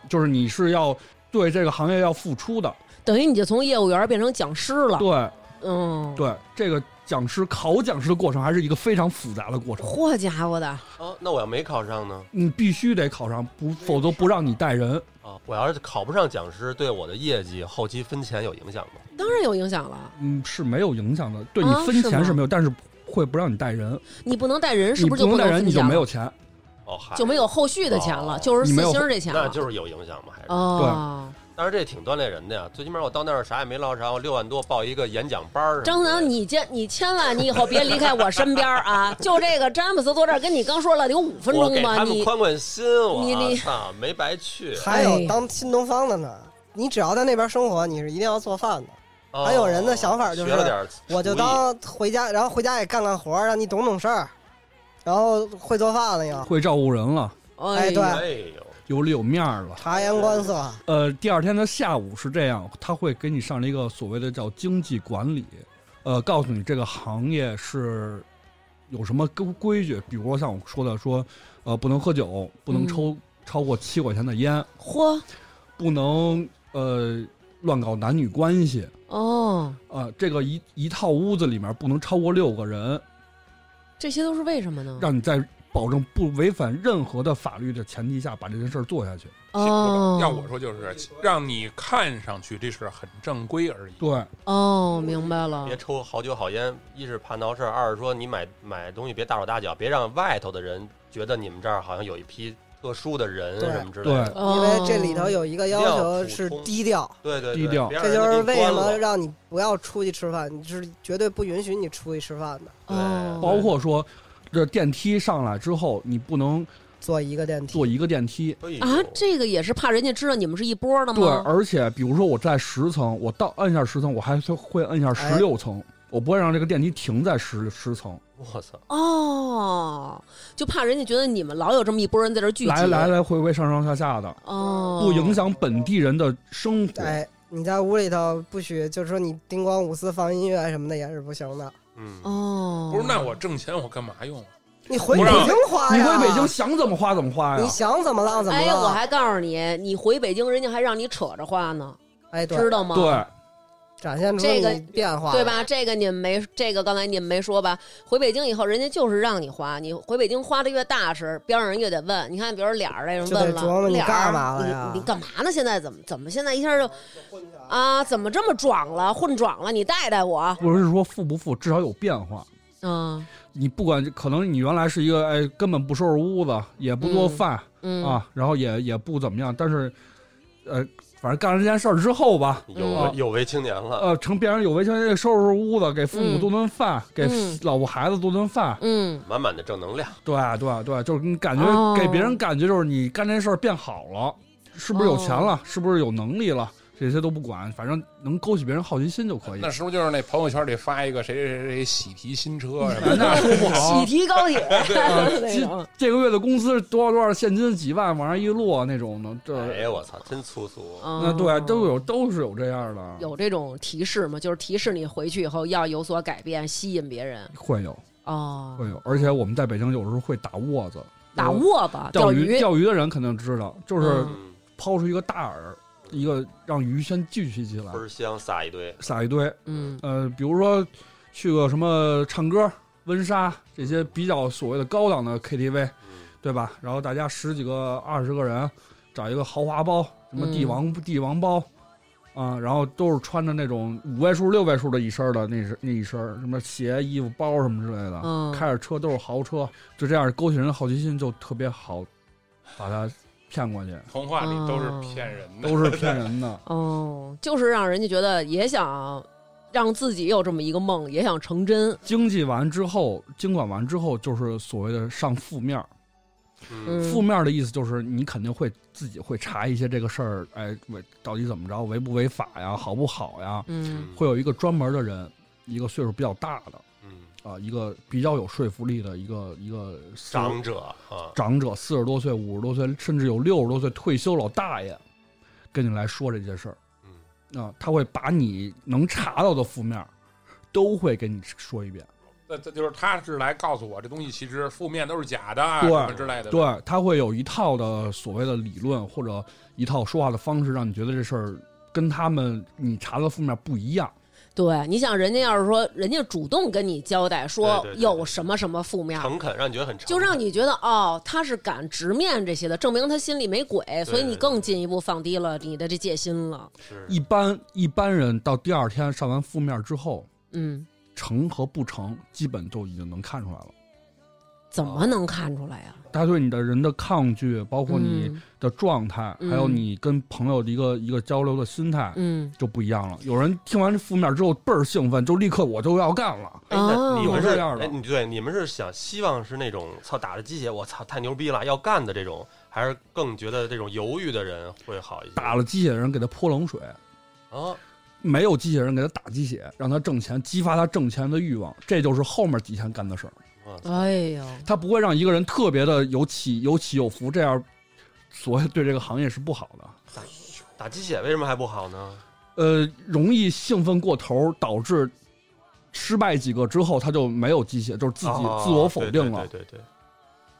[SPEAKER 4] 就是你是要对这个行业要付出的。
[SPEAKER 1] 等于你就从业务员儿变成讲师了，
[SPEAKER 4] 对
[SPEAKER 1] 嗯，，
[SPEAKER 4] 对，这个讲师考讲师的过程还是一个非常复杂的过程，
[SPEAKER 1] 嚯家伙的，
[SPEAKER 2] 啊，那我要没考上呢？
[SPEAKER 4] 你必须得考上，不否则不让你带人。
[SPEAKER 2] 啊，我要是考不上讲师，对我的业绩后期分钱有影响吗？
[SPEAKER 1] 当然有影响了。
[SPEAKER 4] 嗯，是没有影响的，对你
[SPEAKER 1] 啊
[SPEAKER 4] 分
[SPEAKER 1] 是
[SPEAKER 4] 钱是
[SPEAKER 1] 吗
[SPEAKER 4] 没有，但是会不让你带人，
[SPEAKER 1] 你不能带人，是
[SPEAKER 4] 你
[SPEAKER 1] 不是就
[SPEAKER 4] 能带
[SPEAKER 1] 能
[SPEAKER 4] 人，
[SPEAKER 1] 分
[SPEAKER 4] 你就
[SPEAKER 1] 钱
[SPEAKER 4] 没有
[SPEAKER 1] 了
[SPEAKER 4] 钱。
[SPEAKER 2] 哦，嗨，
[SPEAKER 1] 就没有后续的钱了，
[SPEAKER 2] 哦
[SPEAKER 1] 就是
[SPEAKER 4] 你
[SPEAKER 1] 四
[SPEAKER 4] 没有
[SPEAKER 1] 星儿这钱了，
[SPEAKER 2] 那就是有影响嘛，还是。
[SPEAKER 1] 哦。
[SPEAKER 2] 但是这挺锻炼人的呀，最起码我到那儿啥也没捞着，我六万多报一个演讲班儿什么的。
[SPEAKER 1] 张楠，你千你千万你以后别离开我身边儿啊！ 就这个詹姆斯坐这儿跟你刚说了得有五分
[SPEAKER 2] 我
[SPEAKER 1] 钟
[SPEAKER 2] 给
[SPEAKER 1] 吧，
[SPEAKER 2] 他们
[SPEAKER 1] 你
[SPEAKER 2] 宽宽心，
[SPEAKER 1] 你
[SPEAKER 2] 我
[SPEAKER 1] 你
[SPEAKER 2] 操，没白去。
[SPEAKER 1] 哎
[SPEAKER 5] 还有当新东方的呢，你只要在那边生活，你是一定要做饭的。
[SPEAKER 2] 哦
[SPEAKER 5] 还有人的想法就是
[SPEAKER 2] 学了点厨艺，
[SPEAKER 5] 我就当回家，然后回家也干干活儿，让你懂懂事儿，然后会做饭了
[SPEAKER 1] 啊
[SPEAKER 5] 又，
[SPEAKER 4] 会照顾人了，
[SPEAKER 1] 哎
[SPEAKER 5] 对
[SPEAKER 1] 呀
[SPEAKER 2] 哎呦，
[SPEAKER 4] 有里有面儿了。
[SPEAKER 5] 察言观色。
[SPEAKER 4] 呃，第二天的下午是这样，他会给你上了一个所谓的叫经济管理，呃，告诉你这个行业是有什么规规矩，比如说像我说的，说呃不能喝酒，不能
[SPEAKER 1] 嗯
[SPEAKER 4] 抽、超过七块钱的烟，
[SPEAKER 1] 嚯
[SPEAKER 4] 不能呃乱搞男女关系，
[SPEAKER 1] 哦，
[SPEAKER 4] 呃，这个一一套屋子里面不能超过六个人，
[SPEAKER 1] 嗯这些都是为什么呢？
[SPEAKER 4] 让你在保证不违反任何的法律的前提下把这件事儿做下去。
[SPEAKER 1] 哦，
[SPEAKER 3] 要我说就是让你看上去这是很正规而已。
[SPEAKER 4] 对，
[SPEAKER 1] 哦，明白
[SPEAKER 5] 啊
[SPEAKER 1] 了
[SPEAKER 2] 别，抽好酒好烟，一是怕闹事儿，二是说你买买东西别大手大脚，别让外头的人觉得你们这儿好像有一批特殊的人
[SPEAKER 5] 对
[SPEAKER 2] 什么之类的。
[SPEAKER 1] 哦
[SPEAKER 5] 因为这里头有一个要求是低调，
[SPEAKER 2] 对对对，
[SPEAKER 4] 低调
[SPEAKER 2] 别让
[SPEAKER 5] 这就
[SPEAKER 2] 人
[SPEAKER 5] 是
[SPEAKER 2] 给
[SPEAKER 5] 为
[SPEAKER 2] 你端
[SPEAKER 5] 什么
[SPEAKER 2] 了
[SPEAKER 5] 让你不要出去吃饭，你是绝对不允许你出去吃饭的，
[SPEAKER 1] 哦，
[SPEAKER 4] 包括说这电梯上来之后，你不能
[SPEAKER 5] 坐一个电
[SPEAKER 4] 坐
[SPEAKER 5] 梯。
[SPEAKER 4] 一个电梯。
[SPEAKER 2] 哎呦
[SPEAKER 1] 啊，这个也是怕人家知道你们是一波的
[SPEAKER 5] 嗯
[SPEAKER 4] 对，
[SPEAKER 1] 吗？
[SPEAKER 4] 而且比如说我在十层，我到摁一下十层，我还是会摁一下十六层，我不会让这个电梯停在十十层。
[SPEAKER 2] 我操，
[SPEAKER 1] 哦，就怕人家觉得你们老有这么一波人在这儿聚集，
[SPEAKER 4] 来来来回回上上下下的，
[SPEAKER 1] 哦，
[SPEAKER 4] 不影响本地人的生活。
[SPEAKER 5] 嗯哎，你在屋里头不许，就是说你叮咣五四放音乐什么的也是不行的。
[SPEAKER 2] 嗯，
[SPEAKER 1] 哦，
[SPEAKER 3] 不是，那我挣钱我干嘛用啊？
[SPEAKER 5] 你回北
[SPEAKER 3] 不让
[SPEAKER 5] 京花
[SPEAKER 4] 你
[SPEAKER 5] 呀，
[SPEAKER 4] 回北京想怎么花怎么花
[SPEAKER 5] 你
[SPEAKER 4] 呀？
[SPEAKER 5] 想怎么浪怎么
[SPEAKER 1] 哎，我
[SPEAKER 5] 浪。
[SPEAKER 1] 还告诉你，你回北京，人家还让你扯着花呢，
[SPEAKER 5] 哎，对，
[SPEAKER 1] 知道吗？
[SPEAKER 4] 对，
[SPEAKER 5] 展现出
[SPEAKER 1] 这个
[SPEAKER 5] 你变化，
[SPEAKER 1] 对？吧？这个你们没，这个刚才你们没说吧？回北京以后，人家就是让你花，你回北京花的越大是，边上人越得问。你看，比如俩人那人
[SPEAKER 5] 就得
[SPEAKER 1] 问了，
[SPEAKER 5] 琢磨你
[SPEAKER 1] 俩
[SPEAKER 5] 干嘛了呀
[SPEAKER 1] 你你干嘛呢？现在怎么怎么现在一下就啊，怎么这么壮了，混壮了？你带带我，
[SPEAKER 4] 不是说富不富，至少有变化。
[SPEAKER 1] 嗯
[SPEAKER 4] 你不管可能你原来是一个哎根本不收拾屋子，也不做饭、
[SPEAKER 1] 嗯，
[SPEAKER 4] 啊，然后也也不怎么样，但是呃，反正干了这件事儿之后吧，
[SPEAKER 2] 有为
[SPEAKER 4] 嗯
[SPEAKER 2] 有为青年了，
[SPEAKER 4] 呃，成变成有为青年，收拾屋子，给父母
[SPEAKER 1] 嗯
[SPEAKER 4] 做顿饭，给
[SPEAKER 1] 嗯
[SPEAKER 4] 老婆孩子做顿饭，
[SPEAKER 1] 嗯，
[SPEAKER 2] 满满的正能量。
[SPEAKER 4] 对对对，就是你感觉、
[SPEAKER 1] 哦
[SPEAKER 4] 给别人感觉就是你干这事儿变好了，是不是有钱了，是不是有能力了，这些都不管，反正能勾起别人好奇心就可以。
[SPEAKER 3] 那时候就是那朋友圈里发一个谁谁谁谁喜提新车什么的，
[SPEAKER 4] 那说不好
[SPEAKER 1] 喜，提高铁
[SPEAKER 4] 啊
[SPEAKER 1] 那
[SPEAKER 4] 这
[SPEAKER 1] 种，
[SPEAKER 4] 这个月的工资多少多少现金几万往上一落那种的，这
[SPEAKER 2] 哎呀，我操，真粗俗！
[SPEAKER 1] 哦
[SPEAKER 4] 那
[SPEAKER 5] 啊
[SPEAKER 4] 对，都
[SPEAKER 1] 有。
[SPEAKER 4] 有都是有这样的，
[SPEAKER 1] 有这种提示吗？就是提示你回去以后要有所改变，吸引别人。
[SPEAKER 4] 会有
[SPEAKER 1] 哦，
[SPEAKER 4] 会有。而且我们在北京有时候会打窝子，
[SPEAKER 1] 打握吧，
[SPEAKER 4] 钓
[SPEAKER 1] 啊鱼，
[SPEAKER 4] 钓鱼的人肯定知道，就是
[SPEAKER 1] 嗯
[SPEAKER 2] 嗯，
[SPEAKER 4] 抛出一个大饵，一个让鱼先聚集起来
[SPEAKER 2] 倍，儿香，撒一堆，
[SPEAKER 4] 撒一堆。
[SPEAKER 1] 嗯
[SPEAKER 4] 呃，比如说去个什么唱歌、温莎这些比较所谓的高档的 KTV，
[SPEAKER 2] 嗯，
[SPEAKER 4] 对吧？然后大家十几个、二十个人，找一个豪华包，什么帝
[SPEAKER 1] 嗯
[SPEAKER 4] 王、帝王包，啊，然后都是穿着那种五位数、六位数的一身儿的那是那一身儿，什么鞋、衣服、包什么之类的，
[SPEAKER 1] 嗯
[SPEAKER 4] 开着车都是豪车，就这样勾起人的好奇心，就特别好把他 骗过去，
[SPEAKER 3] 童话里都是
[SPEAKER 4] 嗯
[SPEAKER 3] 骗人的，
[SPEAKER 4] 都是骗人的。
[SPEAKER 1] 哦，就是让人家觉得也想让自己有这么一个梦，也想成真。
[SPEAKER 4] 经济完之后，经管完之后，就是所谓的上负面儿。
[SPEAKER 2] 嗯
[SPEAKER 1] 嗯，
[SPEAKER 4] 负面儿的意思就是你肯定会自己会查一些这个事儿，哎，违到底怎么着，违不违法呀，好不好呀？
[SPEAKER 1] 嗯
[SPEAKER 4] 会有一个专门的人，一个岁数比较大的
[SPEAKER 2] 嗯，
[SPEAKER 4] 啊，一个比较有说服力的一个一个四
[SPEAKER 2] 长者啊，
[SPEAKER 4] 长者，四十多岁、五十多岁，甚至有六十多岁退休老大爷，跟你来说这些事儿
[SPEAKER 2] 嗯
[SPEAKER 4] 啊，他会把你能查到的负面儿都会给你说一遍，
[SPEAKER 3] 那这就是他是来告诉我这东西其实负面都是假的，
[SPEAKER 4] 对
[SPEAKER 3] 什么之类的。，
[SPEAKER 4] 对他会有一套的所谓的理论或者一套说话的方式，让你觉得这事儿跟他们你查到的负面不一样。
[SPEAKER 1] 对，你想人家要是说人家主动跟你交代说
[SPEAKER 2] 对对对
[SPEAKER 1] 有什么什么负面，
[SPEAKER 2] 诚恳，让你觉得很诚恳，
[SPEAKER 1] 就让你觉得哦，他是敢直面这些的，证明他心里没鬼，所以你更进一步放低了你的这戒心了。
[SPEAKER 2] 是
[SPEAKER 4] 一般一般人到第二天上完负面之后，
[SPEAKER 1] 嗯，
[SPEAKER 4] 成和不成，基本就已经能看出来了。
[SPEAKER 1] 怎
[SPEAKER 2] 哦
[SPEAKER 1] 么能看出来呀、
[SPEAKER 4] 他对你的人的抗拒，包括你
[SPEAKER 1] 嗯
[SPEAKER 4] 的状态，
[SPEAKER 1] 嗯
[SPEAKER 4] 还有你跟朋友的一个一个交流的心态、
[SPEAKER 1] 嗯，
[SPEAKER 4] 就不一样了。有人听完这负面之后倍儿兴奋，就立刻我就要干了。
[SPEAKER 2] 哎，那
[SPEAKER 1] 哦
[SPEAKER 2] 你们
[SPEAKER 4] 我
[SPEAKER 2] 是
[SPEAKER 4] 这样的
[SPEAKER 2] 哎，你对，你们是想希望是那种操打着鸡血，我操太牛逼了要干的这种，还是更觉得这种犹豫的人会好一些？
[SPEAKER 4] 打了鸡血的人给他泼冷水，
[SPEAKER 2] 啊，
[SPEAKER 4] 没有机器人给他打鸡血，让他挣钱，激发他挣钱的欲望，这就是后面几天干的事儿。
[SPEAKER 2] 我操
[SPEAKER 1] 哎呦，
[SPEAKER 4] 他不会让一个人特别的有起有起有伏，这样所谓对这个行业是不好的。
[SPEAKER 2] 打鸡血为什么还不好呢？
[SPEAKER 4] 呃，容易兴奋过头，导致失败几个之后，他就没有鸡血，就是自己
[SPEAKER 2] 啊
[SPEAKER 4] 自我否定了。
[SPEAKER 2] 对对对对对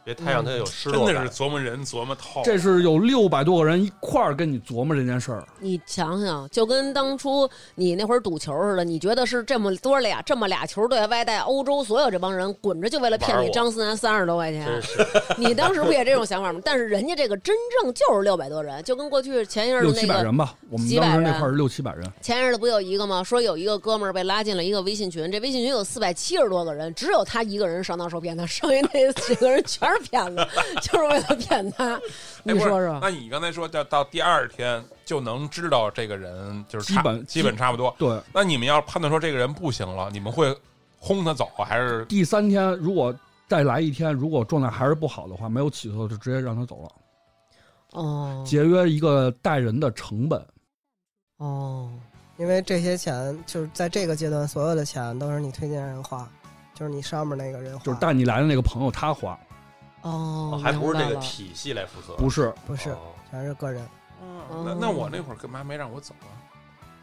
[SPEAKER 2] 别太让他
[SPEAKER 1] 嗯
[SPEAKER 2] 有失
[SPEAKER 3] 真
[SPEAKER 2] 落
[SPEAKER 3] 的
[SPEAKER 2] 感
[SPEAKER 3] 是。琢磨人琢磨透。
[SPEAKER 4] 这是有六百多个人一块儿跟你琢磨这件事儿，
[SPEAKER 1] 你想想，就跟当初你那会儿赌球似的，你觉得是这么多俩这么俩球队外带欧洲所有这帮人滚着，就为了骗
[SPEAKER 2] 玩
[SPEAKER 1] 你
[SPEAKER 2] 我
[SPEAKER 1] 张思南三十多块
[SPEAKER 2] 真
[SPEAKER 1] 钱。
[SPEAKER 2] 是，
[SPEAKER 1] 你当时不也这种想法吗？但是人家这个真正就是六百多人，就跟过去前一阵儿
[SPEAKER 4] 六
[SPEAKER 1] 的
[SPEAKER 4] 七
[SPEAKER 1] 那
[SPEAKER 4] 百
[SPEAKER 1] 个
[SPEAKER 4] 人吧，我们
[SPEAKER 1] 几百
[SPEAKER 4] 当时
[SPEAKER 1] 人
[SPEAKER 4] 那块儿是六七百人，
[SPEAKER 1] 前日子不有一个吗？说有一个哥们儿被拉进了一个微信群，这微信群有四百七十多个人，只有他一个人上当受骗的，剩下那几个人全是骗子， 就是为了骗他。
[SPEAKER 3] 哎
[SPEAKER 1] 你
[SPEAKER 3] 不是
[SPEAKER 1] 说说，
[SPEAKER 3] 那你刚才说到到第二天就能知道这个人就是
[SPEAKER 4] 基
[SPEAKER 3] 差
[SPEAKER 4] 本
[SPEAKER 3] 基本差不多。
[SPEAKER 4] 对。
[SPEAKER 3] 那你们要判断说这个人不行了，你们会轰他走啊还是
[SPEAKER 4] 第三天如果再来一天，如果状态还是不好的话，没有起色，就直接让他走了，
[SPEAKER 2] 嗯
[SPEAKER 1] 哦
[SPEAKER 4] 节约一个带人的成本。
[SPEAKER 1] 哦，
[SPEAKER 5] 因为这些钱就是在这个阶段，所有的钱都是你推荐人花，就是你上面那个人花，
[SPEAKER 4] 就是带你来的那个朋友他花，
[SPEAKER 1] 哦，
[SPEAKER 2] 还不是这
[SPEAKER 1] 明
[SPEAKER 2] 个
[SPEAKER 1] 白了
[SPEAKER 2] 体系来负责，
[SPEAKER 4] 不是
[SPEAKER 5] 不是
[SPEAKER 2] 哦
[SPEAKER 5] 全是个人。
[SPEAKER 1] 哦
[SPEAKER 3] 那那我那会儿干嘛没让我走啊？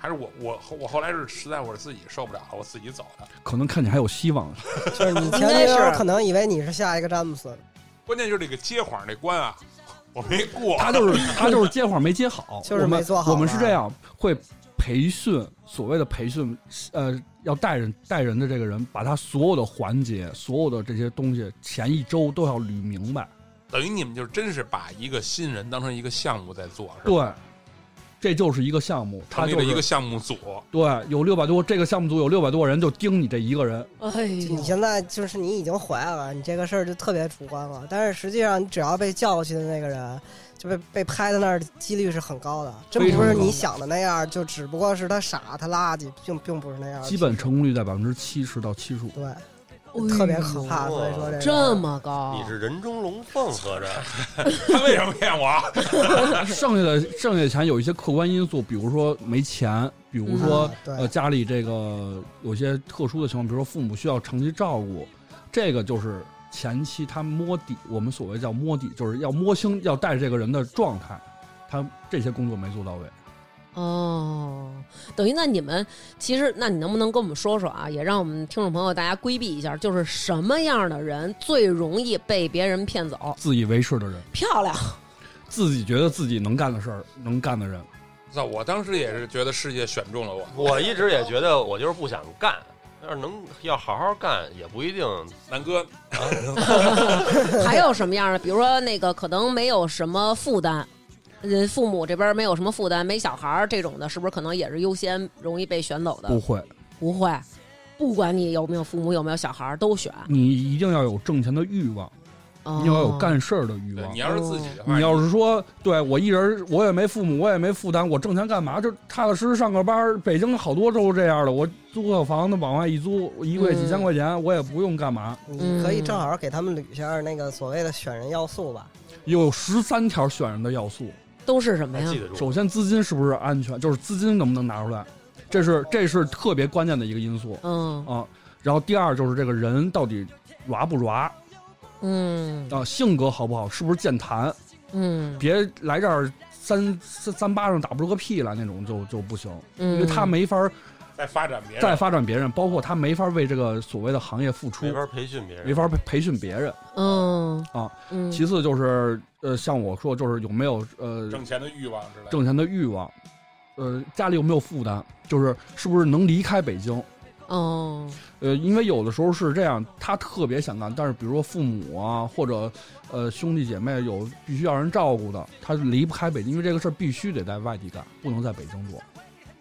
[SPEAKER 3] 还是我我我后来是实在我是自己受不了了，我自己走的。
[SPEAKER 4] 可能看你还有希望。
[SPEAKER 5] 就是你前女
[SPEAKER 1] 应该
[SPEAKER 5] 友
[SPEAKER 1] 是
[SPEAKER 5] 可能以为你是下一个詹姆斯，
[SPEAKER 3] 关键就是这个接谎这关啊，我没过。
[SPEAKER 4] 他就是他就是接话没接 好，
[SPEAKER 5] 就是
[SPEAKER 4] 我们
[SPEAKER 5] 没做好
[SPEAKER 4] 我们
[SPEAKER 5] 吧
[SPEAKER 4] 是这样，会培训所谓的培训，呃，要带人带人的这个人，把他所有的环节、所有的这些东西，前一周都要捋明白。
[SPEAKER 3] 等于你们就真是把一个新人当成一个项目在做，是吧？
[SPEAKER 4] 对，这就是一个项目，他
[SPEAKER 3] 成立
[SPEAKER 4] 就
[SPEAKER 3] 了
[SPEAKER 4] 是
[SPEAKER 3] 一个项目组，
[SPEAKER 4] 对有六百多这个项目组有六百多人，就盯你这一个人。
[SPEAKER 1] 哎
[SPEAKER 5] 就你
[SPEAKER 1] 呦，
[SPEAKER 5] 现在就是你已经怀了，你这个事儿就特别主观了。但是实际上，你只要被叫过去的那个人，就被被拍在那儿，几率是很高的。真
[SPEAKER 4] 非常
[SPEAKER 5] 不是
[SPEAKER 4] 高
[SPEAKER 5] 你想的那样，就只不过是他傻，他垃圾，并并不是那样。
[SPEAKER 4] 基本成功率在百分之七十到七十五。
[SPEAKER 5] 对，
[SPEAKER 1] 哎呦
[SPEAKER 5] 特别可怕。所以说这
[SPEAKER 4] 哎
[SPEAKER 5] 个
[SPEAKER 1] 这么高，
[SPEAKER 2] 你是人中龙
[SPEAKER 1] 哦
[SPEAKER 2] 凤合着，
[SPEAKER 3] 他为什么骗 我？啊
[SPEAKER 4] 剩下的剩下的钱有一些客观因素，比如说没钱，比如说、
[SPEAKER 5] 嗯对
[SPEAKER 4] 呃家里这个有些特殊的情况，比如说父母需要长期照顾，这个就是前期他摸底，我们所谓叫摸底，就是要摸清要带这个人的状态，他这些工作没做到位，
[SPEAKER 1] 哦，等于那你们其实，那你能不能跟我们说说啊？也让我们听众朋友大家规避一下，就是什么样的人最容易被别人骗走？
[SPEAKER 4] 自以为是的人，
[SPEAKER 1] 漂 亮，
[SPEAKER 4] 自己觉得自己能干的事儿，能干的人，
[SPEAKER 3] 那我当时也是觉得世界选中了我，
[SPEAKER 2] 我一直也觉得我就是不想干，要是能要好好干，也不一定。
[SPEAKER 3] 南哥，
[SPEAKER 1] 还有什么样的？比如说那个可能没有什么负担，呃，父母这边没有什么负担，没小孩儿这种的，是不是可能也是优先容易被选走的？
[SPEAKER 4] 不会，
[SPEAKER 5] 嗯
[SPEAKER 1] 不会，不管你有没有父母，有没有小孩儿，都选。
[SPEAKER 4] 你一定要有挣钱的欲望，
[SPEAKER 1] 哦
[SPEAKER 4] 你要有干事儿的欲
[SPEAKER 3] 对
[SPEAKER 4] 望
[SPEAKER 3] 你。要是自己的话，
[SPEAKER 4] 哦你要是说对我一人儿，我也没父母，我也没负担，我挣钱干嘛？就踏踏实实上个班儿。北京好多都是这样的，我租个房子往外一租，一个月几千块钱，我也不用干嘛。
[SPEAKER 5] 你
[SPEAKER 1] 嗯
[SPEAKER 5] 可以正好给他们捋一下那个所谓的选人要素吧。
[SPEAKER 4] 有十三条选人的要素，
[SPEAKER 1] 都是什么
[SPEAKER 2] 还
[SPEAKER 1] 呀
[SPEAKER 2] 记？得住
[SPEAKER 4] 首，先资金是不是安全，就是资金能不能拿出来，这是这是特别关键的一个因素
[SPEAKER 1] 嗯
[SPEAKER 4] 啊。然后第二就是这个人到底软不软
[SPEAKER 1] 嗯
[SPEAKER 4] 啊，性格好不好，是不是健谈，
[SPEAKER 1] 嗯
[SPEAKER 4] 别来这儿三三三巴掌打不出个屁来那种就就不行，
[SPEAKER 1] 嗯，
[SPEAKER 4] 因为他没法儿
[SPEAKER 3] 再发展别人，
[SPEAKER 4] 再发展别人，包括他没法为这个所谓的行业付出
[SPEAKER 2] 没，法培训别人，
[SPEAKER 4] 没法培培训别人。
[SPEAKER 1] 嗯
[SPEAKER 4] 啊
[SPEAKER 1] 嗯
[SPEAKER 4] 其次就是呃，像我说就是有没有呃
[SPEAKER 3] 挣钱的欲望之类的。
[SPEAKER 4] 挣钱的欲望，呃，家里有没有负担，就是是不是能离开北京。
[SPEAKER 1] 哦
[SPEAKER 4] 呃，因为有的时候是这样，他特别想干，但是比如说父母啊，或者呃兄弟姐妹有必须要人照顾的，他离不开北京，因为这个事儿必须得在外地干，不能在北京做。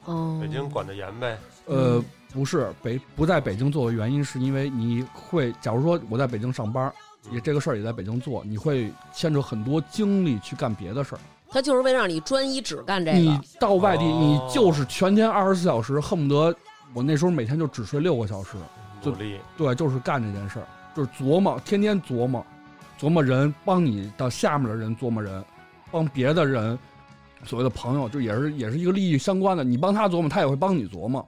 [SPEAKER 1] 哦，
[SPEAKER 2] 北京管得严呗。
[SPEAKER 4] 呃
[SPEAKER 1] 嗯，
[SPEAKER 4] 不是北不在北京做的原因，是因为你会，假如说我在北京上班，
[SPEAKER 2] 嗯
[SPEAKER 4] 也这个事儿也在北京做，你会牵扯很多精力去干别的事儿。
[SPEAKER 1] 他就是为了让你专一只干这
[SPEAKER 4] 你啊
[SPEAKER 1] 个。
[SPEAKER 4] 到外地，你
[SPEAKER 2] 哦
[SPEAKER 4] 就是全天二十四小时，恨不得我那时候每天就只睡六个小时。就
[SPEAKER 2] 努
[SPEAKER 1] 哎
[SPEAKER 2] 力，
[SPEAKER 4] 对，就是干这件事儿，就是琢磨，天天琢磨，琢磨人，帮你到下面的人琢磨人，帮别的人，所谓的朋友，就也是也是一个利益相关的，你帮他琢磨，他也会帮你琢磨，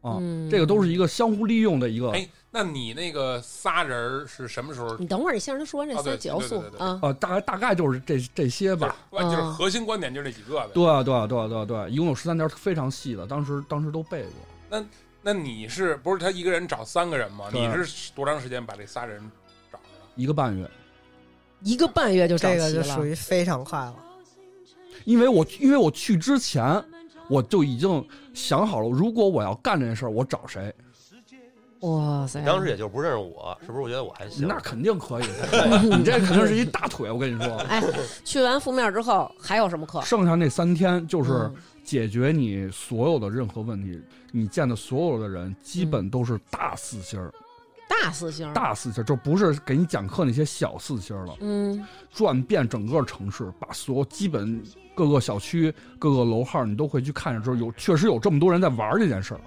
[SPEAKER 4] 啊，
[SPEAKER 1] 嗯
[SPEAKER 4] 这个都是一个相互利用的一个
[SPEAKER 3] 哎，那你那个仨人儿是什么时候？
[SPEAKER 1] 你等会儿，你先让他说完这
[SPEAKER 3] 哦对
[SPEAKER 1] 三要素
[SPEAKER 3] 对对对对
[SPEAKER 1] 啊，
[SPEAKER 4] 呃，大概大概就是这这些
[SPEAKER 3] 就是
[SPEAKER 4] 吧。
[SPEAKER 3] 关就是
[SPEAKER 1] 嗯
[SPEAKER 3] 核心观点就这几个呗。
[SPEAKER 4] 对啊，对啊，对啊，对啊，对啊，一共有十三条非常细的，当时当时都背过，
[SPEAKER 3] 那你是不是他一个人找三个人吗？
[SPEAKER 4] 对
[SPEAKER 3] 你是多长时间把这仨人找着的？
[SPEAKER 4] 一个半月。
[SPEAKER 1] 一个半月就找
[SPEAKER 5] 这
[SPEAKER 1] 齐
[SPEAKER 5] 个就
[SPEAKER 1] 了。
[SPEAKER 5] 属于非常快了。
[SPEAKER 4] 因为我因为我去之前，我就已经想好了，如果我要干这事儿，我找谁，
[SPEAKER 1] 哇塞！
[SPEAKER 2] 当时也就不认识我，是不是？我觉得我还行。
[SPEAKER 4] 那肯定可以。 你这肯定是一大腿，我跟你说。
[SPEAKER 1] 哎，去完负面之后还有什么课？
[SPEAKER 4] 剩下那三天就是
[SPEAKER 1] 嗯
[SPEAKER 4] 解决你所有的任何问题，你见的所有的人基本都是大四星儿，
[SPEAKER 1] 大四星，
[SPEAKER 4] 大四星儿就不是给你讲课那些小四星儿了，
[SPEAKER 1] 嗯
[SPEAKER 4] 转遍整个城市，把所有基本各个小区、各个楼号你都会去看着之后，有确实有这么多人在玩儿这件事儿，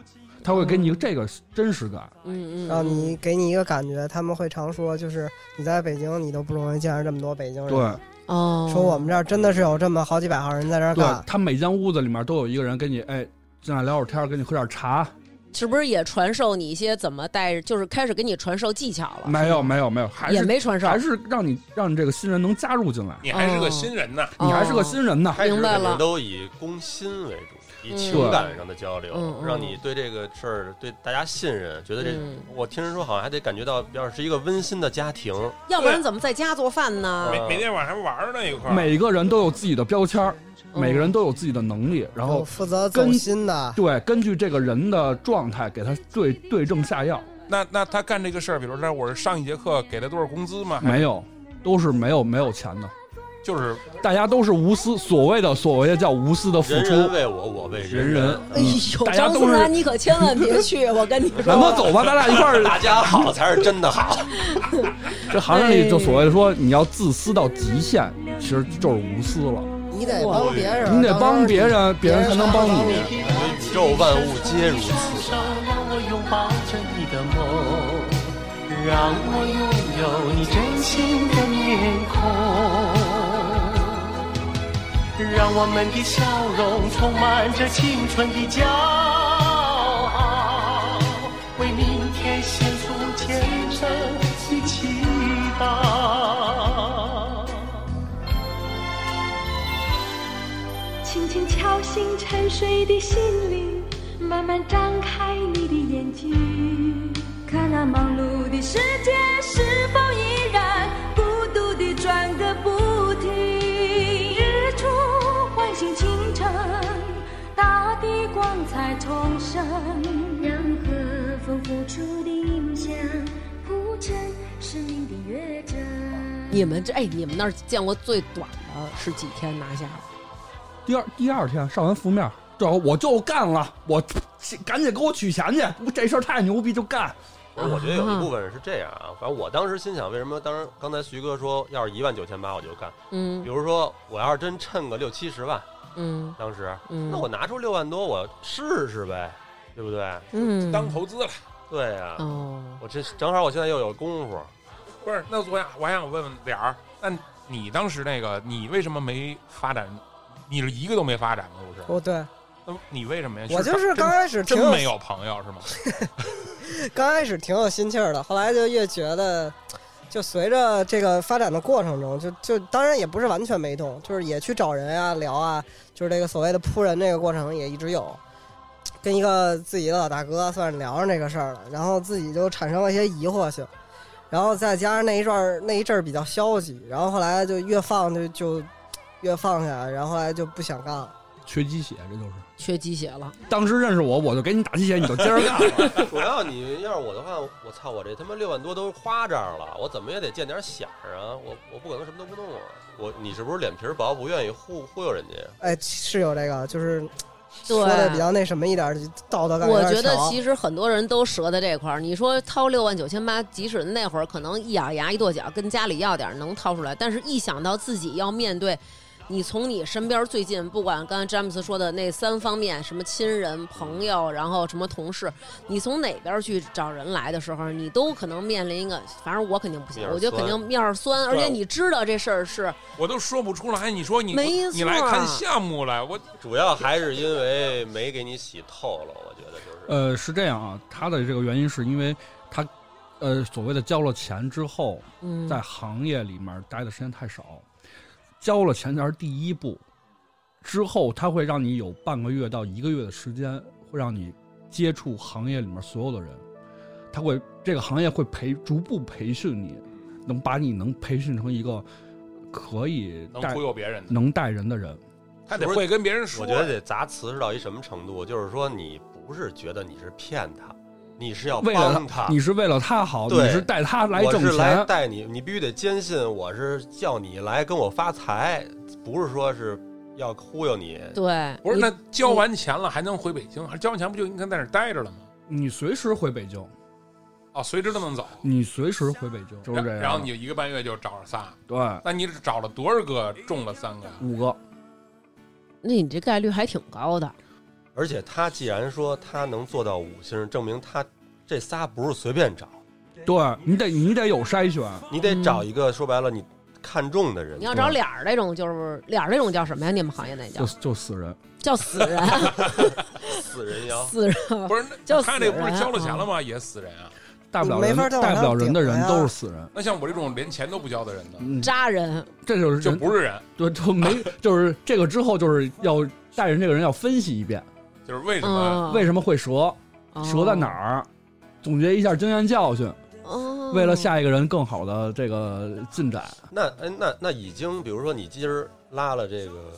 [SPEAKER 4] 他会给你一个这个真实感。
[SPEAKER 1] 嗯嗯，
[SPEAKER 5] 让你给你一个感觉，他们会常说，就是你在北京，你都不容易见着这么多北京人。
[SPEAKER 4] 对，
[SPEAKER 1] 哦，
[SPEAKER 5] 说我们这儿真的是有这么好几百号人在这儿
[SPEAKER 4] 对
[SPEAKER 5] 干，
[SPEAKER 4] 他每间屋子里面都有一个人跟你哎进来聊会儿天儿，跟你喝点茶。
[SPEAKER 1] 是不是也传授你一些怎么带，就是开始给你传授技巧了？
[SPEAKER 4] 没有没有没有，还
[SPEAKER 1] 也
[SPEAKER 4] 是
[SPEAKER 1] 没传授
[SPEAKER 4] 还，是让你让你这个新人能加入进来，
[SPEAKER 3] 你还是个新人呢，
[SPEAKER 1] 哦
[SPEAKER 4] 你还是个新人呢。
[SPEAKER 2] 开始
[SPEAKER 1] 明白
[SPEAKER 2] 肯定
[SPEAKER 1] 了
[SPEAKER 2] 都以攻心为主，以
[SPEAKER 1] 嗯
[SPEAKER 2] 情感上的交流，
[SPEAKER 1] 嗯嗯
[SPEAKER 2] 让你对这个事儿对大家信任，觉得这、
[SPEAKER 1] 嗯
[SPEAKER 2] 我听人说好像还得感觉到，要是一个温馨的家庭，
[SPEAKER 1] 要不然怎么在家做饭呢？
[SPEAKER 3] 每
[SPEAKER 2] 嗯
[SPEAKER 3] 每天晚上玩儿呢一块儿。
[SPEAKER 4] 每个人都有自己的标签儿，
[SPEAKER 1] 嗯
[SPEAKER 4] 每个人都有自己的能力，然
[SPEAKER 5] 有
[SPEAKER 1] 哦
[SPEAKER 4] 后
[SPEAKER 5] 负责走心的，
[SPEAKER 4] 对根据这个人的状态给他对对症下药。
[SPEAKER 3] 那那他干这个事儿，比如说我是上一节课给了多少工资吗？还
[SPEAKER 4] 没有，都是没有没有钱的，
[SPEAKER 3] 就是
[SPEAKER 4] 大家都是无私，所谓的所谓的叫无私的付
[SPEAKER 2] 人
[SPEAKER 4] 出。
[SPEAKER 2] 人为我，我为人
[SPEAKER 4] 人人，
[SPEAKER 1] 哎呦，
[SPEAKER 4] 大家
[SPEAKER 1] 张
[SPEAKER 4] 都
[SPEAKER 1] 思
[SPEAKER 4] 是
[SPEAKER 1] 楠，你可千万别去！我跟你说，
[SPEAKER 4] 南哥走吧，咱俩一块儿。
[SPEAKER 2] 大家好才是真 的好。
[SPEAKER 4] 这行业里就所谓的说你要自私到极限，其实就是无私了。
[SPEAKER 5] 你得帮别人，
[SPEAKER 4] 你得帮别人，别人才能帮
[SPEAKER 5] 当时
[SPEAKER 4] 你。
[SPEAKER 5] 你。
[SPEAKER 2] 宇宙万物皆如此。
[SPEAKER 6] 手让我拥抱着你的梦，让我拥有你真心的面孔，让我们的笑容充满着青春的骄傲，为明天献出虔诚的祈祷。
[SPEAKER 7] 轻轻敲靠近沉睡的心灵，慢慢张开你的眼睛，看那忙碌的世界是否依然孤独地转个不停。日出唤醒清晨，大地光彩重生，让和风拂出的音响谱成生命的乐章。
[SPEAKER 1] 你们这哎，你们那儿见过最短的是几天拿下？
[SPEAKER 4] 第二第二天上完负面，这我就干了，我赶紧给我取钱去，我这事儿太牛逼就干。
[SPEAKER 2] 不是，我觉得有一
[SPEAKER 1] 嗯
[SPEAKER 2] 部分是这样啊，反正我当时心想，为什么当时刚才徐哥说要是一万九千八我就干，比
[SPEAKER 1] 嗯
[SPEAKER 2] 如说我要是真趁个六七十万，
[SPEAKER 1] 嗯
[SPEAKER 2] 当时
[SPEAKER 1] 嗯，
[SPEAKER 2] 那我拿出六万多我试试呗，对不对？
[SPEAKER 1] 嗯
[SPEAKER 3] 当投资了。
[SPEAKER 2] 对呀、
[SPEAKER 4] 嗯
[SPEAKER 1] 哦，
[SPEAKER 2] 我这正好我现在又有功夫，
[SPEAKER 3] 不是，那我想我还想问问点儿，那你当时那个，你为什么没发展？你是一个都没发展吗？不是？
[SPEAKER 5] 我哦对
[SPEAKER 3] 那你为什么呀？
[SPEAKER 5] 我就是
[SPEAKER 3] 真
[SPEAKER 5] 刚开始挺
[SPEAKER 3] 真
[SPEAKER 5] 有
[SPEAKER 3] 没有朋友是吗？
[SPEAKER 5] 刚开始挺有心气儿的，后来就越觉得，就随着这个发展的过程中，就就当然也不是完全没动，就是也去找人啊聊啊，就是这个所谓的扑人这个过程也一直有。跟一个自己的老大哥算是聊上这个事儿了，然后自己就产生了一些疑惑性，然后再加上那一阵儿那一阵儿比较消极，然后后来就越放就就越放下，然后后来就不想干了。
[SPEAKER 4] 缺鸡血，这就是。
[SPEAKER 1] 缺鸡血了，
[SPEAKER 4] 当时认识我，我就给你打鸡血，你就接着干了。
[SPEAKER 2] 主要你要是我的话，我操，我这他妈六万多都花这儿了，我怎么也得见点响儿啊！我我不可能什么都不弄啊！我你是不是脸皮儿薄，不愿意忽忽悠人家？
[SPEAKER 5] 哎，是有这个，就是
[SPEAKER 1] 对
[SPEAKER 5] 说的比较那什么一点儿，就道德感有
[SPEAKER 1] 我
[SPEAKER 5] 点
[SPEAKER 1] 觉得
[SPEAKER 5] 强
[SPEAKER 1] 其实很多人都折在这块儿。你说掏六万九千八，即使那会儿可能一咬牙一跺脚跟家里要点儿能掏出来，但是一想到自己要面对，你从你身边最近，不管刚才詹姆斯说的那三方面，什么亲人、朋友，然后什么同事，你从哪边去找人来的时候，你都可能面临一个，反正我肯定不行
[SPEAKER 2] 面，儿
[SPEAKER 1] 我觉得肯定面儿酸，而且你知道这事儿是
[SPEAKER 3] 我都说不出来。你说你
[SPEAKER 1] 没错
[SPEAKER 3] 你来看项目来，我
[SPEAKER 2] 主要还是因为没给你洗透了，我觉得就是。
[SPEAKER 4] 呃，是这样啊，他的这个原因是因为他，呃，所谓的交了钱之后，
[SPEAKER 1] 嗯
[SPEAKER 4] 在行业里面待的时间太少，交了钱才是第一步，之后他会让你有半个月到一个月的时间，会让你接触行业里面所有的人，他会这个行业会培逐步培训你，能把你能培训成一个可以
[SPEAKER 3] 能
[SPEAKER 4] 带
[SPEAKER 3] 忽悠别人的，
[SPEAKER 4] 能带人的人。
[SPEAKER 3] 他得会跟别人说。
[SPEAKER 2] 我觉得得砸瓷实到一什么程度，就是说你不是觉得你是骗他，你是要
[SPEAKER 4] 为了
[SPEAKER 2] 帮他。
[SPEAKER 4] 你是为了他好，你
[SPEAKER 2] 对
[SPEAKER 4] 是带他来
[SPEAKER 2] 我
[SPEAKER 4] 挣
[SPEAKER 2] 是来
[SPEAKER 4] 钱。
[SPEAKER 2] 带你，你必须得坚信我是叫你来跟我发财，不是说是要忽悠你。
[SPEAKER 1] 对，
[SPEAKER 3] 不是，
[SPEAKER 1] 你
[SPEAKER 3] 那交完钱了还能回北京？还交完钱不就应该在那儿待着了吗？
[SPEAKER 4] 你随时回北京，
[SPEAKER 3] 哦，随时都能走。
[SPEAKER 4] 你随时回北京，就是这样。
[SPEAKER 3] 然后你就一个半月就找着仨，
[SPEAKER 4] 对
[SPEAKER 3] 那你找了多少个中了三个呀？
[SPEAKER 4] 五个，
[SPEAKER 1] 那你这概率还挺高的，
[SPEAKER 2] 而且他既然说他能做到五星，证明他这仨不是随便找，
[SPEAKER 4] 对你得你得有筛选，
[SPEAKER 2] 你得找一个说白了你看中的
[SPEAKER 1] 嗯
[SPEAKER 2] 人
[SPEAKER 1] 你。要找脸儿那种，就是脸儿那种叫什么呀？你们行业那叫
[SPEAKER 4] 就就死人。
[SPEAKER 1] 叫死人，
[SPEAKER 2] 死人妖，
[SPEAKER 1] 死人。
[SPEAKER 3] 不是，
[SPEAKER 1] 就
[SPEAKER 3] 那
[SPEAKER 1] 死
[SPEAKER 3] 他这不是
[SPEAKER 1] 人啊嗯
[SPEAKER 3] 交了钱了吗？也死人啊！
[SPEAKER 4] 带不了
[SPEAKER 5] 你没
[SPEAKER 4] 人，
[SPEAKER 5] 法再往上
[SPEAKER 4] 带不了人的
[SPEAKER 5] 顶了
[SPEAKER 4] 人
[SPEAKER 5] 呀
[SPEAKER 4] 都是死人。
[SPEAKER 3] 那像我这种连钱都不交的人呢，
[SPEAKER 4] 嗯，
[SPEAKER 1] 扎人，
[SPEAKER 4] 这就是
[SPEAKER 3] 就
[SPEAKER 4] 人，
[SPEAKER 3] 不是人，
[SPEAKER 4] 就就没就是这个之后就是要带人这个人要分析一遍，
[SPEAKER 3] 就是为什么？
[SPEAKER 1] 嗯，
[SPEAKER 4] 为什么会折，折在哪儿，总结一下经验教训，
[SPEAKER 1] 哦？
[SPEAKER 4] 为了下一个人更好的这个进展。
[SPEAKER 2] 那哎那那已经，比如说你今儿拉了这个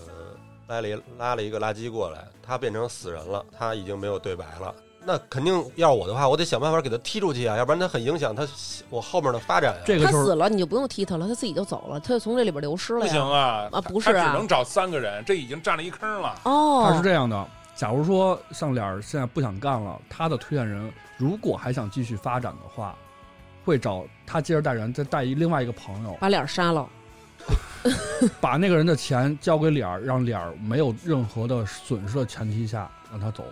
[SPEAKER 2] 拉了一拉了一个垃圾过来，他变成死人了，他已经没有对白了。那肯定要我的话，我得想办法给他踢出去啊，要不然他很影响他我后面的发展、啊。
[SPEAKER 4] 这个
[SPEAKER 1] 他
[SPEAKER 4] 就是
[SPEAKER 1] 死了，你就不用踢他了，他自己就走了，他就从这里边流失了
[SPEAKER 3] 不
[SPEAKER 1] 呀。
[SPEAKER 3] 行啊！
[SPEAKER 1] 啊不
[SPEAKER 3] 他
[SPEAKER 1] 是啊
[SPEAKER 3] 他只能找三个人，这已经占了一坑了。
[SPEAKER 1] 哦，
[SPEAKER 4] 他是这样的。假如说像脸儿现在不想干了，他的推荐人如果还想继续发展的话，会找他接着带人，再带一另外一个朋友，
[SPEAKER 1] 把脸杀了，
[SPEAKER 4] 把那个人的钱交给脸儿，让脸儿没有任何的损失的前提下让他走，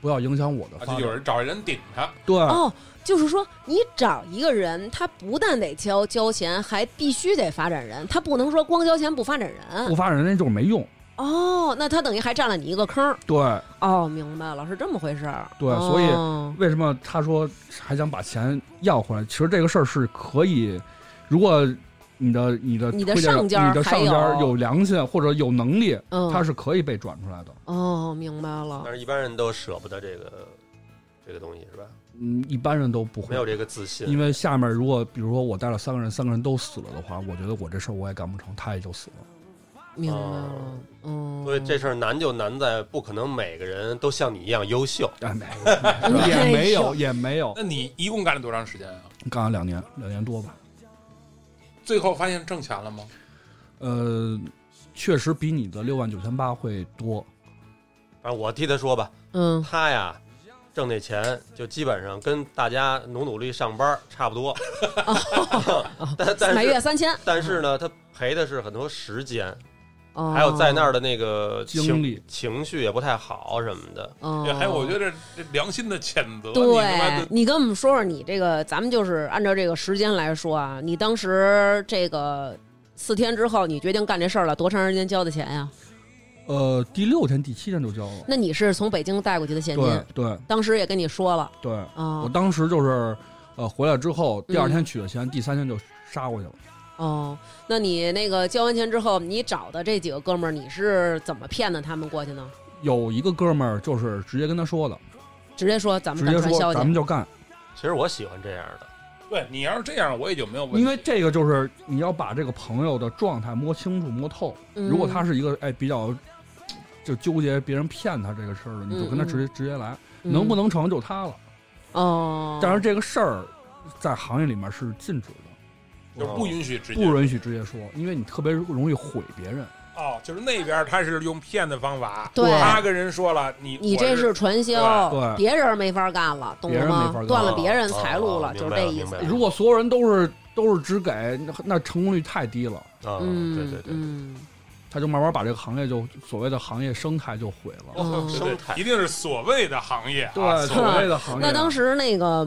[SPEAKER 4] 不要影响我的
[SPEAKER 3] 啊，
[SPEAKER 4] 发
[SPEAKER 3] 就
[SPEAKER 4] 展。
[SPEAKER 3] 有人找人顶他，
[SPEAKER 4] 对，
[SPEAKER 1] 哦，就是说你找一个人，他不但得交交钱，还必须得发展人，他不能说光交钱不发展
[SPEAKER 4] 不
[SPEAKER 1] 人。
[SPEAKER 4] 发展那就是没用。
[SPEAKER 1] 哦，那他等于还占了你一个坑儿。
[SPEAKER 4] 对，
[SPEAKER 1] 哦，明白了，是这么回事儿。
[SPEAKER 4] 对所以
[SPEAKER 1] 哦
[SPEAKER 4] 为什么他说还想把钱要回来？其实这个事儿是可以，如果你的你的
[SPEAKER 1] 你的
[SPEAKER 4] 推荐
[SPEAKER 1] 上家
[SPEAKER 4] 你的
[SPEAKER 1] 还
[SPEAKER 4] 上家
[SPEAKER 1] 有
[SPEAKER 4] 有良心或者有能力，
[SPEAKER 1] 嗯
[SPEAKER 4] 它是可以被转出来的。
[SPEAKER 1] 哦，明白了
[SPEAKER 2] 但。是一般人都舍不得这个这个东西是吧？
[SPEAKER 4] 嗯，一般人都不
[SPEAKER 2] 没
[SPEAKER 4] 会
[SPEAKER 2] 有，这个自信，
[SPEAKER 4] 因为下面如果比如说我带了三个人，三个人都死了的话，我觉得我这事儿我也干不成，他也就死了。
[SPEAKER 1] 明白了
[SPEAKER 2] 哦，
[SPEAKER 1] 嗯，
[SPEAKER 2] 所以这事儿难就难在不可能每个人都像你一样优秀。
[SPEAKER 4] 哎， 没有，也没
[SPEAKER 1] 哎
[SPEAKER 4] 有，也没有，
[SPEAKER 3] 那你一共干了多长时间啊？
[SPEAKER 4] 干了两年，两年多吧。
[SPEAKER 3] 最后发现挣钱了吗？
[SPEAKER 4] 呃，确实比你的六万九千八会多。
[SPEAKER 2] 反正我替他说吧，
[SPEAKER 1] 嗯，
[SPEAKER 2] 他呀挣那钱就基本上跟大家努努力上班差 不多，但但
[SPEAKER 1] 每月
[SPEAKER 2] 是
[SPEAKER 1] 三千，
[SPEAKER 2] 但是呢，他赔的是很多时间，
[SPEAKER 1] 哦
[SPEAKER 2] 还有在那儿的那个
[SPEAKER 4] 经
[SPEAKER 2] 情
[SPEAKER 4] 历
[SPEAKER 2] 情绪也不太好什么的。
[SPEAKER 1] 哦
[SPEAKER 3] 还有，我觉得这这良心的谴责，你他妈
[SPEAKER 1] 对
[SPEAKER 3] 的
[SPEAKER 1] 你跟我们说说你这个，咱们就是按照这个时间来说啊，你当时这个四天之后，你决定干这事儿了，多长时间交的钱呀？
[SPEAKER 4] 呃，第六天、第七天就交了。
[SPEAKER 1] 那你是从北京带过去的现金
[SPEAKER 4] 对，对
[SPEAKER 1] 当时也跟你说了
[SPEAKER 4] 对，我
[SPEAKER 1] 啊，
[SPEAKER 4] 当时就是呃回来之后，第
[SPEAKER 1] 嗯
[SPEAKER 4] 二天取了钱，第三天就杀过去了。
[SPEAKER 1] 哦，那你那个交完钱之后，你找的这几个哥们儿，你是怎么骗的他们过去呢？
[SPEAKER 4] 有一个哥们儿就是直接跟他说的，
[SPEAKER 1] 直接说咱们
[SPEAKER 4] 直
[SPEAKER 1] 干
[SPEAKER 4] 接
[SPEAKER 1] 传
[SPEAKER 4] 说
[SPEAKER 1] 销
[SPEAKER 4] 咱们
[SPEAKER 1] 去，
[SPEAKER 4] 就干，
[SPEAKER 2] 其实我喜欢这样的，
[SPEAKER 3] 对你要是这样，我也就没有问题。
[SPEAKER 4] 因为这个就是你要把这个朋友的状态摸清楚、摸透。
[SPEAKER 1] 嗯
[SPEAKER 4] 如果他是一个哎比较就纠结别人骗他这个事儿的，你就跟他
[SPEAKER 1] 嗯嗯
[SPEAKER 4] 直接直接来，能不？能成就他了。
[SPEAKER 1] 嗯哦，
[SPEAKER 4] 但是这个事儿在行业里面是禁止
[SPEAKER 3] 就
[SPEAKER 4] 的，
[SPEAKER 3] 是不允许直接
[SPEAKER 4] 不允许直接说，因为你特别容易毁别人。
[SPEAKER 3] 哦，就是那边他是用骗的方法，
[SPEAKER 1] 对
[SPEAKER 3] 他跟人说了，你
[SPEAKER 1] 你
[SPEAKER 3] 我
[SPEAKER 1] 这
[SPEAKER 3] 是
[SPEAKER 1] 是传销，
[SPEAKER 4] 对对
[SPEAKER 1] 别人没法干了，懂
[SPEAKER 4] 别
[SPEAKER 1] 了
[SPEAKER 4] 人没法
[SPEAKER 1] 吗？
[SPEAKER 4] 干
[SPEAKER 1] 断了
[SPEAKER 2] 了
[SPEAKER 1] 别人财路了，
[SPEAKER 2] 哦哦
[SPEAKER 1] 就是这意
[SPEAKER 2] 明
[SPEAKER 1] 思
[SPEAKER 2] 白。了
[SPEAKER 4] 如果所有人都是都是只给，那那成功率太低了，
[SPEAKER 2] 啊，
[SPEAKER 1] 嗯，
[SPEAKER 2] 对对对，
[SPEAKER 1] 嗯，
[SPEAKER 4] 他就慢慢把这个行业就所谓的行业生态就毁了。
[SPEAKER 1] 嗯
[SPEAKER 3] 对对
[SPEAKER 2] 生态
[SPEAKER 3] 一定是所谓的行业啊，所
[SPEAKER 4] 所谓的行业。
[SPEAKER 1] 那当时那个，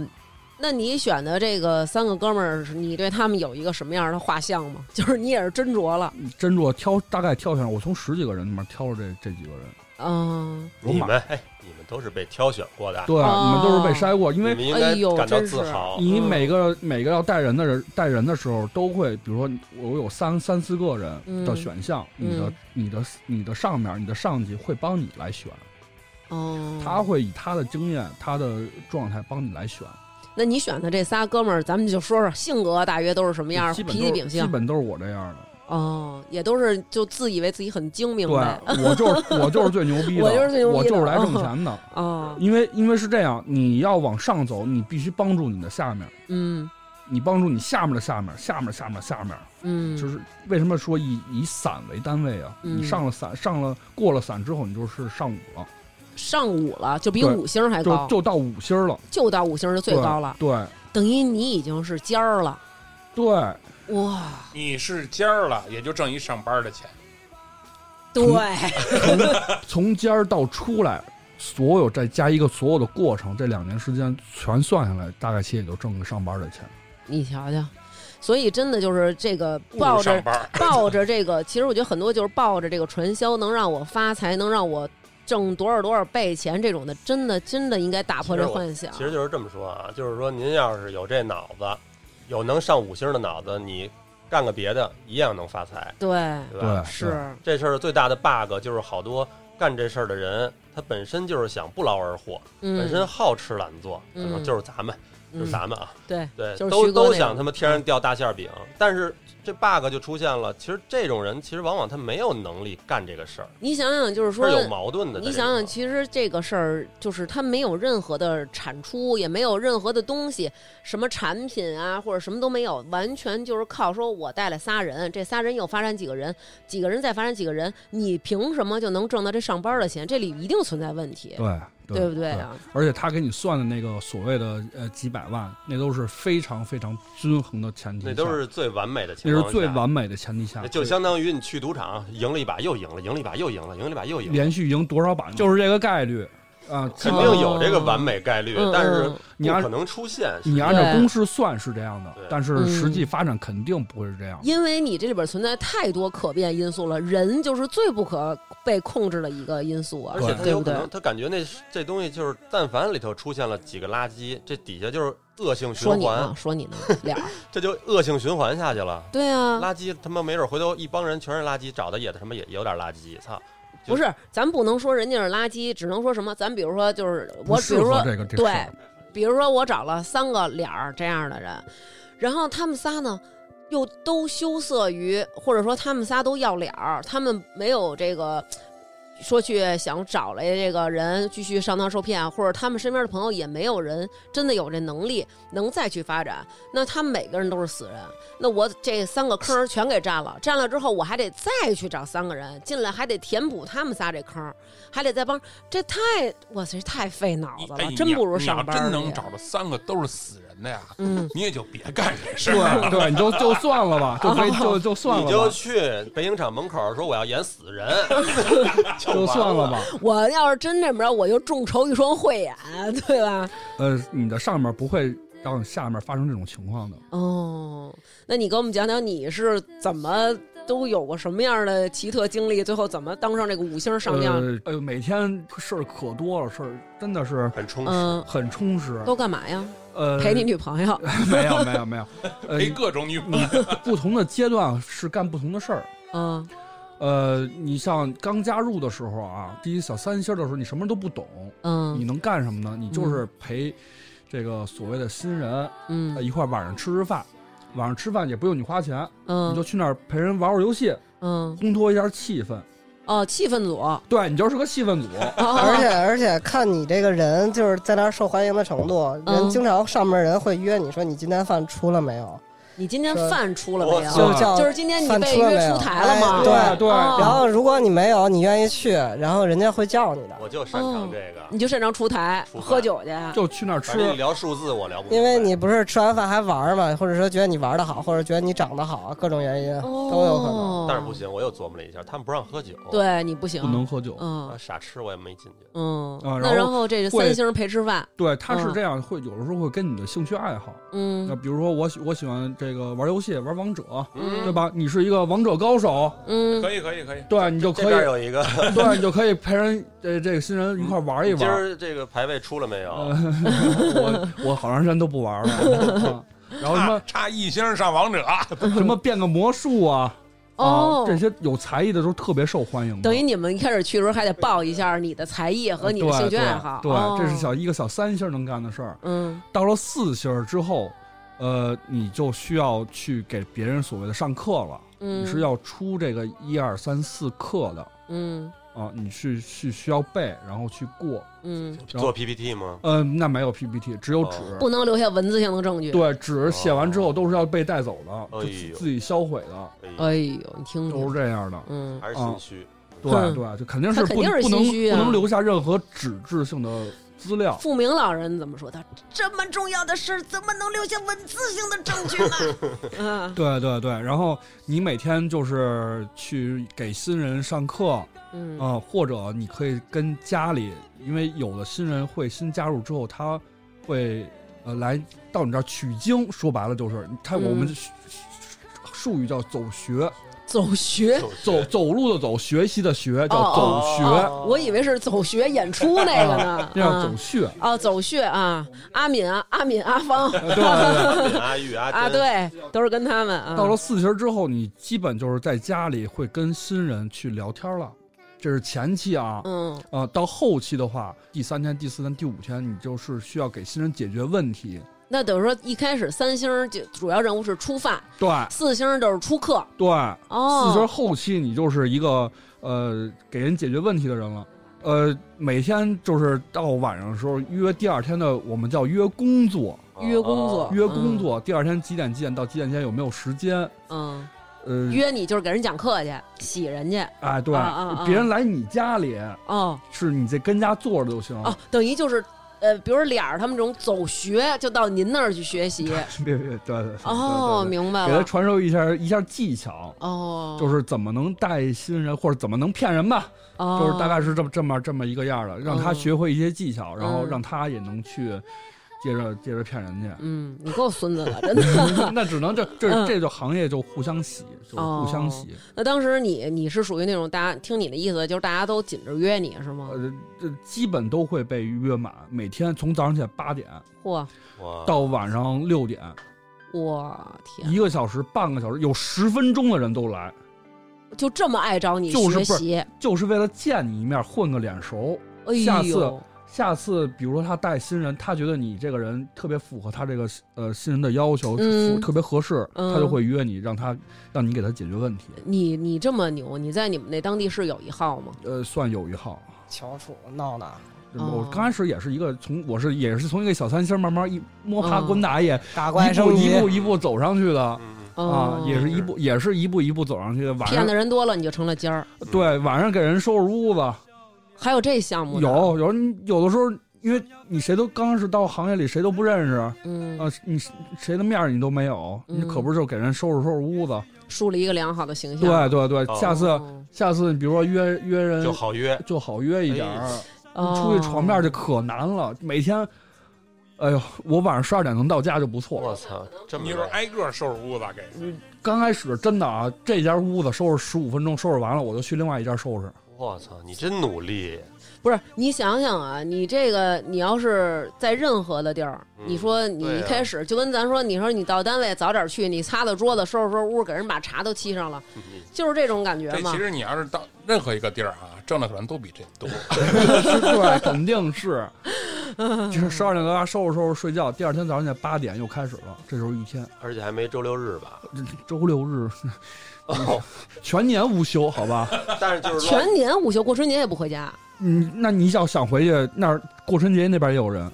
[SPEAKER 1] 那你选的这个三个哥们儿，你对他们有一个什么样的画像吗？ 就是你也是斟酌了，
[SPEAKER 4] 斟酌挑，大概挑选，我从十几个人里面挑了这这几个人。
[SPEAKER 1] 嗯，
[SPEAKER 4] 我
[SPEAKER 2] 你
[SPEAKER 4] 马
[SPEAKER 2] 们哎，你们都是被挑选过的，啊
[SPEAKER 4] 对，
[SPEAKER 1] 哦
[SPEAKER 4] 你们都是被筛过，因
[SPEAKER 2] 你
[SPEAKER 4] 为
[SPEAKER 2] 们应
[SPEAKER 1] 哎
[SPEAKER 2] 该
[SPEAKER 1] 呦
[SPEAKER 2] 感到
[SPEAKER 1] 真
[SPEAKER 2] 自
[SPEAKER 1] 是
[SPEAKER 2] 豪。
[SPEAKER 4] 你
[SPEAKER 1] 嗯
[SPEAKER 4] 每个每个要带人的人带人的时候，都会，比如说我有三三四个人的选项，
[SPEAKER 1] 嗯
[SPEAKER 4] 你的
[SPEAKER 1] 嗯
[SPEAKER 4] 你的你的上面你的上级会帮你来选，
[SPEAKER 1] 哦，
[SPEAKER 4] 他会以他的经验、他的状态帮你来选。
[SPEAKER 1] 那你选的这仨哥们儿，咱们就说说性格大约都是什么样儿，
[SPEAKER 4] 基本
[SPEAKER 1] 脾
[SPEAKER 4] 都
[SPEAKER 1] 气
[SPEAKER 4] 是
[SPEAKER 1] 秉
[SPEAKER 4] 基
[SPEAKER 1] 性，
[SPEAKER 4] 本都是我这样的。
[SPEAKER 1] 哦，也都是就自以为自己很精明
[SPEAKER 4] 对，
[SPEAKER 1] 呗，
[SPEAKER 4] 我就是我就是最牛逼 的，
[SPEAKER 1] 我就是最牛逼的嗯
[SPEAKER 4] 我就是来挣钱的。
[SPEAKER 1] 哦，
[SPEAKER 4] 因为因为是这样，你要往上走，你必须帮助你的下面，
[SPEAKER 1] 嗯
[SPEAKER 4] 你帮助你下面的下面，下面的下面的下面，
[SPEAKER 1] 嗯，
[SPEAKER 4] 就是为什么说以以伞为单位啊？
[SPEAKER 1] 嗯
[SPEAKER 4] 你上了伞，上了过了伞之后，你就是上五了，
[SPEAKER 1] 上五了，就比
[SPEAKER 4] 对
[SPEAKER 1] 五星还
[SPEAKER 4] 就
[SPEAKER 1] 高，
[SPEAKER 4] 就到五星了，
[SPEAKER 1] 就到五星就最
[SPEAKER 4] 对
[SPEAKER 1] 高了，
[SPEAKER 4] 对
[SPEAKER 1] 等于你已经是尖儿了，
[SPEAKER 4] 对，
[SPEAKER 1] 哇，
[SPEAKER 3] 以你是尖儿了，也就挣一上班的钱。
[SPEAKER 2] 嗯
[SPEAKER 1] 对，
[SPEAKER 4] 从 尖儿到出来，所有再加一个所有的过程，这两年时间全算下来，大概其实也就挣个上班的钱。
[SPEAKER 1] 你瞧瞧，所以真的就是这个
[SPEAKER 3] 不
[SPEAKER 1] 抱
[SPEAKER 3] 如
[SPEAKER 1] 着
[SPEAKER 3] 上班，
[SPEAKER 1] 抱着这个，其实我觉得很多就是抱着这个传销能让我发财，能让我挣多少多少倍钱这种的，真的真的应该打破这幻想。
[SPEAKER 2] 其实就是这么说啊，就是说您要是有这脑子，有能上五星的脑子，你干个别的一样能发财，
[SPEAKER 1] 对，
[SPEAKER 2] 对吧？
[SPEAKER 4] 对，
[SPEAKER 1] 是，
[SPEAKER 2] 这事儿最大的 bug 就是好多干这事儿的人，他本身就是想不劳而获，
[SPEAKER 1] 嗯，
[SPEAKER 2] 本身好吃懒做，
[SPEAKER 1] 嗯
[SPEAKER 2] 可能就是咱们，就是
[SPEAKER 1] 嗯
[SPEAKER 2] 咱们啊，
[SPEAKER 1] 对，
[SPEAKER 2] 对，
[SPEAKER 1] 就是
[SPEAKER 2] 都
[SPEAKER 1] 徐哥那
[SPEAKER 2] 都
[SPEAKER 1] 种嗯
[SPEAKER 2] 想他妈天上掉大馅儿饼，但是这 bug 就出现了。其实这种人，其实往往他没有能力干这个事儿，
[SPEAKER 1] 你想想，就是说
[SPEAKER 2] 是有矛盾的。
[SPEAKER 1] 你想想，
[SPEAKER 2] 去，
[SPEAKER 1] 其实这个事儿就是它没有任何的产出，也没有任何的东西，什么产品啊或者什么都没有，完全就是靠说我带了仨人，这仨人又发展几个人，几个人再发展几个人，你凭什么就能挣到这上班的钱？这里一定存在问题，
[SPEAKER 4] 对
[SPEAKER 1] 对不对？啊？
[SPEAKER 4] 而且他给你算的那个所谓的呃几百万，那都是非常非常均衡的前提下，
[SPEAKER 2] 那都是最完美的情
[SPEAKER 4] 那
[SPEAKER 2] 况下，
[SPEAKER 4] 是最完美的前提下，
[SPEAKER 2] 那就相当于你去赌场赢了一把又赢了，赢了一把又赢了，赢了一把又赢了。
[SPEAKER 4] 连续赢多少把，就是这个概率。啊，
[SPEAKER 2] 肯定有这个完美概率，
[SPEAKER 1] 嗯
[SPEAKER 2] 但是
[SPEAKER 1] 嗯
[SPEAKER 4] 你
[SPEAKER 2] 不
[SPEAKER 4] 按
[SPEAKER 2] 可能出现。
[SPEAKER 4] 你按照公式算是这样的
[SPEAKER 2] 对，
[SPEAKER 4] 但是实际发展肯定不会是这样。
[SPEAKER 1] 嗯因为你这里边存在太多可变因素了，人就是最不可被控制的一个因素啊
[SPEAKER 2] 而且，他
[SPEAKER 1] 对
[SPEAKER 2] 有
[SPEAKER 1] 不
[SPEAKER 2] 可
[SPEAKER 1] 对？
[SPEAKER 2] 能，他感觉那这东西就是，但凡里头出现了几个垃圾，这底下就是恶性循
[SPEAKER 1] 说你啊呢
[SPEAKER 2] 环，，
[SPEAKER 1] 说你呢，俩儿
[SPEAKER 2] 这就恶性循环下去了。
[SPEAKER 1] 对 啊，
[SPEAKER 2] 垃圾他妈没准回头一帮人全是垃圾，找的也他妈也也有点垃圾，操！就
[SPEAKER 1] 不是，咱不能说人家是垃圾，只能说什么？咱比如说，就是我，
[SPEAKER 4] 不
[SPEAKER 1] 比
[SPEAKER 4] 适
[SPEAKER 1] 如
[SPEAKER 4] 合
[SPEAKER 1] 说，
[SPEAKER 4] 这个这事
[SPEAKER 1] 对
[SPEAKER 4] 儿，
[SPEAKER 1] 比如说我找了三个脸儿这样的人，然后他们仨呢又都羞涩于，或者说他们仨都要脸儿，他们没有这个。说去想找来这个人继续上当受骗，啊或者他们身边的朋友也没有人真的有这能力能再去发展，那他们每个人都是死人。那我这三个坑儿全给占了，占了之后我还得再去找三个人进来，还得填补他们仨这坑儿，还得再帮，这太我这太费脑子了，
[SPEAKER 3] 哎，
[SPEAKER 1] 真
[SPEAKER 3] 你
[SPEAKER 1] 不如
[SPEAKER 3] 你要
[SPEAKER 1] 上班儿
[SPEAKER 3] 真能
[SPEAKER 1] 去
[SPEAKER 3] 找着三个都是死人的呀，
[SPEAKER 1] 嗯，
[SPEAKER 3] 你也就别干这事儿。
[SPEAKER 4] 对对，你就就算了吧，就可以就就算
[SPEAKER 2] 你
[SPEAKER 4] 了
[SPEAKER 2] 就
[SPEAKER 4] 吧，
[SPEAKER 2] 去北影厂门口说我要演死人，就
[SPEAKER 4] 就
[SPEAKER 2] 完
[SPEAKER 4] 算了
[SPEAKER 2] 了
[SPEAKER 4] 吧。。
[SPEAKER 1] 我要是真这么着，我就众筹一双慧眼，对吧？
[SPEAKER 4] 呃，你的上面不会让下面发生这种情况的。
[SPEAKER 1] 哦，那你给我们讲讲你是怎么都有过什么样的奇特经历，最后怎么当上这个五星上将？
[SPEAKER 4] 呃，哎呦，每天事儿可多了，事儿真的是
[SPEAKER 2] 很充实。
[SPEAKER 1] 嗯、
[SPEAKER 5] 呃
[SPEAKER 4] 很充实。
[SPEAKER 1] 都干嘛呀？
[SPEAKER 4] 呃，
[SPEAKER 1] 陪你女朋友。
[SPEAKER 4] 没有没有 没有，呃
[SPEAKER 3] 陪，各种女朋友
[SPEAKER 4] 你不同的阶段是干不同的事儿。
[SPEAKER 1] 嗯
[SPEAKER 4] 呃，你像刚加入的时候啊，第一小三星的时候，你什么都不懂，你
[SPEAKER 1] 嗯
[SPEAKER 4] 能干什么呢？你就是陪这个所谓的新人
[SPEAKER 5] 哎
[SPEAKER 4] 呃
[SPEAKER 1] 嗯
[SPEAKER 4] 一块儿晚上吃吃饭，晚上吃饭也不用你花钱，你就
[SPEAKER 1] 嗯
[SPEAKER 4] 去那儿陪人玩玩游戏，
[SPEAKER 1] 嗯，
[SPEAKER 4] 烘托一下气氛。
[SPEAKER 1] 哦，气氛组，哦
[SPEAKER 4] 对你就是个气 氛组，
[SPEAKER 5] 而且而且看你这个人就是在那儿受欢迎的程度，
[SPEAKER 1] 嗯
[SPEAKER 5] 人经常上面人会约你说你今天饭出了没有，
[SPEAKER 1] 你今天饭出了
[SPEAKER 2] 我
[SPEAKER 1] 没有
[SPEAKER 5] 就
[SPEAKER 4] 操？
[SPEAKER 5] 叫
[SPEAKER 1] 就是今天你
[SPEAKER 5] 饭
[SPEAKER 1] 被
[SPEAKER 5] 出了没
[SPEAKER 1] 约
[SPEAKER 5] 有
[SPEAKER 1] 出台了吗？
[SPEAKER 5] 哎
[SPEAKER 4] 对对
[SPEAKER 1] 哦
[SPEAKER 5] 然后如果你没有，你愿意去，然后人家会叫你的，
[SPEAKER 2] 我就擅长这个，
[SPEAKER 1] 你就擅长出台
[SPEAKER 2] 出台
[SPEAKER 1] 喝酒去。
[SPEAKER 4] 就去那儿
[SPEAKER 2] 反正你
[SPEAKER 1] 嗯
[SPEAKER 4] 吃。
[SPEAKER 2] 聊数字我聊不明
[SPEAKER 5] 因
[SPEAKER 2] 白。
[SPEAKER 5] 为你不是吃完饭还玩儿嘛，或者说觉得你玩的好，或者觉得你长得好，各种原因都有可能。
[SPEAKER 1] 哦
[SPEAKER 2] 但是不，行，我又琢磨了一下，他们不让喝酒，
[SPEAKER 1] 对你不行，
[SPEAKER 4] 不能喝酒，
[SPEAKER 2] 啊，
[SPEAKER 1] 嗯
[SPEAKER 2] 傻吃我也没进去。
[SPEAKER 1] 嗯，
[SPEAKER 4] 啊
[SPEAKER 1] 那
[SPEAKER 4] 然
[SPEAKER 1] 然
[SPEAKER 4] 后
[SPEAKER 1] 后这是
[SPEAKER 4] 会
[SPEAKER 1] 三星陪吃饭，
[SPEAKER 4] 对，他是
[SPEAKER 1] 嗯
[SPEAKER 4] 这样，会有的时候会跟你的兴趣爱好，那
[SPEAKER 1] 嗯
[SPEAKER 4] 比如说我喜我喜欢这个玩游戏，玩王者，对
[SPEAKER 2] 嗯，
[SPEAKER 4] 吧？你是一个王者高手，
[SPEAKER 1] 嗯
[SPEAKER 3] 可以可以可以，
[SPEAKER 4] 对你就
[SPEAKER 2] 这
[SPEAKER 4] 可
[SPEAKER 2] 边
[SPEAKER 4] 以，
[SPEAKER 2] 有一嗯个，
[SPEAKER 4] 对你就可以陪人这这个新人一块玩一呃
[SPEAKER 2] 今
[SPEAKER 4] 玩。
[SPEAKER 2] 儿这个排位出了没有？
[SPEAKER 4] 我我好长时间都不 玩了，啊然后什
[SPEAKER 3] 差
[SPEAKER 4] 么
[SPEAKER 3] 差一星上王者，
[SPEAKER 4] 什么变个魔术啊，
[SPEAKER 1] 哦
[SPEAKER 4] 啊，这些有才艺的都特别受欢迎的。
[SPEAKER 1] 等于你们一开始去的时候还得报一下你的才艺和你的
[SPEAKER 4] 对
[SPEAKER 1] 兴趣爱好，
[SPEAKER 4] 对，
[SPEAKER 1] 哦
[SPEAKER 4] 对这是小一个小三星能干的事儿。
[SPEAKER 1] 嗯
[SPEAKER 4] 到了四星儿之后，呃，你就需要去给别人所谓的上课了，
[SPEAKER 1] 嗯，
[SPEAKER 4] 你是要出这个一二三四课的
[SPEAKER 1] 嗯
[SPEAKER 4] 啊，你去去需要背，然后去过。
[SPEAKER 1] 嗯，
[SPEAKER 4] 然
[SPEAKER 2] 做
[SPEAKER 4] 后
[SPEAKER 2] PPT 吗？
[SPEAKER 4] 嗯、那没有 PPT，只有
[SPEAKER 2] 哦
[SPEAKER 4] 纸。
[SPEAKER 1] 不能留下文字性的证据。，
[SPEAKER 4] 对，纸写完之后都是要被带走的，
[SPEAKER 2] 哎呦
[SPEAKER 4] 就自自己销毁的，
[SPEAKER 2] 哎呦
[SPEAKER 1] 哎呦，你听
[SPEAKER 4] 都
[SPEAKER 1] 听
[SPEAKER 4] 是，这样的。
[SPEAKER 1] 嗯
[SPEAKER 2] 还是心虚。
[SPEAKER 4] 对
[SPEAKER 1] 嗯
[SPEAKER 4] 对，就肯定是
[SPEAKER 1] 他肯
[SPEAKER 4] 不
[SPEAKER 1] 定是
[SPEAKER 4] 不
[SPEAKER 1] 心
[SPEAKER 4] 能
[SPEAKER 1] 虚啊
[SPEAKER 4] 不能留下任何纸质性的资料。
[SPEAKER 1] 富明老人怎么说的？这么重要的事儿怎么能留下文字性的证据呢？ 嗯
[SPEAKER 4] 对对对，然后你每天就是去给新人上课，
[SPEAKER 1] 嗯
[SPEAKER 4] 啊，或者你可以跟家里，因为有的新人会新加入之后，他会呃来到你这儿取经，说白了就是他我们
[SPEAKER 1] 嗯
[SPEAKER 4] 术术语叫走学，
[SPEAKER 1] 走学
[SPEAKER 4] 走走路的走，学习的学叫走学，
[SPEAKER 1] 哦我以为是走学演出那个呢，
[SPEAKER 4] 那叫
[SPEAKER 1] 啊
[SPEAKER 4] 走穴。
[SPEAKER 1] 哦，走穴啊，阿敏啊，阿敏、阿芳
[SPEAKER 4] 呃 对对对，
[SPEAKER 2] 阿玉阿
[SPEAKER 1] 啊，
[SPEAKER 2] 珍，
[SPEAKER 1] 对，都是跟他们啊。
[SPEAKER 4] 到了四星之后，你基本就是在家里会跟新人去聊天了，这是前期啊。
[SPEAKER 1] 嗯
[SPEAKER 4] 啊，到后期的话，第三天、第四天、第五天，你就是需要给新人解决问题。，
[SPEAKER 1] 那等于说一开始三星儿就主要任务是出饭，
[SPEAKER 4] 对
[SPEAKER 1] 四星儿就是出课。
[SPEAKER 4] 对，四星
[SPEAKER 1] 哦，
[SPEAKER 4] 后期你就是一个呃给人解决问题的人了。呃，每天就是到晚上的时候约第二天的，我们叫约工作，
[SPEAKER 2] 啊
[SPEAKER 1] 约工作，
[SPEAKER 4] 约工作。第二天几点几点到几点几点有没有时间？
[SPEAKER 1] 嗯，
[SPEAKER 4] 呃
[SPEAKER 1] 嗯，，约你就是给人讲课去，洗人去。
[SPEAKER 4] 哎，对
[SPEAKER 1] 啊啊啊，
[SPEAKER 4] 别人来你家里
[SPEAKER 1] 哦
[SPEAKER 4] 是你在跟家坐着就行。
[SPEAKER 1] 哦，等于就是呃，比如脸儿他们这种走学，就到您那儿去学习。
[SPEAKER 4] 别 别，对对对，对
[SPEAKER 1] 哦，
[SPEAKER 4] 对对
[SPEAKER 1] 明白
[SPEAKER 4] 给他
[SPEAKER 1] 了。
[SPEAKER 4] 传授一下一下技巧，
[SPEAKER 1] 哦，
[SPEAKER 4] 就是怎么能带新人，或者怎么能骗人吧，
[SPEAKER 1] 哦
[SPEAKER 4] 就是大概是这么这么这么一个样儿的，让他
[SPEAKER 1] 嗯
[SPEAKER 4] 学会一些技巧，然后
[SPEAKER 1] 嗯
[SPEAKER 4] 让他也能去接着接着骗人去。
[SPEAKER 1] 嗯，你够孙子了，真 的。
[SPEAKER 4] 那只能这
[SPEAKER 1] 嗯
[SPEAKER 4] 这这就行业就互相洗，就是互相洗。
[SPEAKER 1] 那当时你你是属于那种大家听你的意思，就是大家都紧着约你是吗？
[SPEAKER 4] 呃，这基本都会被约满，每天从早上起来八点
[SPEAKER 1] 嚯，
[SPEAKER 2] 哇，
[SPEAKER 4] 到晚上六点，
[SPEAKER 1] 哦我天，
[SPEAKER 4] 一个小时、半个小时，有十分钟的人都来，
[SPEAKER 1] 就这么爱找你
[SPEAKER 4] 就
[SPEAKER 1] 学
[SPEAKER 4] 是不是
[SPEAKER 1] 习？
[SPEAKER 4] 就是为了见你一面，混个脸熟。
[SPEAKER 1] 哎
[SPEAKER 4] 下
[SPEAKER 1] 呦
[SPEAKER 4] 次，下次，比如说他带新人，他觉得你这个人特别符合他这个呃新人的要求，
[SPEAKER 1] 嗯
[SPEAKER 4] 符特别合适，
[SPEAKER 1] 嗯
[SPEAKER 4] 他就会约你，让他让你给他解决问题。
[SPEAKER 1] 你你这么牛，你在你们那当地是有一号吗？
[SPEAKER 4] 呃，算有一号。
[SPEAKER 5] 翘楚闹闹，
[SPEAKER 4] 我
[SPEAKER 1] 哦
[SPEAKER 4] 刚开始也是一个从我是也是从一个小三星慢慢一摸爬滚打
[SPEAKER 1] 嗯
[SPEAKER 4] 也
[SPEAKER 5] 打怪
[SPEAKER 4] 一步
[SPEAKER 5] 升级
[SPEAKER 4] 一，步一步走上去的
[SPEAKER 2] 嗯，
[SPEAKER 1] 哦
[SPEAKER 4] 啊，也是一步也是一步一步走上去的。晚
[SPEAKER 1] 骗
[SPEAKER 4] 上
[SPEAKER 1] 的人多了，你就成了尖儿。
[SPEAKER 2] 嗯
[SPEAKER 4] 对晚上给人收拾屋子，
[SPEAKER 1] 还有这项目呢，
[SPEAKER 4] 有有人有的时候，因为你谁都刚开始到行业里谁都不认识啊，
[SPEAKER 1] 嗯，
[SPEAKER 4] 你谁的面儿你都没有，
[SPEAKER 1] 嗯
[SPEAKER 4] 你可不是就给人收拾收拾屋子？
[SPEAKER 1] 树立一个良好的形象。
[SPEAKER 4] 对对对，
[SPEAKER 2] 哦
[SPEAKER 4] 下次
[SPEAKER 1] 哦
[SPEAKER 4] 下次你比如说约约人
[SPEAKER 2] 就好约，
[SPEAKER 4] 就好约一点儿
[SPEAKER 2] 哎，
[SPEAKER 1] 哦
[SPEAKER 4] 你出去闯面就可难了，每天。哎呦，我晚上十二点能到家就不错了
[SPEAKER 2] 我。操，这么
[SPEAKER 3] 你
[SPEAKER 2] 累
[SPEAKER 3] 说
[SPEAKER 4] 哎
[SPEAKER 3] 挨个收拾屋子给，
[SPEAKER 4] 刚开始真的啊，这家屋子收拾十五分钟，收拾完了我就去另外一家 收拾。
[SPEAKER 2] 我操，你真努力，
[SPEAKER 1] 不是，你想想啊，你这个你要是在任何的地儿，
[SPEAKER 2] 嗯
[SPEAKER 1] 你说你
[SPEAKER 2] 对
[SPEAKER 1] 一
[SPEAKER 2] 啊
[SPEAKER 1] 开始、就跟咱说，你说你到单位早点去，你擦擦桌子，收拾收拾屋，给人把茶都沏上了，
[SPEAKER 2] 你
[SPEAKER 1] 就是这种感觉
[SPEAKER 3] 这
[SPEAKER 1] 嘛
[SPEAKER 3] 其。实你要是到任何一个地儿啊，挣的可能都比这多。
[SPEAKER 4] 是对，肯 定是。就是十二点到家收拾收拾睡觉，第二天早上起来八点又开始了，这就是一天。
[SPEAKER 2] 而且还没周六日吧？
[SPEAKER 4] 周六日
[SPEAKER 2] 哦，
[SPEAKER 4] 全年无休，好吧？
[SPEAKER 2] 但是就是说
[SPEAKER 1] 全年午休，过春节也不回家。
[SPEAKER 4] 嗯，那你要想回去那儿过春节那边也有人，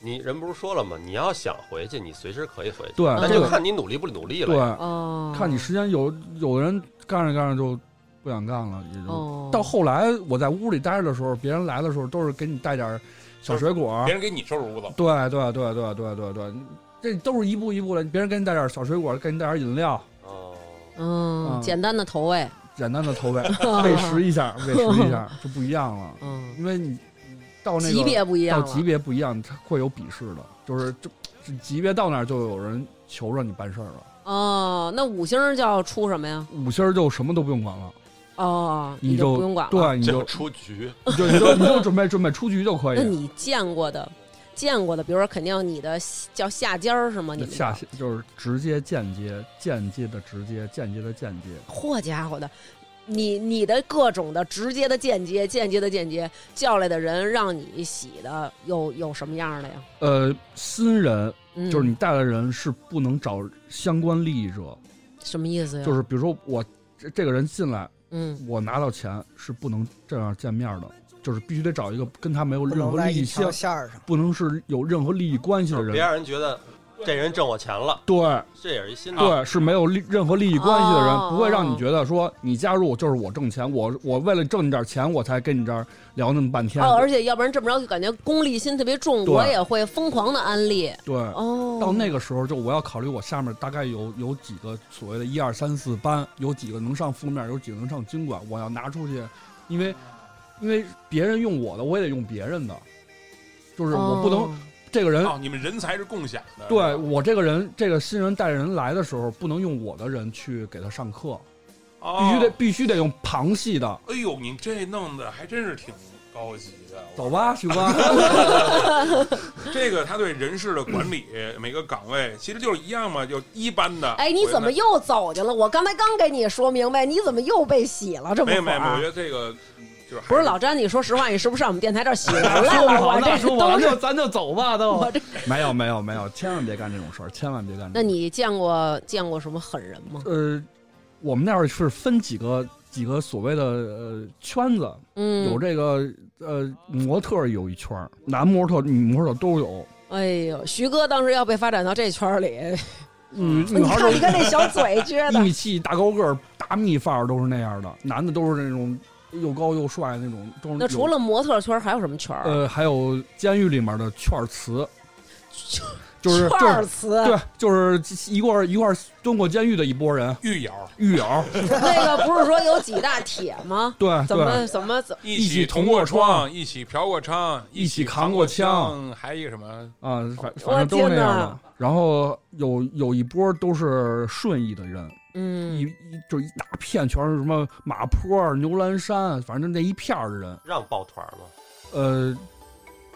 [SPEAKER 2] 你人不是说了吗？你要想回去，你随时可以回去，
[SPEAKER 4] 对
[SPEAKER 2] 那
[SPEAKER 1] 这
[SPEAKER 2] 就
[SPEAKER 1] 个
[SPEAKER 2] 看你努力不努力了。
[SPEAKER 4] 对，
[SPEAKER 1] 哦，
[SPEAKER 4] 看你时间有有的人干着干着就不想干了，也就。
[SPEAKER 1] 哦，
[SPEAKER 4] 到后来我在屋里待着的时候，别人来的时候都是给你带点儿小水果
[SPEAKER 1] 哦
[SPEAKER 4] 儿，
[SPEAKER 3] 别人给你收拾屋子，
[SPEAKER 4] 对对对对对对对，这都是一步一步的。别人给你带点小水果，给你带点饮料，
[SPEAKER 2] 哦，
[SPEAKER 1] 嗯，
[SPEAKER 4] 嗯
[SPEAKER 1] 简单的投喂，
[SPEAKER 4] 简单的投 喂，喂食一下，喂食一下就不一样了。
[SPEAKER 1] 嗯，
[SPEAKER 4] 因为你到那个
[SPEAKER 1] 级别不一样
[SPEAKER 4] 到
[SPEAKER 1] 了，
[SPEAKER 4] 级别不一样，它会有鄙视的，就是就就级别到那儿就有人求着你办事儿了。
[SPEAKER 1] 哦，那五星儿叫出什么呀？
[SPEAKER 4] 五星儿就什么都不用管了，
[SPEAKER 1] 哦，
[SPEAKER 4] 你
[SPEAKER 1] 就
[SPEAKER 4] 就
[SPEAKER 1] 不用管了。
[SPEAKER 4] 对，你
[SPEAKER 2] 这
[SPEAKER 4] 就
[SPEAKER 2] 个出局，
[SPEAKER 4] 你就你就你就准备准备出局就可
[SPEAKER 1] 那
[SPEAKER 4] 以。
[SPEAKER 1] 你见过的，见过的，比如说肯定你的下叫下尖儿是吗？你们
[SPEAKER 4] 下
[SPEAKER 1] 叫
[SPEAKER 4] 就是直接间接，间接的直接，间接的间接，
[SPEAKER 1] 嚯家伙的，你你的各种的直接的间接、间接的间接叫来的人，让你洗的有有什么样的呀？
[SPEAKER 4] 呃，新人
[SPEAKER 1] 嗯，
[SPEAKER 4] 就是你带的人是不能找相关利益者，
[SPEAKER 1] 什么意思呀？
[SPEAKER 4] 就是比如说我这这个人进来，
[SPEAKER 1] 嗯，
[SPEAKER 4] 我拿到钱是不能这样见面的，就是必须得找一个跟他没有
[SPEAKER 5] 不
[SPEAKER 4] 任
[SPEAKER 5] 能
[SPEAKER 4] 何
[SPEAKER 5] 在
[SPEAKER 4] 利益
[SPEAKER 5] 一条
[SPEAKER 4] 相，
[SPEAKER 5] 线儿上。
[SPEAKER 4] 不能是有任何利益关系
[SPEAKER 2] 就
[SPEAKER 4] 的
[SPEAKER 2] 是别
[SPEAKER 4] 人。
[SPEAKER 2] 让人觉得这人挣我钱了，
[SPEAKER 4] 对
[SPEAKER 2] 这也是一心理。
[SPEAKER 4] 对，是没有利任何利益关系的
[SPEAKER 1] 哦
[SPEAKER 4] 人，不会让你觉得说你加入就是我挣钱，我我为了挣你点钱，我才跟你这儿聊那么半天
[SPEAKER 1] 哦，。而且要不然这么着就感觉功利心特别重，
[SPEAKER 4] 对
[SPEAKER 1] 我也会疯狂的安利
[SPEAKER 4] 对，
[SPEAKER 1] 哦。
[SPEAKER 4] 到那个时候就我要考虑我下面大概有有几个所谓的一二三四班，有几个能上负面，有几个能上经管，我要拿出去，因为因为别人用我的，我也得用别人的，就是我不能、
[SPEAKER 1] 哦
[SPEAKER 4] 这个人。
[SPEAKER 3] 哦，你们人才是共享的。
[SPEAKER 4] 嗯对我这个人，这个新人带着人来的时候，不能用我的人去给他上课，
[SPEAKER 3] 哦
[SPEAKER 4] 必须得必须得用旁系的。
[SPEAKER 3] 哎呦，你这弄的还真是挺高级的。
[SPEAKER 4] 走吧， 许光，
[SPEAKER 3] 这个他对人事的管理，每个岗位其实就是一样嘛，就一班的。
[SPEAKER 1] 哎，你怎么又走去了？我刚才刚给你说明白，你怎么又被洗了？这么
[SPEAKER 3] 没有
[SPEAKER 1] 会
[SPEAKER 3] 没有？
[SPEAKER 1] 儿
[SPEAKER 3] 没有我觉得这个嗯就是
[SPEAKER 1] 啊
[SPEAKER 3] 还
[SPEAKER 1] 不是老詹，你说实话，你是不是上我们电台这儿洗 了？来
[SPEAKER 4] 说不
[SPEAKER 1] 了，
[SPEAKER 4] 好
[SPEAKER 1] 我
[SPEAKER 4] 那
[SPEAKER 1] 这
[SPEAKER 4] 说不好，
[SPEAKER 1] 都
[SPEAKER 4] 那
[SPEAKER 1] 是
[SPEAKER 4] 咱就走吧，都
[SPEAKER 1] 我这。
[SPEAKER 4] 没有没有没有，千万别干这种事儿，千万别干这种事
[SPEAKER 1] 那
[SPEAKER 4] 儿。
[SPEAKER 1] 你见过见过什么狠人吗？
[SPEAKER 4] 呃，我们那儿是分几个几个所谓的呃圈子，
[SPEAKER 1] 嗯，
[SPEAKER 4] 有这个呃模特儿有一圈儿，男模特儿、女模特儿都有。
[SPEAKER 1] 哎呦，徐哥当时要被发展到这圈儿里，
[SPEAKER 4] 女女
[SPEAKER 1] 嗯你
[SPEAKER 4] 孩儿
[SPEAKER 1] 看
[SPEAKER 4] 都
[SPEAKER 1] 你
[SPEAKER 4] 是
[SPEAKER 1] 跟那小嘴撅
[SPEAKER 4] 一
[SPEAKER 1] 的，
[SPEAKER 4] 米七大高个儿、大蜜范儿都是那样的，男的都是那种又高又帅那种。都是
[SPEAKER 1] 那除
[SPEAKER 4] 有
[SPEAKER 1] 了模特圈还有什么圈儿？啊
[SPEAKER 4] 呃，还有监狱里面的券儿词，就是就
[SPEAKER 1] 圈儿
[SPEAKER 4] 是
[SPEAKER 1] 词，啊
[SPEAKER 4] 对，就是一块儿一块儿蹲过监狱的一拨人，
[SPEAKER 3] 狱友
[SPEAKER 4] 狱友，
[SPEAKER 1] 那个不是说有几大铁吗？
[SPEAKER 4] 对
[SPEAKER 1] 怎
[SPEAKER 4] 呃对
[SPEAKER 1] 么怎么怎么
[SPEAKER 3] 一
[SPEAKER 4] 起
[SPEAKER 3] 起同
[SPEAKER 4] 同过
[SPEAKER 3] 过
[SPEAKER 4] 窗
[SPEAKER 3] 窗，一起嫖过娼，
[SPEAKER 4] 一起
[SPEAKER 3] 起
[SPEAKER 4] 扛过
[SPEAKER 3] 过
[SPEAKER 4] 枪，
[SPEAKER 3] 还有一个什么？
[SPEAKER 4] 啊，反
[SPEAKER 1] 我
[SPEAKER 4] 反正都是
[SPEAKER 1] 天
[SPEAKER 4] 那样的
[SPEAKER 1] 哪。
[SPEAKER 4] 然后有有一波都是顺义的人，一
[SPEAKER 1] 嗯，
[SPEAKER 4] 一就是一大片全是什么马坡、牛栏山，啊反正那一片儿的人，
[SPEAKER 2] 让抱团儿吗？
[SPEAKER 4] 呃，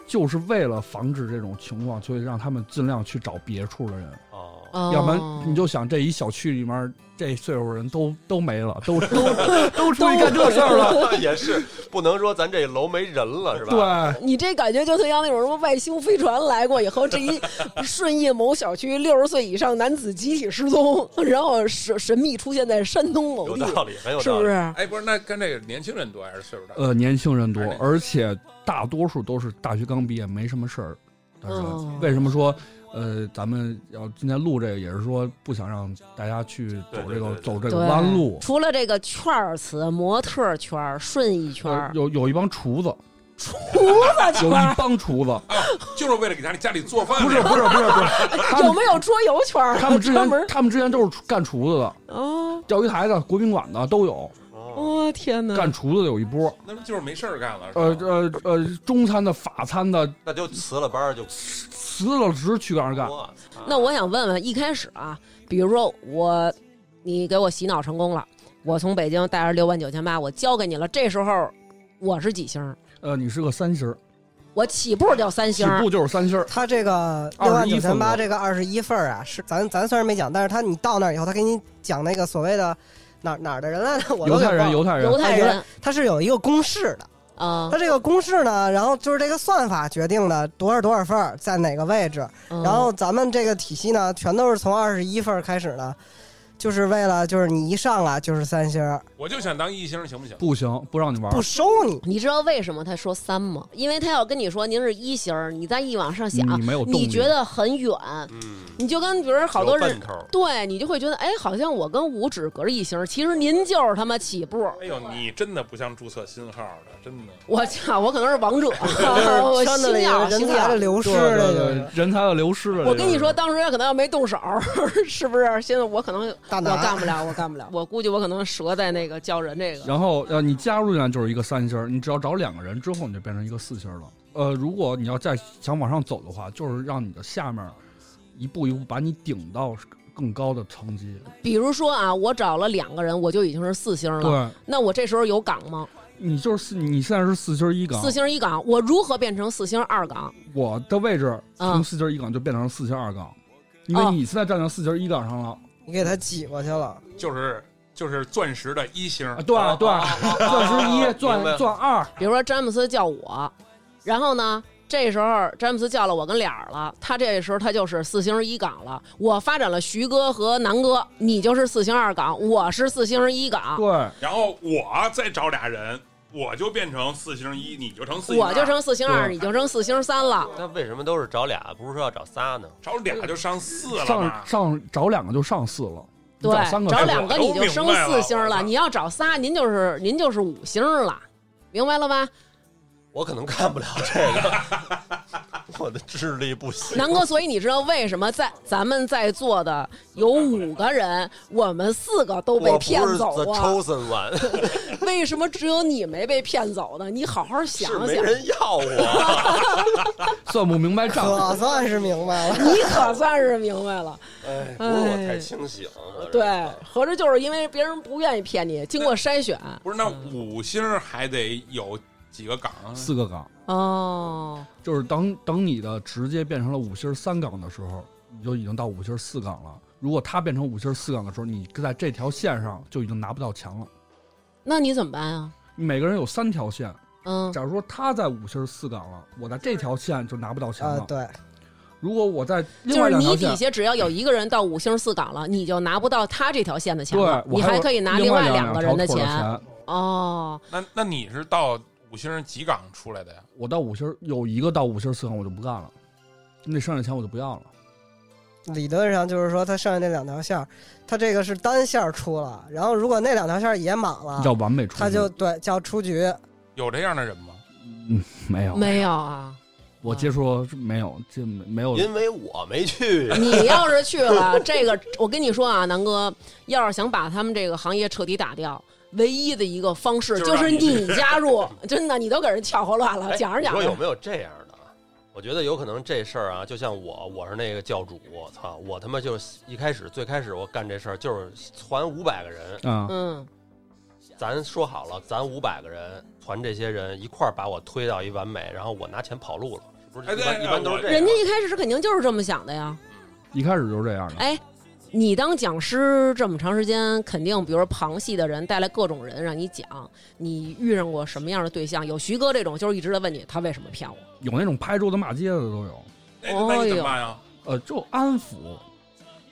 [SPEAKER 4] 就是为了防止这种情况，所以让他们尽量去找别处的人，
[SPEAKER 2] 哦，
[SPEAKER 4] 要不然你就想这一小区里面这岁数人都都没了，都都都出去干这事儿了，
[SPEAKER 2] 了， 也是不能说咱这楼没人了是吧？
[SPEAKER 4] 对。
[SPEAKER 1] 你这感觉就特像那种什么外星飞船来过以后，这 一顺义某小区六十岁以上男子集体失踪，然后神神秘出现在山东某
[SPEAKER 2] 有
[SPEAKER 1] 地，
[SPEAKER 2] 道理，很有
[SPEAKER 1] 是
[SPEAKER 2] 道
[SPEAKER 1] 不
[SPEAKER 2] 理。
[SPEAKER 1] 是？
[SPEAKER 3] 哎，不是，那跟这个年轻人多还是岁数大？
[SPEAKER 4] 呃，年轻人多
[SPEAKER 3] 还是，那
[SPEAKER 4] 而且大多数都是大学刚毕业，没什么事儿的人。
[SPEAKER 1] 哦
[SPEAKER 4] 为什么说，呃，咱们要今天录这个，也是说不想让大家去走这
[SPEAKER 2] 对对
[SPEAKER 4] 个
[SPEAKER 2] 对对
[SPEAKER 4] 走这个弯路。
[SPEAKER 1] 除了这个圈儿词、模特圈儿、顺义圈
[SPEAKER 4] 呃
[SPEAKER 1] 儿、
[SPEAKER 4] 有有一帮厨子，
[SPEAKER 1] 胡子
[SPEAKER 4] 有
[SPEAKER 1] 圈
[SPEAKER 4] 一
[SPEAKER 1] 儿，
[SPEAKER 4] 帮 厨子，
[SPEAKER 3] 就是为了给家里家里做饭。
[SPEAKER 4] 不是不是不是不是，他
[SPEAKER 1] 有
[SPEAKER 4] 们
[SPEAKER 1] 没有桌游圈儿啊？
[SPEAKER 4] 他们之
[SPEAKER 1] 专门
[SPEAKER 4] 前
[SPEAKER 1] 儿
[SPEAKER 4] 他们之前都是干厨子的，
[SPEAKER 1] 哦，
[SPEAKER 4] 钓鱼台的、国宾馆的都有，
[SPEAKER 2] 哦，
[SPEAKER 1] 哦天哪！
[SPEAKER 4] 干厨子的有一波。
[SPEAKER 3] 那不就是没事儿干了？是吧
[SPEAKER 4] 呃呃呃，中餐的、法餐的，
[SPEAKER 2] 那就辞了班儿就啊
[SPEAKER 4] 辞了职去干干。
[SPEAKER 2] 我操
[SPEAKER 1] 啊那我想问问，一开始啊，比如说我，你给我洗脑成功了，我从北京带着六万九千八，我交给你了，这时候我是几星儿？
[SPEAKER 4] 呃，你是个三星儿，
[SPEAKER 1] 我起步就三
[SPEAKER 4] 起
[SPEAKER 1] 星儿，
[SPEAKER 4] 步就是三星儿。
[SPEAKER 5] 他这个六万
[SPEAKER 4] 21
[SPEAKER 5] 九
[SPEAKER 4] 份
[SPEAKER 5] 千
[SPEAKER 4] 额
[SPEAKER 5] 八这个二十一份儿啊，是咱咱虽然没讲，但是他你到那儿以后，他给你讲那个所谓的哪儿哪儿的人来着，我都
[SPEAKER 4] 犹
[SPEAKER 5] 给
[SPEAKER 4] 太
[SPEAKER 5] 忘
[SPEAKER 4] 人，
[SPEAKER 5] 了。
[SPEAKER 4] 犹太人
[SPEAKER 1] 犹，太人
[SPEAKER 5] 他是有一个公式的，
[SPEAKER 1] 啊
[SPEAKER 5] 他，这个公式呢，然后就是这个算法决定的多少多少份儿在哪个位置，
[SPEAKER 1] 然
[SPEAKER 5] 然后咱们这个体系呢，全都是从二十一份儿开始的，就是为了就是你一上来就是三星儿，
[SPEAKER 3] 我就想当一星，行不行？
[SPEAKER 4] 不行，不让你玩儿
[SPEAKER 5] 不。收你。
[SPEAKER 1] 你知道为什么他说三吗？因为他要跟你说您是一星儿，你再一往上
[SPEAKER 5] 嗯
[SPEAKER 1] 想，
[SPEAKER 4] 你没有动力
[SPEAKER 1] 啊你觉得很远，
[SPEAKER 2] 嗯，
[SPEAKER 1] 你就跟比如说好多
[SPEAKER 2] 有
[SPEAKER 1] 人
[SPEAKER 2] 奔头儿。
[SPEAKER 1] 对你就会觉得，哎，好像我跟五指隔着一星儿，其实您就是他妈起 步。
[SPEAKER 3] 哎呦，你真的不像注册新号的，真的。
[SPEAKER 1] 我操，我可能是王 者，啊我
[SPEAKER 5] 圈子
[SPEAKER 1] 星
[SPEAKER 5] 里
[SPEAKER 1] 耀
[SPEAKER 5] 人
[SPEAKER 1] 星
[SPEAKER 5] 才的
[SPEAKER 1] 耀。
[SPEAKER 5] 流失，
[SPEAKER 4] 对对
[SPEAKER 5] 这
[SPEAKER 4] 对
[SPEAKER 5] 个，
[SPEAKER 4] 人才的流失了。
[SPEAKER 1] 我跟你说，，当时可能要没动手儿， 是不是？现在我可能
[SPEAKER 5] 大
[SPEAKER 1] 我干
[SPEAKER 5] 拿
[SPEAKER 1] 不了，我干不了，我估计我可能折在那个教人这个。
[SPEAKER 4] 然后呃，你加入进来就是一个三星儿，你只要找两个人之后，你就变成一个四星儿了。呃，如果你要再想往上走的话，就是让你的下面一步一步把你顶到更高的层级。
[SPEAKER 1] 比如说啊，我找了两个人，我就已经是四星了。
[SPEAKER 4] 对，
[SPEAKER 1] 那我这时候有岗吗？
[SPEAKER 4] 你就是四你现在是四星儿一岗
[SPEAKER 1] 四，星一岗，我如何变成四星二岗？
[SPEAKER 4] 我的位置从
[SPEAKER 1] 嗯
[SPEAKER 4] 四星儿一岗就变成四星儿二岗，因为
[SPEAKER 1] 哦
[SPEAKER 4] 你现在站到四星儿一岗上了。
[SPEAKER 5] 你给他挤过去了。
[SPEAKER 3] 就是就是钻石的一星
[SPEAKER 4] 啊，，对对，钻石一，
[SPEAKER 2] 明
[SPEAKER 4] 钻
[SPEAKER 2] 白
[SPEAKER 4] 钻二，
[SPEAKER 1] 比如说詹姆斯叫我，然后呢，这时候詹姆斯叫了我跟俩儿了，他这时候他就是四星一岗了。我发展了徐哥和南哥，你就是四星二岗，我是四星一岗，
[SPEAKER 4] 对。
[SPEAKER 3] 然后我再找俩人，我就变成四星一，你就成四星二，
[SPEAKER 1] 我就成四星二，
[SPEAKER 4] 对
[SPEAKER 1] 你就成四星三了。
[SPEAKER 2] 那为什么都是找俩，不是说要找仨呢？
[SPEAKER 3] 找
[SPEAKER 1] 嗯
[SPEAKER 3] 俩就上四了
[SPEAKER 4] 上
[SPEAKER 3] 嘛。
[SPEAKER 4] 上找两个就上四了，你
[SPEAKER 1] 对，
[SPEAKER 4] 找三个
[SPEAKER 1] 找
[SPEAKER 4] 就
[SPEAKER 1] 两个
[SPEAKER 3] 我都
[SPEAKER 1] 你就升
[SPEAKER 3] 明白了
[SPEAKER 1] 四星
[SPEAKER 3] 我
[SPEAKER 1] 了，
[SPEAKER 3] 操
[SPEAKER 1] 你要找仨，您就是您就是五星了，明白了吧？
[SPEAKER 2] 我可能干不了这个， 我的智力不行。
[SPEAKER 1] 南哥，所以你知道为什么在咱们在座的有五个人，我们四个 都被
[SPEAKER 2] 我不
[SPEAKER 1] 骗
[SPEAKER 2] 是 the
[SPEAKER 1] 走啊？
[SPEAKER 2] chosen one，
[SPEAKER 1] 为什么只有你没被骗走呢？你好好 想
[SPEAKER 2] 是没
[SPEAKER 1] 想，
[SPEAKER 2] 人要 我。
[SPEAKER 4] 算不明白账。
[SPEAKER 5] 可算是明白了，
[SPEAKER 1] 你可算是明白了。
[SPEAKER 2] 哎，不是我太清醒了。
[SPEAKER 1] 对，合着就是因为别人不愿意骗你，经过筛选
[SPEAKER 3] 不是，那五星还得有几个岗啊？
[SPEAKER 4] 嗯四个岗，
[SPEAKER 1] 哦。
[SPEAKER 4] 就是等等你的直接变成了五星三岗的时候，你就已经到五星四岗了。如果他变成五星四岗的时候，你在这条线上就已经拿不到墙了。
[SPEAKER 1] 那你怎么办啊？
[SPEAKER 4] 每个人有三条线，
[SPEAKER 1] 嗯，
[SPEAKER 4] 假如说他在五星四岗了，我在这条线就拿不到墙
[SPEAKER 5] 啊
[SPEAKER 4] 了。，
[SPEAKER 5] 对，
[SPEAKER 4] 如果我在另
[SPEAKER 1] 就
[SPEAKER 4] 外
[SPEAKER 1] 是
[SPEAKER 4] 两
[SPEAKER 1] 你
[SPEAKER 4] 条
[SPEAKER 1] 底
[SPEAKER 4] 线，
[SPEAKER 1] 下只要有一个人到五星四岗了，你就拿不到他这条线的钱
[SPEAKER 4] 对
[SPEAKER 1] 了，，
[SPEAKER 4] 我
[SPEAKER 1] 你还
[SPEAKER 4] 有
[SPEAKER 1] 可以拿
[SPEAKER 4] 另
[SPEAKER 1] 外
[SPEAKER 4] 两
[SPEAKER 1] 个人
[SPEAKER 4] 条腿儿
[SPEAKER 1] 钱。
[SPEAKER 4] 钱。
[SPEAKER 1] 哦，
[SPEAKER 3] 那那你是到五星几岗出来的呀？
[SPEAKER 4] 我到五星有一个到五星四岗我就不干了，那剩下的钱我就不要了。
[SPEAKER 5] 理论上就是说，它剩下那两条线儿，它这个是单线儿出了，然后如果那两条线儿也满了，
[SPEAKER 4] 要完美出局，
[SPEAKER 5] 它啊就对叫出局。
[SPEAKER 3] 有这样的人吗？
[SPEAKER 4] 没有。
[SPEAKER 1] 没有啊，
[SPEAKER 4] 我接触是没有，这没没有。
[SPEAKER 2] 因为我没去，
[SPEAKER 1] 你要是去了这个，我跟你说啊，南哥，要是想把他们这个行业彻底打掉。唯一的一个方式
[SPEAKER 2] 就
[SPEAKER 1] 就是是
[SPEAKER 2] 让你
[SPEAKER 1] 你加入， 真的，你都给人搅和乱了。
[SPEAKER 2] 哎
[SPEAKER 1] 啊讲着讲
[SPEAKER 2] 你说有
[SPEAKER 1] 着，
[SPEAKER 2] 没有这样的？啊我觉得有可能这事儿啊，就像我，我是那个教主，我操，我他妈就是一开始最开始我干这事儿就是传五百个人，
[SPEAKER 4] 啊，
[SPEAKER 1] 嗯，
[SPEAKER 2] 咱说好了，咱五百个人传这些人一块儿把我推到一完美，然后我拿钱跑路了，是不是
[SPEAKER 3] 哎
[SPEAKER 2] 一
[SPEAKER 3] 对
[SPEAKER 2] 般、一般都是这样。
[SPEAKER 1] 人家一开始是肯定就是这么想的呀。
[SPEAKER 4] 一开始就是这
[SPEAKER 2] 嗯
[SPEAKER 4] 样的。
[SPEAKER 1] 哎，你当讲师这么长时间，肯定比如说旁系的人带来各种人让你讲，你遇上过什么样的对象？有徐哥这种，就是一直在问你他为什么 骗我。
[SPEAKER 4] 有那种拍桌子骂街的都有，
[SPEAKER 3] 那那你怎
[SPEAKER 1] 哦哟
[SPEAKER 3] 么办呀？
[SPEAKER 4] 呃，就安抚，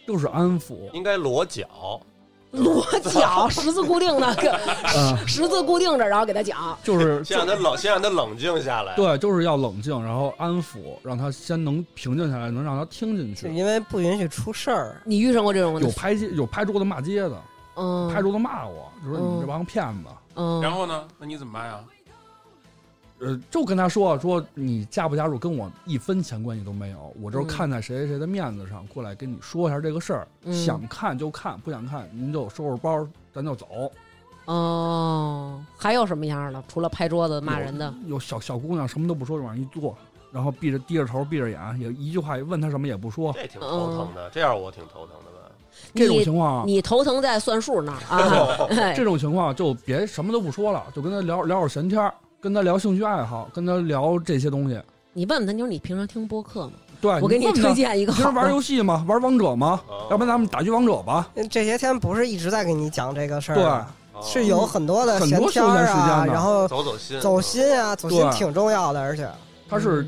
[SPEAKER 4] 就是安抚。
[SPEAKER 2] 应该裸脚，嗯
[SPEAKER 1] 裸脚十字固定的，
[SPEAKER 4] 嗯
[SPEAKER 1] 跟十字固定着，然后给他讲。
[SPEAKER 4] 就是
[SPEAKER 2] 先让他冷，先让他冷静下来。，
[SPEAKER 4] 对，就是要冷静，然后安抚，让他先能平静下来，能让他听进
[SPEAKER 5] 就
[SPEAKER 4] 去。
[SPEAKER 5] 因为不允许出事儿，
[SPEAKER 1] 你遇上过这种的
[SPEAKER 4] 有？拍街，有拍桌子骂街的，
[SPEAKER 1] 嗯，
[SPEAKER 4] 拍桌子骂我，就说
[SPEAKER 1] 嗯
[SPEAKER 4] 你这帮骗子。
[SPEAKER 1] 嗯，
[SPEAKER 3] 然后呢？那你怎么办呀？
[SPEAKER 4] 呃，就跟他说说你加不加入跟我一分钱关系都没有，我就是
[SPEAKER 1] 嗯
[SPEAKER 4] 看在谁谁谁的面子上过来跟你说一下这个事儿，
[SPEAKER 1] 嗯
[SPEAKER 4] 想看就看，不想看您就收拾包，咱就走。
[SPEAKER 1] 哦，还有什么样的？除了拍桌子骂人的，
[SPEAKER 4] 有小小姑娘什么都不说就往上一坐，然后闭着低着头闭着眼，也一句话问她什么也不说，
[SPEAKER 2] 这挺头疼的，这样我挺头疼的吧？
[SPEAKER 4] 这种
[SPEAKER 1] 你
[SPEAKER 4] 情况啊。
[SPEAKER 1] 你头疼在算数那儿啊？哎
[SPEAKER 4] 这种情况就别什么都不说了，就跟他聊聊会儿闲天儿，跟他聊兴趣爱好，跟他聊这些东西。
[SPEAKER 1] 你问问他，你说你平常听播客吗？
[SPEAKER 4] 对，
[SPEAKER 1] 我给你
[SPEAKER 4] 问他
[SPEAKER 1] 推，荐一
[SPEAKER 4] 哎你
[SPEAKER 1] 个
[SPEAKER 4] 平
[SPEAKER 1] 好
[SPEAKER 4] 时玩
[SPEAKER 1] 的。
[SPEAKER 4] 游戏吗？玩王者吗？
[SPEAKER 2] 哦
[SPEAKER 4] 要不然咱们打局王者吧。
[SPEAKER 5] 这些天不是一直在给你讲这个事儿
[SPEAKER 4] 对
[SPEAKER 5] 吗，
[SPEAKER 2] 哦
[SPEAKER 5] 是有很多的
[SPEAKER 4] 很
[SPEAKER 5] 闲
[SPEAKER 4] 多
[SPEAKER 5] 天儿
[SPEAKER 4] 休闲时
[SPEAKER 5] 啊，
[SPEAKER 4] 间的
[SPEAKER 5] 然后
[SPEAKER 2] 走走心，
[SPEAKER 5] 走心啊，走心
[SPEAKER 4] 对哦
[SPEAKER 5] 挺重要的，而且
[SPEAKER 4] 他是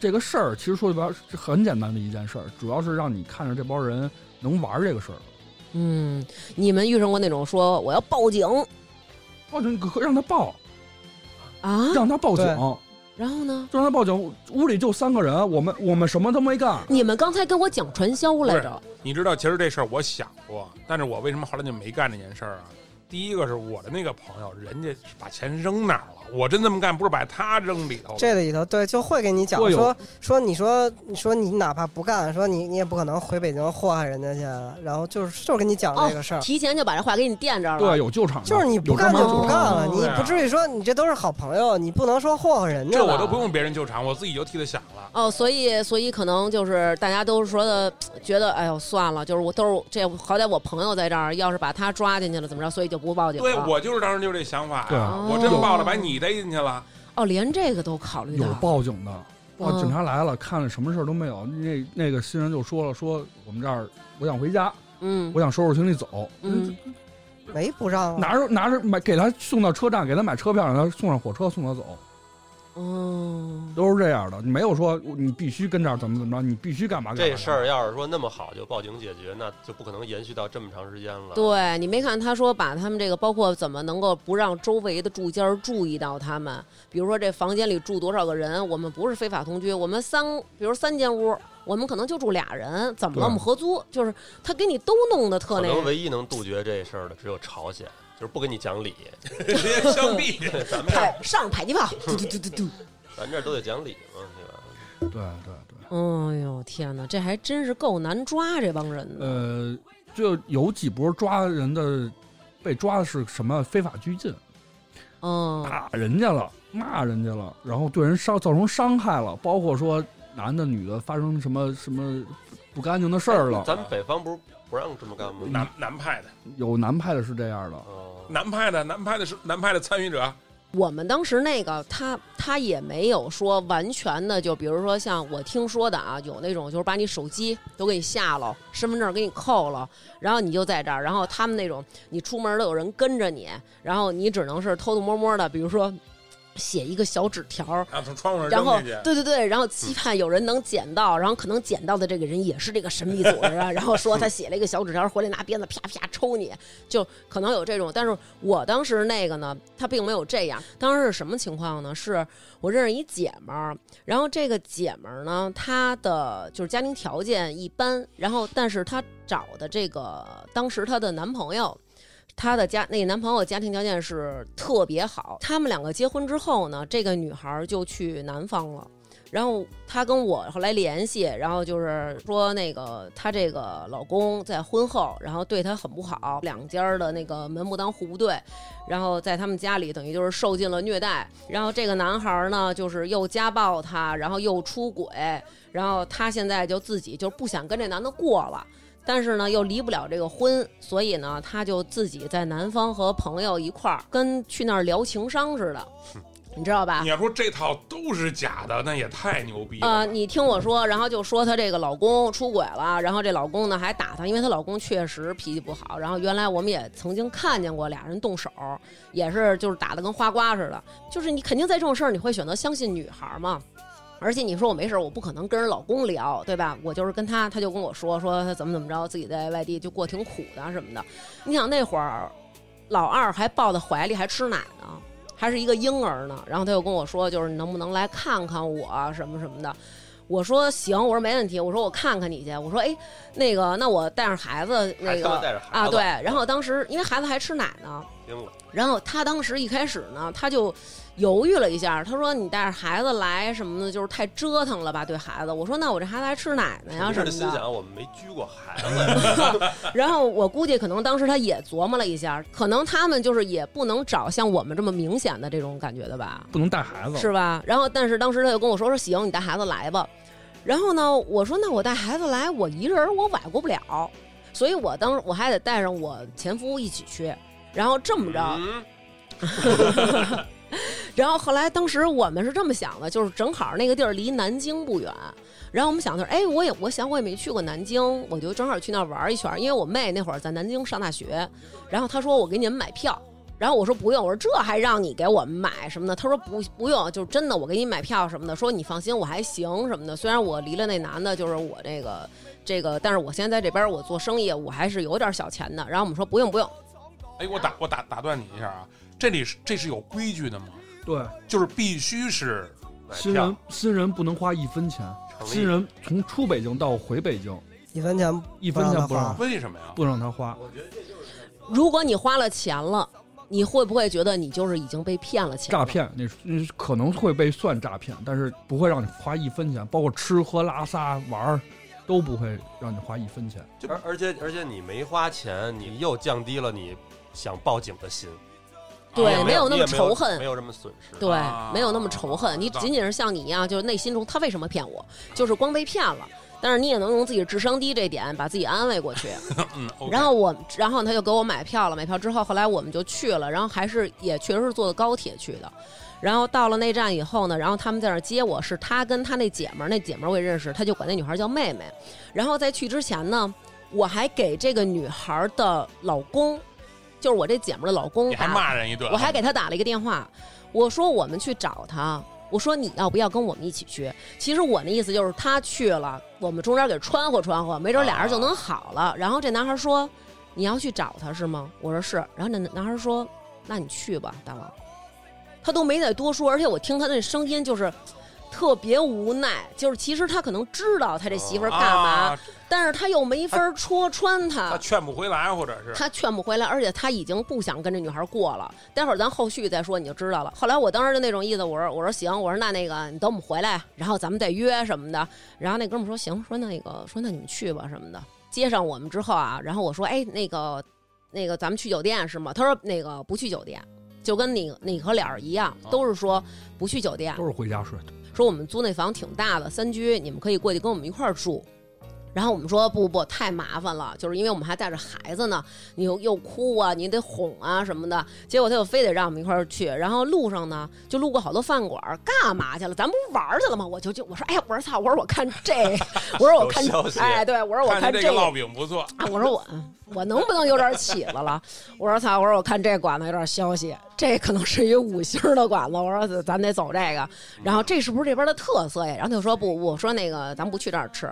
[SPEAKER 4] 这个事儿，其实说白了是很简单的一件事儿，主要是让你看着这帮人能玩这个事儿。
[SPEAKER 1] 嗯，你们遇上过那种说我要报警
[SPEAKER 4] 报警可让他报，
[SPEAKER 1] 啊？
[SPEAKER 4] 让他报警，
[SPEAKER 5] 对
[SPEAKER 4] 就
[SPEAKER 1] 然后呢？
[SPEAKER 4] 让他报警。屋里就三个人，我们我们什么都没
[SPEAKER 2] 啊
[SPEAKER 4] 干。
[SPEAKER 1] 你们刚才跟我讲传销来着，
[SPEAKER 3] 你知道，其实这事儿我想过，但是我为什么后来就没干这件事儿啊？第一个是我的那个朋友，人家是把钱扔哪儿了？我真这么干，不是把他扔里头了。
[SPEAKER 5] 这里头对就会给你讲
[SPEAKER 4] 会有
[SPEAKER 5] 说说你说你说你哪怕不干，说你你也不可能回北京祸害人家去，啊然后就是就是跟你讲这个事儿
[SPEAKER 1] 哦，。提前就把这话给你垫着了。
[SPEAKER 4] 对，，有救场的，
[SPEAKER 5] 就是你不
[SPEAKER 4] 啊有
[SPEAKER 5] 干
[SPEAKER 4] 专
[SPEAKER 5] 就
[SPEAKER 1] 有这
[SPEAKER 5] 不
[SPEAKER 4] 门
[SPEAKER 1] 么
[SPEAKER 5] 干了，
[SPEAKER 4] 啊
[SPEAKER 3] 哦
[SPEAKER 5] 你不至于说你这都是好朋友，你不能说祸害人家吧。
[SPEAKER 3] 这
[SPEAKER 1] 啊
[SPEAKER 3] 我都不用别人救场，我自己就替他想了。
[SPEAKER 1] 哦，所以所以可能就是大家都说的，觉得哎呦算了，就是我都是这好歹我朋友在这儿，要是把他抓进去了怎么着，所以就不报警了。
[SPEAKER 3] 对，我就是当时就这想法
[SPEAKER 4] 对
[SPEAKER 3] 呀、
[SPEAKER 4] 啊
[SPEAKER 3] 我真报了，把你逮进去了。
[SPEAKER 1] 哦，连这个都考虑到
[SPEAKER 4] 有
[SPEAKER 1] 了。
[SPEAKER 4] 报警的，哇，
[SPEAKER 1] 嗯
[SPEAKER 4] 警察来了，看了什么事儿都没有。那那个新人就说了，说我们这儿我想回家，
[SPEAKER 1] 嗯
[SPEAKER 4] 我想收拾行李走，
[SPEAKER 1] 嗯，
[SPEAKER 5] 没不让啊，
[SPEAKER 4] 拿着拿着买给他送到车站，给他买车票，让他送上火车送他走，
[SPEAKER 1] 哦，
[SPEAKER 4] 都是这样的。没有说你必须跟这儿怎么怎么着，你必须干嘛干嘛。
[SPEAKER 2] 啊这事儿要是说那么好就报警解决，那就不可能延续到这么长时间了。
[SPEAKER 1] 对你没看他说把他们这个包括怎么能够不让周围的住家儿注意到他们，比如说这房间里住多少个人，我们不是非法同居，我们三比如三间屋，我们可能就住俩人，怎么了？
[SPEAKER 4] 对
[SPEAKER 1] 我们合租，就是他给你都弄得特
[SPEAKER 2] 可
[SPEAKER 1] 那
[SPEAKER 2] 能
[SPEAKER 1] 个。
[SPEAKER 2] 唯一能杜绝这事儿的只有朝鲜，就是不跟你讲理，
[SPEAKER 3] 直接枪毙。
[SPEAKER 2] 咱们这儿
[SPEAKER 1] 排上迫击炮，嘟嘟嘟嘟嘟。
[SPEAKER 2] 咱这儿都得讲理嘛，对吧？
[SPEAKER 4] 对对对，
[SPEAKER 1] 哎呦天哪，这还真是够难抓这帮人的。
[SPEAKER 4] 呃，就有几波抓人的，被抓的是什么非法拘禁，
[SPEAKER 1] 嗯，
[SPEAKER 4] 打人家了，骂人家了，然后对人伤造成伤害了，包括说男的女的发生什么什么不干净的事儿了。
[SPEAKER 2] 咱们北方不是不让这么干吗？
[SPEAKER 3] 南南派的，
[SPEAKER 4] 有南派的是这样的，
[SPEAKER 2] 哦
[SPEAKER 3] 南派的，南派的是南派的参与者，啊
[SPEAKER 1] 我们当时那个他他也没有说完全的，就比如说像我听说的啊，有那种就是把你手机都给你下了，身份证给你扣了，然后你就在这儿，然后他们那种你出门都有人跟着你，然后你只能是偷偷摸摸的，比如说。写一个小纸条儿，
[SPEAKER 3] 啊，从窗户上
[SPEAKER 1] 然后
[SPEAKER 3] 扔进去，
[SPEAKER 1] 对对对，然后期盼有人能捡到，然后可能捡到的这个人也是这个神秘组织啊，然后说他写了一个小纸条回来拿鞭子啪啪抽你，就可能有这种。但是我当时那个呢，他并没有这样。当时是什么情况呢？是我认识一姐们儿，然后这个姐们儿呢，她的就是家庭条件一般，然后但是她找的这个当时她的男朋友。她的家那个男朋友家庭条件是特别好，他们两个结婚之后呢，这个女孩儿就去南方了。然后她跟我后来联系，然后就是说那个她这个老公在婚后，然后对她很不好，两家儿的那个门不当户不对，然后在他们家里等于就是受尽了虐待。然后这个男孩儿呢，就是又家暴她，然后又出轨，然后她现在就自己就不想跟这男的过了。但是呢，又离不了这个婚，所以呢，她就自己在南方和朋友一块儿跟去那儿聊情商似的，你知道吧
[SPEAKER 3] 你？要说这套都是假的，那也太牛逼了。
[SPEAKER 1] 呃，你听我说，然后就说她这个老公出轨了，然后这老公呢还打她，因为她老公确实脾气不好。然后原来我们也曾经看见过俩人动手，也是就是打的跟花瓜似的。就是你肯定在这种事儿，你会选择相信女孩嘛？而且你说我没事儿，我不可能跟人老公聊，对吧？我就是跟她，她就跟我说说她怎么怎么着，自己在外地就过挺苦的啊什么的。你想那会儿，老二还抱在怀里还吃奶呢，还是一个婴儿呢。然后他又跟我说，就是你能不能来看看我啊什么什么的。我说行，我说没问题，我说我看看你去。我说哎，那个，那我带上孩子，那
[SPEAKER 2] 还他妈
[SPEAKER 1] 个
[SPEAKER 2] 带着孩子
[SPEAKER 1] 啊对。然后当时因为孩子还吃奶呢，
[SPEAKER 2] 惊了，
[SPEAKER 1] 然后他当时一开始呢，他就犹豫了一下，他说：“你带着孩子来什么的，就是太折腾了吧，对孩子。”我说：“那我这孩子还吃奶呢呀
[SPEAKER 2] 你
[SPEAKER 1] 什
[SPEAKER 2] 这
[SPEAKER 1] 么
[SPEAKER 2] 心
[SPEAKER 1] 的。嗯
[SPEAKER 2] 想我们没拘过孩子呀，
[SPEAKER 1] 然后我估计可能当时他也琢磨了一下，可能他们就是也不能找像我们这么明显的这种感觉的吧。
[SPEAKER 4] 不能带孩子，
[SPEAKER 1] 是吧？然后，但是当时他就跟我说说行，你带孩子来吧。然后呢，我说那我带孩子来，我一人儿我崴过不了，所以我当时我还得带上我前夫一起去。然后这么着，
[SPEAKER 2] 嗯
[SPEAKER 1] 然后后来当时我们是这么想的，就是正好那个地儿离南京不远。然后我们想的是，哎，我也我想我也没去过南京，我就正好去那儿玩一圈儿，因为我妹那会儿在南京上大学。然后她说我给你们买票，然后我说不用，我说这还让你给我们买什么的？她说不不用，就是真的我给你买票什么的。说你放心，我还行什么的。虽然我离了那男的，就是我这个这个，但是我现在在这边儿我做生意，我还是有点小钱的。然后我们说不用不用，
[SPEAKER 3] 哎，我打我打打断你一下啊，这里是这是有规矩的吗？
[SPEAKER 4] 对，
[SPEAKER 3] 就是必须是
[SPEAKER 4] 新人新人不能花一分钱，
[SPEAKER 2] 成立
[SPEAKER 4] 新人从出北京到回北京
[SPEAKER 5] 一分钱
[SPEAKER 4] 一分钱不让
[SPEAKER 5] 不
[SPEAKER 3] 为什么呀？
[SPEAKER 4] 不让他花，
[SPEAKER 1] 如果你花了钱了，你会不会觉得你就是已经被骗了钱了？
[SPEAKER 4] 诈骗那是那是可能会被算诈骗，但是不会让你花一分钱，包括吃喝拉撒玩儿都不会让你花一分钱。
[SPEAKER 2] 而而且而且你没花钱，你又降低了你想报警的心，
[SPEAKER 1] 对
[SPEAKER 2] 也
[SPEAKER 1] 没有那么
[SPEAKER 2] 你也没有
[SPEAKER 1] 仇恨
[SPEAKER 2] 没有这么损失。
[SPEAKER 1] 对，
[SPEAKER 3] 啊
[SPEAKER 1] 没有那么仇恨，你
[SPEAKER 3] 知道
[SPEAKER 1] 仅仅是像你一样，就是内心中他为什么骗我，就是光被骗了。但是你也能用自己智商低这点把自己安慰过去。
[SPEAKER 3] 嗯，
[SPEAKER 1] 然后我，然后他就给我买票了，买票之后，后来我们就去了，然后还是也确实是坐的高铁去的。然后到了那站以后呢，然后他们在那儿接我，是他跟他那姐们儿，那姐们儿我也认识，他就管那女孩叫妹妹。然后在去之前呢，我还给这个女孩的老公，就是我这姐们儿的老公
[SPEAKER 3] 你还
[SPEAKER 1] 打
[SPEAKER 3] 骂人一顿，
[SPEAKER 1] 我还给他打了一个电话，我说我们去找他，我说你要不要跟我们一起去？其实我那意思就是他去了，我们中间给穿和穿和，没准俩人就能好了。然后这男孩说：“你要去找他是吗？”我说是。然后那男孩说：“那你去吧，大王。”他都没再多说，而且我听他那声音就是。特别无奈，就是其实他可能知道他这媳妇儿干嘛，
[SPEAKER 3] 啊？
[SPEAKER 1] 但是他又没法儿戳穿
[SPEAKER 3] 他劝不回来，或者是
[SPEAKER 1] 他劝不回来，而且他已经不想跟这女孩过了。待会儿咱后续再说，你就知道了。后来我当时就那种意思，我说我说行，我说那那个你等我们回来，然后咱们再约什么的。然后那哥们儿说行，说那个说那你们去吧什么的。接上我们之后啊，然后我说哎那个那个咱们去酒店是吗？他说那个不去酒店，就跟你你和脸儿一样，都是说不去酒店
[SPEAKER 4] 都，是回家睡，
[SPEAKER 1] 说我们租那房挺大的，三居，你们可以过去跟我们一块儿住。然后我们说不不太麻烦了，就是因为我们还带着孩子呢，你又又哭啊，你得哄啊什么的。结果他就非得让我们一块儿去，然后路上呢就路过好多饭馆儿，干嘛去了？咱们不是玩儿去了吗？我就就我说哎呀，我说操，我说我看这，我说我看
[SPEAKER 2] 有消息
[SPEAKER 1] 哎对，我说我
[SPEAKER 3] 看
[SPEAKER 1] 这
[SPEAKER 3] 这
[SPEAKER 1] 个
[SPEAKER 3] 个烙饼不错，
[SPEAKER 1] 啊， 我说我我能不能有点起了了？我说操，我说我看这馆子有点消息，这可能是一五星的馆子。我说咱咱得走这个，然后这是不是这边的特色呀？然后他就说不，我说那个咱不去这儿吃。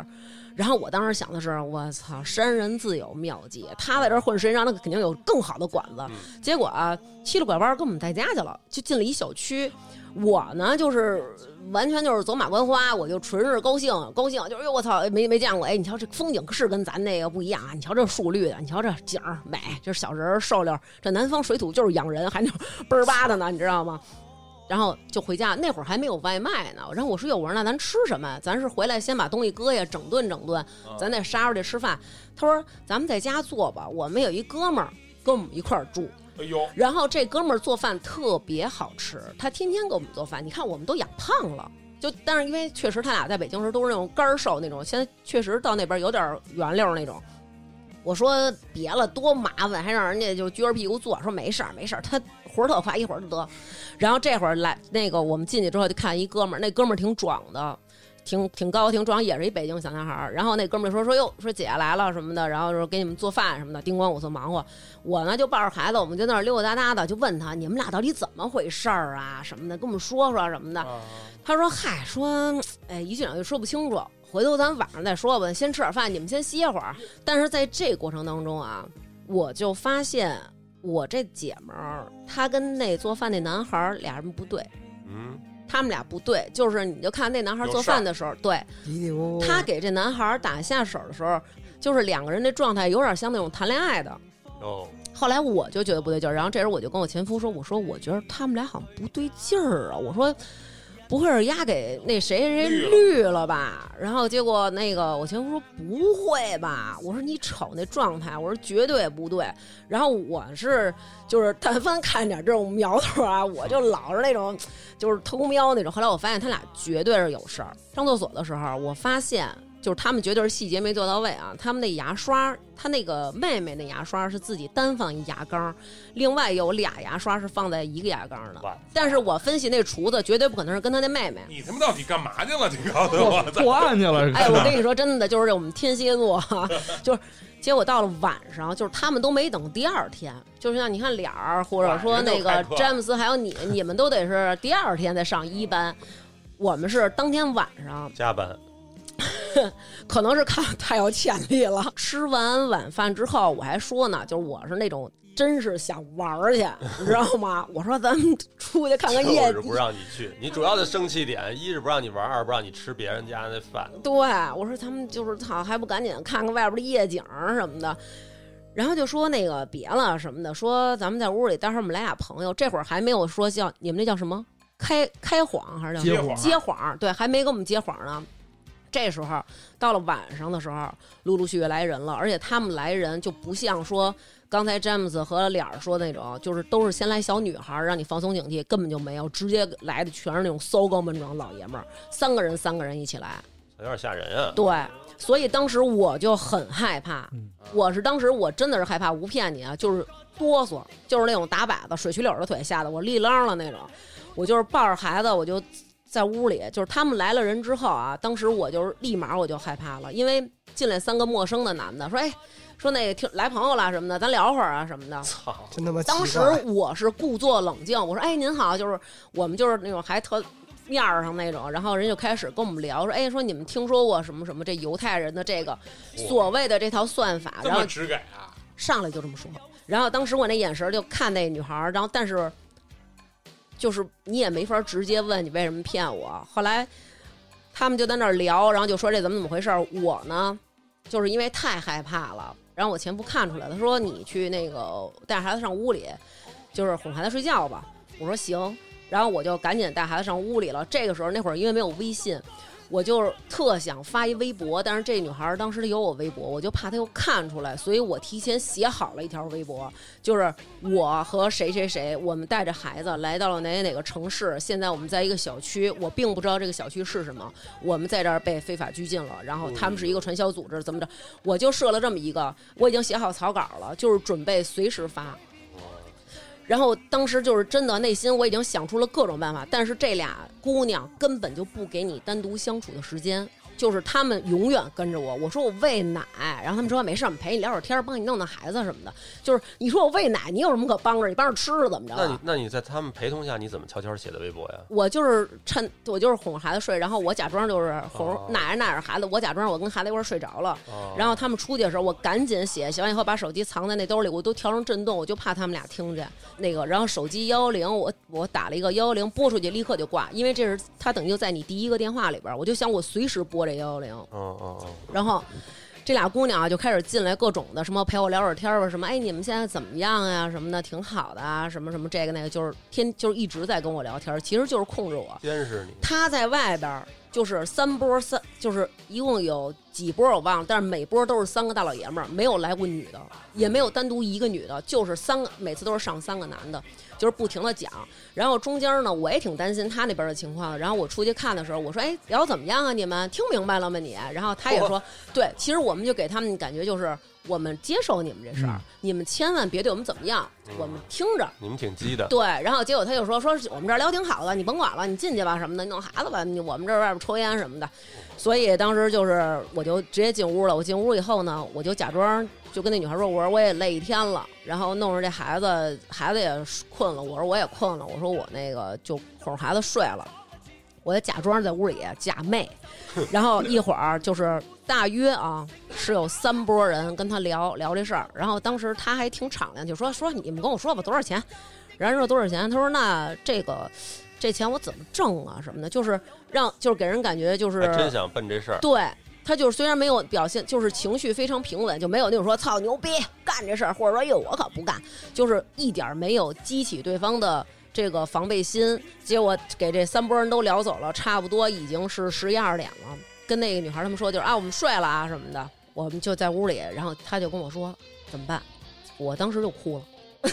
[SPEAKER 1] 然后我当时想的是，我操，山人自有妙计，他在这儿混时间长，那肯定有更好的馆子。结果啊，七了拐弯儿跟我们带家去了，就进了一小区。我呢，就是完全就是走马观花，我就纯是高兴，高兴就是哟，我操，没没见过，哎，你瞧这风景是跟咱那个不一样啊，你瞧这树绿的，你瞧这景儿美，这小人儿瘦溜儿，这南方水土就是养人，还那种倍儿巴的呢，你知道吗？ 然后就回家，那会儿还没有外卖呢。然后我说：“哟，我说那咱吃什么呀？咱是回来先把东西搁下，整顿整顿，咱再杀出去吃饭。”他说：“咱们在家做吧，我们有一哥们儿跟我们一块儿住，
[SPEAKER 3] 哎呦，
[SPEAKER 1] 然后这哥们儿做饭特别好吃，他天天给我们做饭。你看，我们都养胖了。就但是因为确实他俩在北京时候都是那种干儿瘦那种，现在确实到那边有点圆溜儿那种。我说别了，多麻烦，还让人家就撅着屁股坐。说没事儿，没事儿，他活儿特快，一会儿就得。然后这会儿来那个我们进去之后就看一哥们儿，那哥们儿挺壮的，挺挺高挺壮，也是一北京小男孩儿。然后那哥们儿说说哟，说姐来了什么的，然后说给你们做饭什么的，叮咣我就忙活。我呢就抱着孩子，我们就那儿溜溜达达的，就问他你们俩到底怎么回事儿啊什么的，跟我们说说什么的。
[SPEAKER 3] 啊
[SPEAKER 1] 他说嗨，说哎一句两句说不清楚，回头咱晚上再说吧，先吃点饭，你们先歇会儿。但是在这过程当中啊，我就发现我这姐们儿她跟那做饭那男孩儿俩人不对，
[SPEAKER 2] 嗯，
[SPEAKER 1] 他们俩不对，就是你就看那男孩儿
[SPEAKER 3] 有
[SPEAKER 1] 做
[SPEAKER 3] 事儿
[SPEAKER 1] 饭的时候，对
[SPEAKER 5] 嘀嘀咕咕。
[SPEAKER 1] 他给这男孩儿打下手的时候，就是两个人的状态有点像那种谈恋爱的。
[SPEAKER 2] 哦，
[SPEAKER 1] 后来我就觉得不对劲儿，然后这时候我就跟我前夫说：“我说我觉得他们俩好像不对劲儿啊，我说不会是丫给那谁谁谁绿了吧？”然后结果那个我前夫说：“不会吧？”我说：“你瞅那状态，我说绝对不对。”然后我是就是但凡看点这种苗头啊，我就老是那种就是偷瞄那种。后来我发现他俩绝对是有事儿。上厕所的时候，我发现就是他们绝对是细节没做到位啊。他们那牙刷，他那个妹妹那牙刷是自己单放一牙缸，另外有俩牙刷是放在一个牙缸的
[SPEAKER 2] 哇。
[SPEAKER 1] 但是我分析那厨子绝对不可能是跟他那妹妹。
[SPEAKER 3] 你他妈到底干嘛去了？你告诉我
[SPEAKER 4] 破，破案 去了，
[SPEAKER 1] 哎，我跟你说，真的就是我们天蝎座啊，就是结果到了晚上，就是他们都没等第二天，就是像你看脸儿，或者说那
[SPEAKER 3] 晚上
[SPEAKER 1] 个
[SPEAKER 3] 就开课
[SPEAKER 1] 詹姆斯还有你，你们都得是第二天再上一班。我们是当天晚上，
[SPEAKER 2] 加班，
[SPEAKER 1] 可能是看太有潜力了。吃完晚饭之后，我还说呢，就是我是那种真是想玩儿去，你知道吗？我说咱们出去看看夜
[SPEAKER 2] 就是
[SPEAKER 1] 景
[SPEAKER 2] 不，让你去。你主要的生气点，一是不让你玩，二是不让你吃别人家那饭。
[SPEAKER 1] 对，我说他们就是操，还不赶紧看看外边的夜景儿什么的。然后就说那个别了什么的，说咱们在屋里，待会儿我们来俩朋友，这会儿还没有说叫你们那叫什么开开晃还是叫什么
[SPEAKER 4] 接
[SPEAKER 3] 谎
[SPEAKER 1] 接谎，对，还没给我们接谎呢。这时候到了晚上的时候，陆陆续续来人了，而且他们来人就不像说刚才詹姆斯和脸儿说那种，就是都是先来小女孩儿让你放松警惕，根本就没有，直接来的全是那种骚高闷壮老爷们儿，三个人三个人一起来，
[SPEAKER 2] 有点吓人啊！
[SPEAKER 1] 对，所以当时我就很害怕，
[SPEAKER 4] 嗯
[SPEAKER 1] 我是当时我真的是害怕，不骗你啊，就是哆嗦，就是那种打靶子、水曲柳的腿吓得我立浪了那种。我就是抱着孩子，我就在屋里，就是他们来了人之后啊，当时我就是立马我就害怕了，因为进来三个陌生的男的，说哎，说那个听来朋友了什么的，咱聊会儿啊什么的。
[SPEAKER 2] 操，
[SPEAKER 5] 真他妈奇怪
[SPEAKER 1] 当时我是故作冷静，我说：“哎，您好，就是我们就是那种还特面儿上那种。”然后人就开始跟我们聊，说：“哎，说你们听说过什么什么这犹太人的这个所谓的这套算法？”
[SPEAKER 3] 这
[SPEAKER 1] 然后
[SPEAKER 3] 么直给啊？
[SPEAKER 1] 上来就这么说，然后当时我那眼神就看那女孩儿，然后但是就是你也没法直接问你为什么骗我。后来他们就在那儿聊，然后就说这怎么怎么回事儿。我呢，就是因为太害怕了，然后我前夫看出来了，他说你去那个带孩子上屋里，就是哄孩子睡觉吧。我说行，然后我就赶紧带孩子上屋里了。这个时候那会儿因为没有微信，我就特想发一微博，但是这女孩儿当时有我微博，我就怕她又看出来，所以我提前写好了一条微博，就是我和谁谁谁，我们带着孩子来到了哪哪哪个城市，现在我们在一个小区，我并不知道这个小区是什么，我们在这儿被非法拘禁了，然后他们是一个
[SPEAKER 2] 嗯
[SPEAKER 1] 传销组织，怎么着，我就设了这么一个，我已经写好草稿了，就是准备随时发。
[SPEAKER 2] 哦
[SPEAKER 1] 然后当时就是真的内心我已经想出了各种办法，但是这俩姑娘根本就不给你单独相处的时间，就是她们永远跟着我。我说我喂奶，然后她们说没事，我们陪你聊会儿天儿，帮你弄弄孩子什么的。就是你说我喂奶，你有什么可帮着？你帮着吃是怎么着啊？
[SPEAKER 2] 那你那你在他们陪同下，你怎么悄悄写的微博呀？
[SPEAKER 1] 我就是趁我就是哄孩子睡，然后我假装就是哄、
[SPEAKER 2] 哦
[SPEAKER 1] 奶着奶着孩子，我假装我跟孩子一块儿睡着了。
[SPEAKER 2] 哦
[SPEAKER 1] 然后他们出去的时候，我赶紧写，写完以后把手机藏在那兜里，我都调成震动，我就怕他们俩听见那个。然后手机幺幺零，我我打了一个幺幺零，拨出去立刻就挂，因为这是他等于就在你第一个电话里边儿，我就想我随时拨这幺幺零。
[SPEAKER 2] 嗯嗯嗯，
[SPEAKER 1] 然后这俩姑娘啊就开始进来各种的，什么陪我聊会儿天儿吧，什么哎你们现在怎么样呀、什么的，挺好的啊，什么什么这个那个，就是天就是一直在跟我聊天儿，其实就是控制我。
[SPEAKER 2] 监视你。
[SPEAKER 1] 他在外边儿就是三波儿三，就是一共有几波儿我忘了，但是每波儿都是三个大老爷们儿，没有来过女的，也没有单独一个女的，就是三个，每次都是上三个男的，就是不停的讲。然后中间呢，我也挺担心他那边的情况，然后我出去看的时候，我说：“哎，聊怎么样啊？你们听明白了吗？你？”然后他也说：“对，其实我们就给他们感觉就是我们接受你们这事儿，
[SPEAKER 4] 嗯
[SPEAKER 1] 你们千万别对我们怎么样，我们听着。”
[SPEAKER 2] 你们挺鸡的，
[SPEAKER 1] 对，然后结果他就说说我们这儿聊挺好的，你甭管了，你进去吧什么的，你弄孩子吧，你我们这儿外边抽烟什么的。所以当时就是我就直接进屋了。我进屋以后呢，我就假装就跟那女孩说，我说我也累一天了，然后弄着这孩子，孩子也困了，我说我也困了，我说我那个就哄孩子睡了。我就假装在屋里假寐，然后一会儿就是大约啊是有三拨人跟他聊聊这事儿，然后当时他还挺敞亮，就说说你们跟我说吧多少钱，然后说多少钱？他说那这个这钱我怎么挣啊什么的，就是让就是给人感觉就是
[SPEAKER 2] 还哎真想奔这事儿。
[SPEAKER 1] 对。他就是虽然没有表现，就是情绪非常平稳，就没有那种说“操牛逼干这事儿”或者说“哟我可不干”，就是一点儿没有激起对方的这个防备心。结果给这三拨人都聊走了，差不多已经是十一二点了。跟那个女孩他们说就是啊，我们睡了啊什么的，我们就在屋里。然后他就跟我说怎么办，我当时就哭了，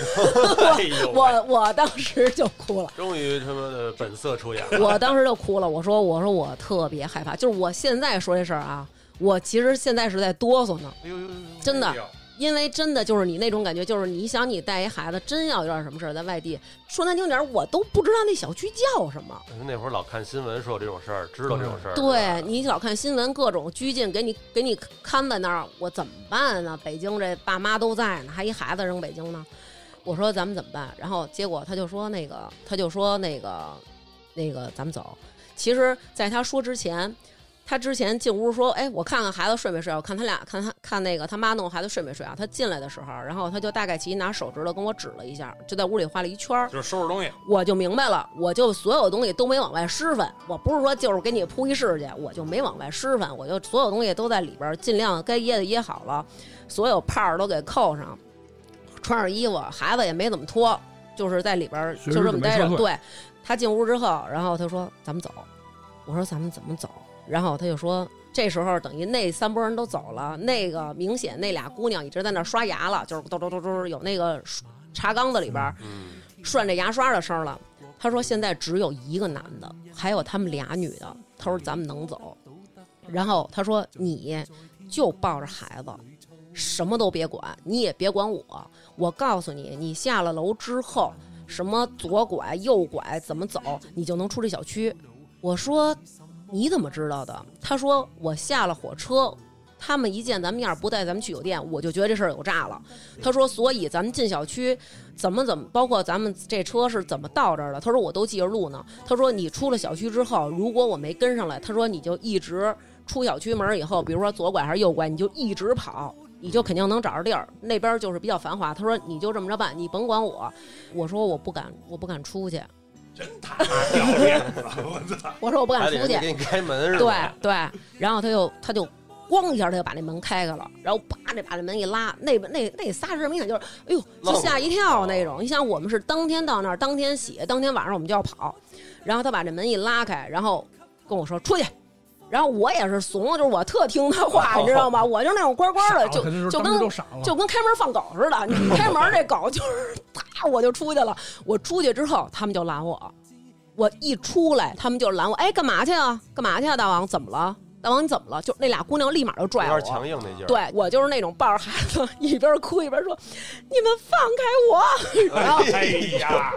[SPEAKER 2] 哎呦喂，
[SPEAKER 1] 我我当时就哭了。
[SPEAKER 2] 终于他妈的本色出演了。
[SPEAKER 1] 我当时就哭了，我说我说我特别害怕，就是我现在说这事儿啊，我其实现在是在哆嗦呢，
[SPEAKER 3] 哎呦呦呦呦，
[SPEAKER 1] 真的
[SPEAKER 3] 哎呦
[SPEAKER 1] 因为真的就是你那种感觉，就是你想你带一孩子，真要有点什么事儿，在外地说难听点儿，我都不知道那小区叫什么。
[SPEAKER 2] 那会儿老看新闻说有这种事儿，知道这种事儿。
[SPEAKER 1] 嗯对你老看新闻，各种拘禁，给你给你看在那儿，我怎么办呢？北京这爸妈都在呢，还一孩子扔北京呢。我说咱们怎么办？然后结果他就说那个，他就说那个，那个咱们走。其实，在他说之前，他之前进屋说：“哎，我看看孩子睡没睡啊？我看他俩，看他看那个他妈弄孩子睡没睡啊？”他进来的时候，然后他就大概其拿手指头跟我指了一下，就在屋里画了一圈儿。
[SPEAKER 3] 就是收拾东西，
[SPEAKER 1] 我就明白了，我就所有东西都没往外施分，我不是说就是给你铺一世去，我就没往外施分，我就所有东西都在里边儿，尽量该掖的掖好了，所有泡儿都给扣上，穿上衣服，孩子也没怎么脱，就是在里边儿
[SPEAKER 4] 随
[SPEAKER 1] 就
[SPEAKER 4] 时
[SPEAKER 1] 这么
[SPEAKER 4] 准备
[SPEAKER 1] 待着
[SPEAKER 4] 撤。退
[SPEAKER 1] 对他进屋之后，然后他说咱们走，我说咱们怎么走？然后他就说。这时候等于那三拨人都走了，那个明显那俩姑娘一直在那儿刷牙了，就是嘟嘟嘟嘟有那个茶缸子里边儿
[SPEAKER 2] 嗯，
[SPEAKER 1] 涮着牙刷的声儿了。他说现在只有一个男的，还有他们俩女的。他说咱们能走。然后他说你就抱着孩子，什么都别管，你也别管我。我告诉你，你下了楼之后，什么左拐右拐怎么走，你就能出这小区。我说你怎么知道的？他说我下了火车。他们一见咱们样儿不带咱们去酒店，我就觉得这事儿有诈了。他说，所以咱们进小区怎么怎么，包括咱们这车是怎么到这儿的？他说我都记着路呢。他说你出了小区之后，如果我没跟上来，他说你就一直出小区门儿以后，比如说左拐还是右拐，你就一直跑，你就肯定能找着地儿。那边就是比较繁华。他说你就这么着办，你甭管我。我说我不敢，我不敢出去。
[SPEAKER 3] 真他妈要脸了，我操！
[SPEAKER 1] 我说我不敢
[SPEAKER 2] 还
[SPEAKER 1] 出
[SPEAKER 2] 得
[SPEAKER 1] 去
[SPEAKER 2] 人。给你开门是
[SPEAKER 1] 对
[SPEAKER 2] 吧？
[SPEAKER 1] 对，然后他就他就咣一下他就把那门开开了，然后啪这把那门一拉，那那那仨人明显就是哎呦就
[SPEAKER 2] 愣
[SPEAKER 1] 吓一跳那种。你想我们是当天到那儿，当天洗，当天晚上我们就要跑，然后他把这门一拉开，然后跟我说出去。然后我也是怂，就是我特听他话，你知道吗？哎我就那种乖乖的，
[SPEAKER 4] 啊傻了肯定
[SPEAKER 1] 就是就
[SPEAKER 4] 当
[SPEAKER 1] 跟
[SPEAKER 4] 时都傻
[SPEAKER 2] 啊
[SPEAKER 4] 了
[SPEAKER 1] 就跟开门放狗似的。 你开门这狗就是啪，我就出去了。我出去之后，他们就拦我。我一出来，他们就拦我，哎，干嘛去啊？干嘛去啊？大王怎么了？大王你怎么了？就那俩姑娘立马就拽
[SPEAKER 2] 有
[SPEAKER 1] 我，
[SPEAKER 2] 点强硬那劲儿。
[SPEAKER 1] 对我就是那种抱着孩子一边哭一边说：“你们放开我！”然后
[SPEAKER 3] 哎呀，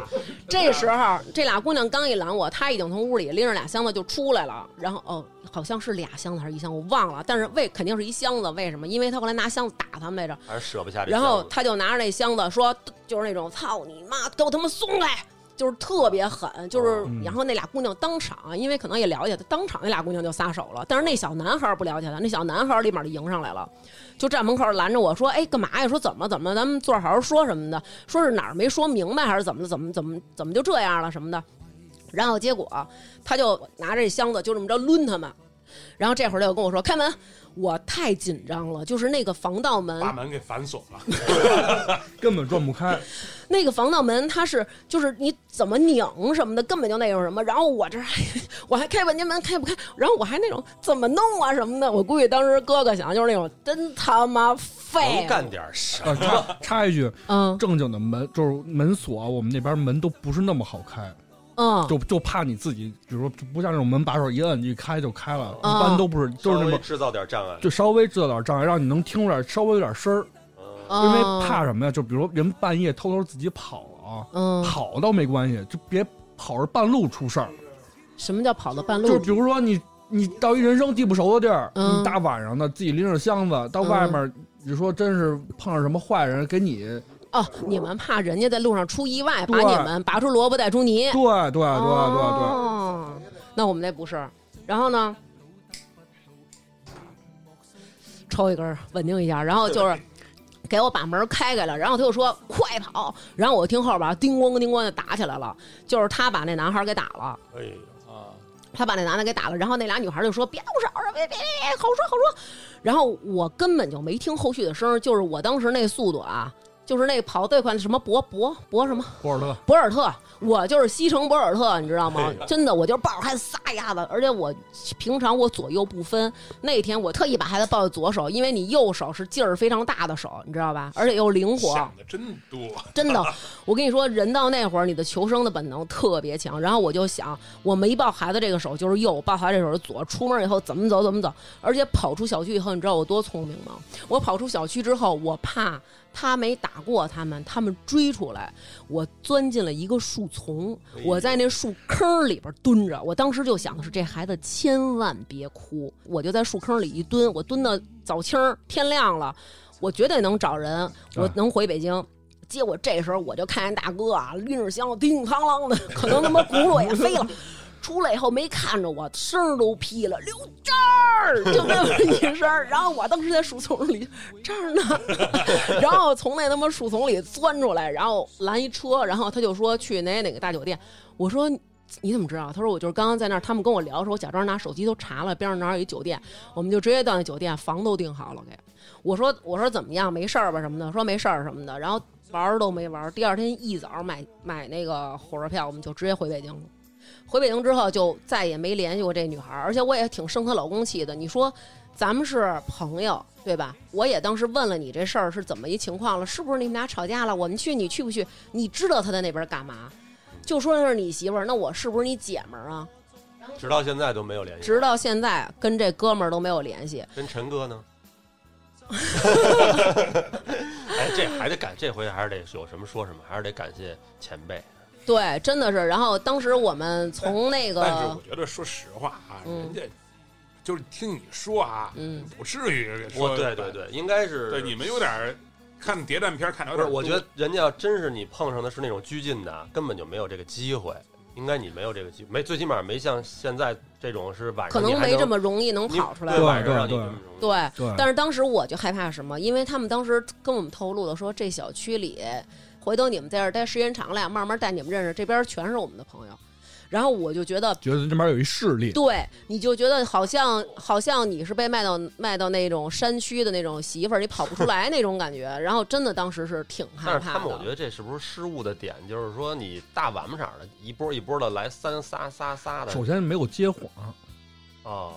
[SPEAKER 1] 这时候这俩姑娘刚一拦我，她已经从屋里拎着俩箱子就出来了。然后哦，好像是俩箱子还是一箱，我忘了。但是为肯定是一箱子，为什么？因为她后来拿箱子打他们来着。
[SPEAKER 2] 还是舍不下这
[SPEAKER 1] 然
[SPEAKER 2] 箱子。
[SPEAKER 1] 后他就拿着那箱子说，就是那种操你妈，给我他妈松开！就是特别狠，就是，然后那俩姑娘当场，啊因为可能也了解他，当场那俩姑娘就撒手了。但是那小男孩儿不了解他，那小男孩儿立马就迎上来了，就站门口拦着我说：“哎，干嘛呀？说怎么怎么，咱们坐着好好说什么的，说是哪儿没说明白，还是怎么的，怎么怎么怎么就这样了什么的。”然后结果他就拿着这箱子就这么着抡他们，然后这会儿他就跟我说：“开门！”我太紧张了，就是那个防盗门
[SPEAKER 3] 把门给反锁了，
[SPEAKER 4] 根本转不开，
[SPEAKER 1] 那个防盗门它是就是你怎么拧什么的，根本就那种什么。然后我这还我还开半天门开不开，然后我还那种怎么弄啊什么的。我估计当时哥哥想就是那种真他妈废
[SPEAKER 2] 能，干点什么？
[SPEAKER 4] 呃插插一句，
[SPEAKER 1] 嗯
[SPEAKER 4] 正经的门就是门锁啊，我们那边门都不是那么好开，
[SPEAKER 1] 嗯，
[SPEAKER 4] 就就怕你自己，比如说不像那种门把手一摁一开就开了，一
[SPEAKER 1] 啊
[SPEAKER 4] 般都不是，就是
[SPEAKER 2] 稍
[SPEAKER 4] 那
[SPEAKER 2] 微
[SPEAKER 4] 么
[SPEAKER 2] 制造点障碍，
[SPEAKER 4] 就稍微制造点障碍，让你能听出来稍微有点声儿，
[SPEAKER 2] 嗯
[SPEAKER 4] 因为
[SPEAKER 1] 嗯
[SPEAKER 4] 怕什么呀？就比如人半夜偷偷自己跑了啊，
[SPEAKER 1] 嗯，
[SPEAKER 4] 跑倒没关系，就别跑着半路出事儿。
[SPEAKER 1] 什么叫跑到半
[SPEAKER 4] 就是
[SPEAKER 1] 路？
[SPEAKER 4] 比如说你你到一人生地不熟的地儿，
[SPEAKER 1] 嗯
[SPEAKER 4] 你大晚上的自己拎着箱子到外面，你说真是碰上什么坏人，给你
[SPEAKER 1] 哦，你们怕人家在路上出意外，把
[SPEAKER 4] 对
[SPEAKER 1] 你们拔出萝卜带出泥。
[SPEAKER 4] 对啊对对对
[SPEAKER 1] 哎哦，那我们那不是。然后呢，抽一根儿稳定一下，然后就是。给我把门开开了，然后他就说快跑，然后我听后边儿叮咣叮咣就打起来了，就是他把那男孩儿给打了，
[SPEAKER 2] 哎呦，
[SPEAKER 1] 他把那男的给打了，然后那俩女孩就说别动手啊，别别别别，好说好说。然后我根本就没听后续的声儿，就是我当时那速度啊，就是那跑最快的什么博博博什么
[SPEAKER 4] 对，博尔特
[SPEAKER 1] 博尔特，我就是西城博尔特，你知道吗？真的，我就是抱着孩子撒丫子，而且我平常我左右不分。那天我特意把孩子抱在左手，因为你右手是劲儿非常大的手，你知道吧？而且又灵活。
[SPEAKER 3] 想的真多。
[SPEAKER 1] 真的，我跟你说，人到那会儿，你的求生的本能特别强。然后我就想，我没抱孩子这个手就是右，抱孩子这手是左。出门以后怎么走怎么走，而且跑出小区以后，你知道我多聪明吗？我跑出小区之后，我怕他没打过他们，他们追出来，我钻进了一个树丛，我在那树坑里边蹲着。我当时就想的是，这孩子千万别哭。我就在树坑里一蹲，我蹲到早清儿天亮了，我绝对能找人，我能回北京。结果这时候我就看见大哥啊，拎着箱子叮当啷的，可能他妈轱辘也飞了。出来以后没看着我，声儿都劈了，刘这儿就那么一声儿。然后我当时在树丛里，这儿呢， 然后从那他妈树丛里钻出来，然后拦一车，然后他就说去哪哪个大酒店。我说你怎么知道？他说我就是刚刚在那儿，他们跟我聊的时候，我假装拿手机都查了边上哪儿有一酒店，我们就直接到那酒店，房都订好了给。我说我说怎么样，没事儿吧什么的，说没事儿什么的，然后玩儿都没玩儿。第二天一早买买那个火车票，我们就直接回北京了。回北京之后就再也没联系过这女孩儿，而且我也挺生她老公气的。你说咱们是朋友对吧？我也当时问了你这事儿是怎么一情况了，是不是你们俩吵架了？我们去你去不去？你知道她在那边干嘛？就说是你媳妇儿，那我是不是你姐们儿啊？
[SPEAKER 2] 直到现在都没有联系。
[SPEAKER 1] 直到现在跟这哥们儿都没有联系。
[SPEAKER 2] 跟陈哥呢？ 哎，这还得感，这回还是得有什么说什么，还是得感谢前辈。
[SPEAKER 1] 对，真的是。然后当时我们从那个，
[SPEAKER 3] 哎但是我觉得，说实话
[SPEAKER 1] 啊
[SPEAKER 3] 啊，
[SPEAKER 1] 嗯
[SPEAKER 3] 人家就是听你说啊，
[SPEAKER 1] 嗯
[SPEAKER 3] 不至于说
[SPEAKER 2] 我对对，对，应该是
[SPEAKER 3] 对你们有点儿看谍战片看的有
[SPEAKER 2] 不是？
[SPEAKER 3] 点儿多，
[SPEAKER 2] 我觉得人家要真是你碰上的是那种拘禁的，啊根本就没有这个机会。应该你没有这个机，没最起码没像现在这种是晚
[SPEAKER 1] 可
[SPEAKER 2] 上你
[SPEAKER 1] 能
[SPEAKER 2] 还
[SPEAKER 1] 没
[SPEAKER 2] 能
[SPEAKER 1] 这么容易能
[SPEAKER 2] 你
[SPEAKER 1] 跑出来
[SPEAKER 2] 对
[SPEAKER 1] 吧。
[SPEAKER 2] 晚上让你
[SPEAKER 4] 对
[SPEAKER 2] 这
[SPEAKER 4] 对
[SPEAKER 2] 么容易
[SPEAKER 1] 对，
[SPEAKER 4] 对
[SPEAKER 1] 但是当时我就害怕什么？因为他们当时跟我们透露的说，这小区里，回头你们在这儿待时间长了，慢慢带你们认识，这边全是我们的朋友。然后我就觉得，
[SPEAKER 4] 觉得这边有一势力，
[SPEAKER 1] 对，你就觉得好像好像你是被卖到卖到那种山区的那种媳妇儿，你跑不出来那种感 觉。然后真的当时是挺
[SPEAKER 2] 但
[SPEAKER 1] 害
[SPEAKER 2] 是
[SPEAKER 1] 怕
[SPEAKER 2] 他们，我觉
[SPEAKER 1] 的。
[SPEAKER 2] 得这是不是失误的点？就是说，你大晚上的，一波一波的来，三仨仨仨的，
[SPEAKER 4] 啊首先没有接谎，
[SPEAKER 2] 哦，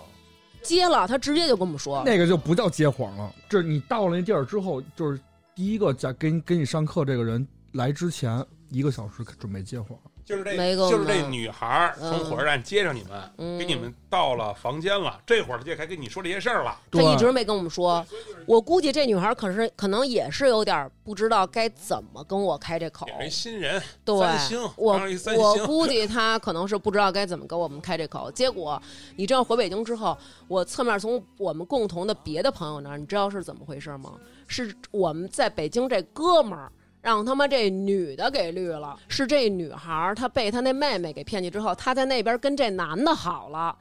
[SPEAKER 1] 接了，他直接就跟我们说，
[SPEAKER 4] 那个就不叫接谎了。这你到了那地儿之后，就是第一个在给你给你上课这个人来之前一个小时准备接谎，
[SPEAKER 3] 就是这，
[SPEAKER 1] 没够
[SPEAKER 3] 就是这
[SPEAKER 1] 呢
[SPEAKER 3] 女孩儿从
[SPEAKER 1] 嗯
[SPEAKER 3] 火车站接上你们，
[SPEAKER 1] 嗯
[SPEAKER 3] 给你们到了房间了，这会儿就该跟你说这些事儿了。
[SPEAKER 2] 哦
[SPEAKER 1] 他
[SPEAKER 4] 对，
[SPEAKER 1] 一直没跟我们说。我估计这女孩可是可能也是有点儿不知道该怎么跟我开这口
[SPEAKER 3] 也，没新人，
[SPEAKER 1] 对
[SPEAKER 3] 三星，
[SPEAKER 1] 我
[SPEAKER 3] 当时一三
[SPEAKER 1] 我
[SPEAKER 3] 星，
[SPEAKER 1] 估计他可能是不知道该怎么给我们开这口。结果你知道回北京之后，我侧面从我们共同的别的朋友那儿，你知道是怎么回事吗？是我们在北京这哥们儿。让他妈这女的给绿了，是这女孩儿她被她那妹妹给骗去之后，她在那边跟这男的好了，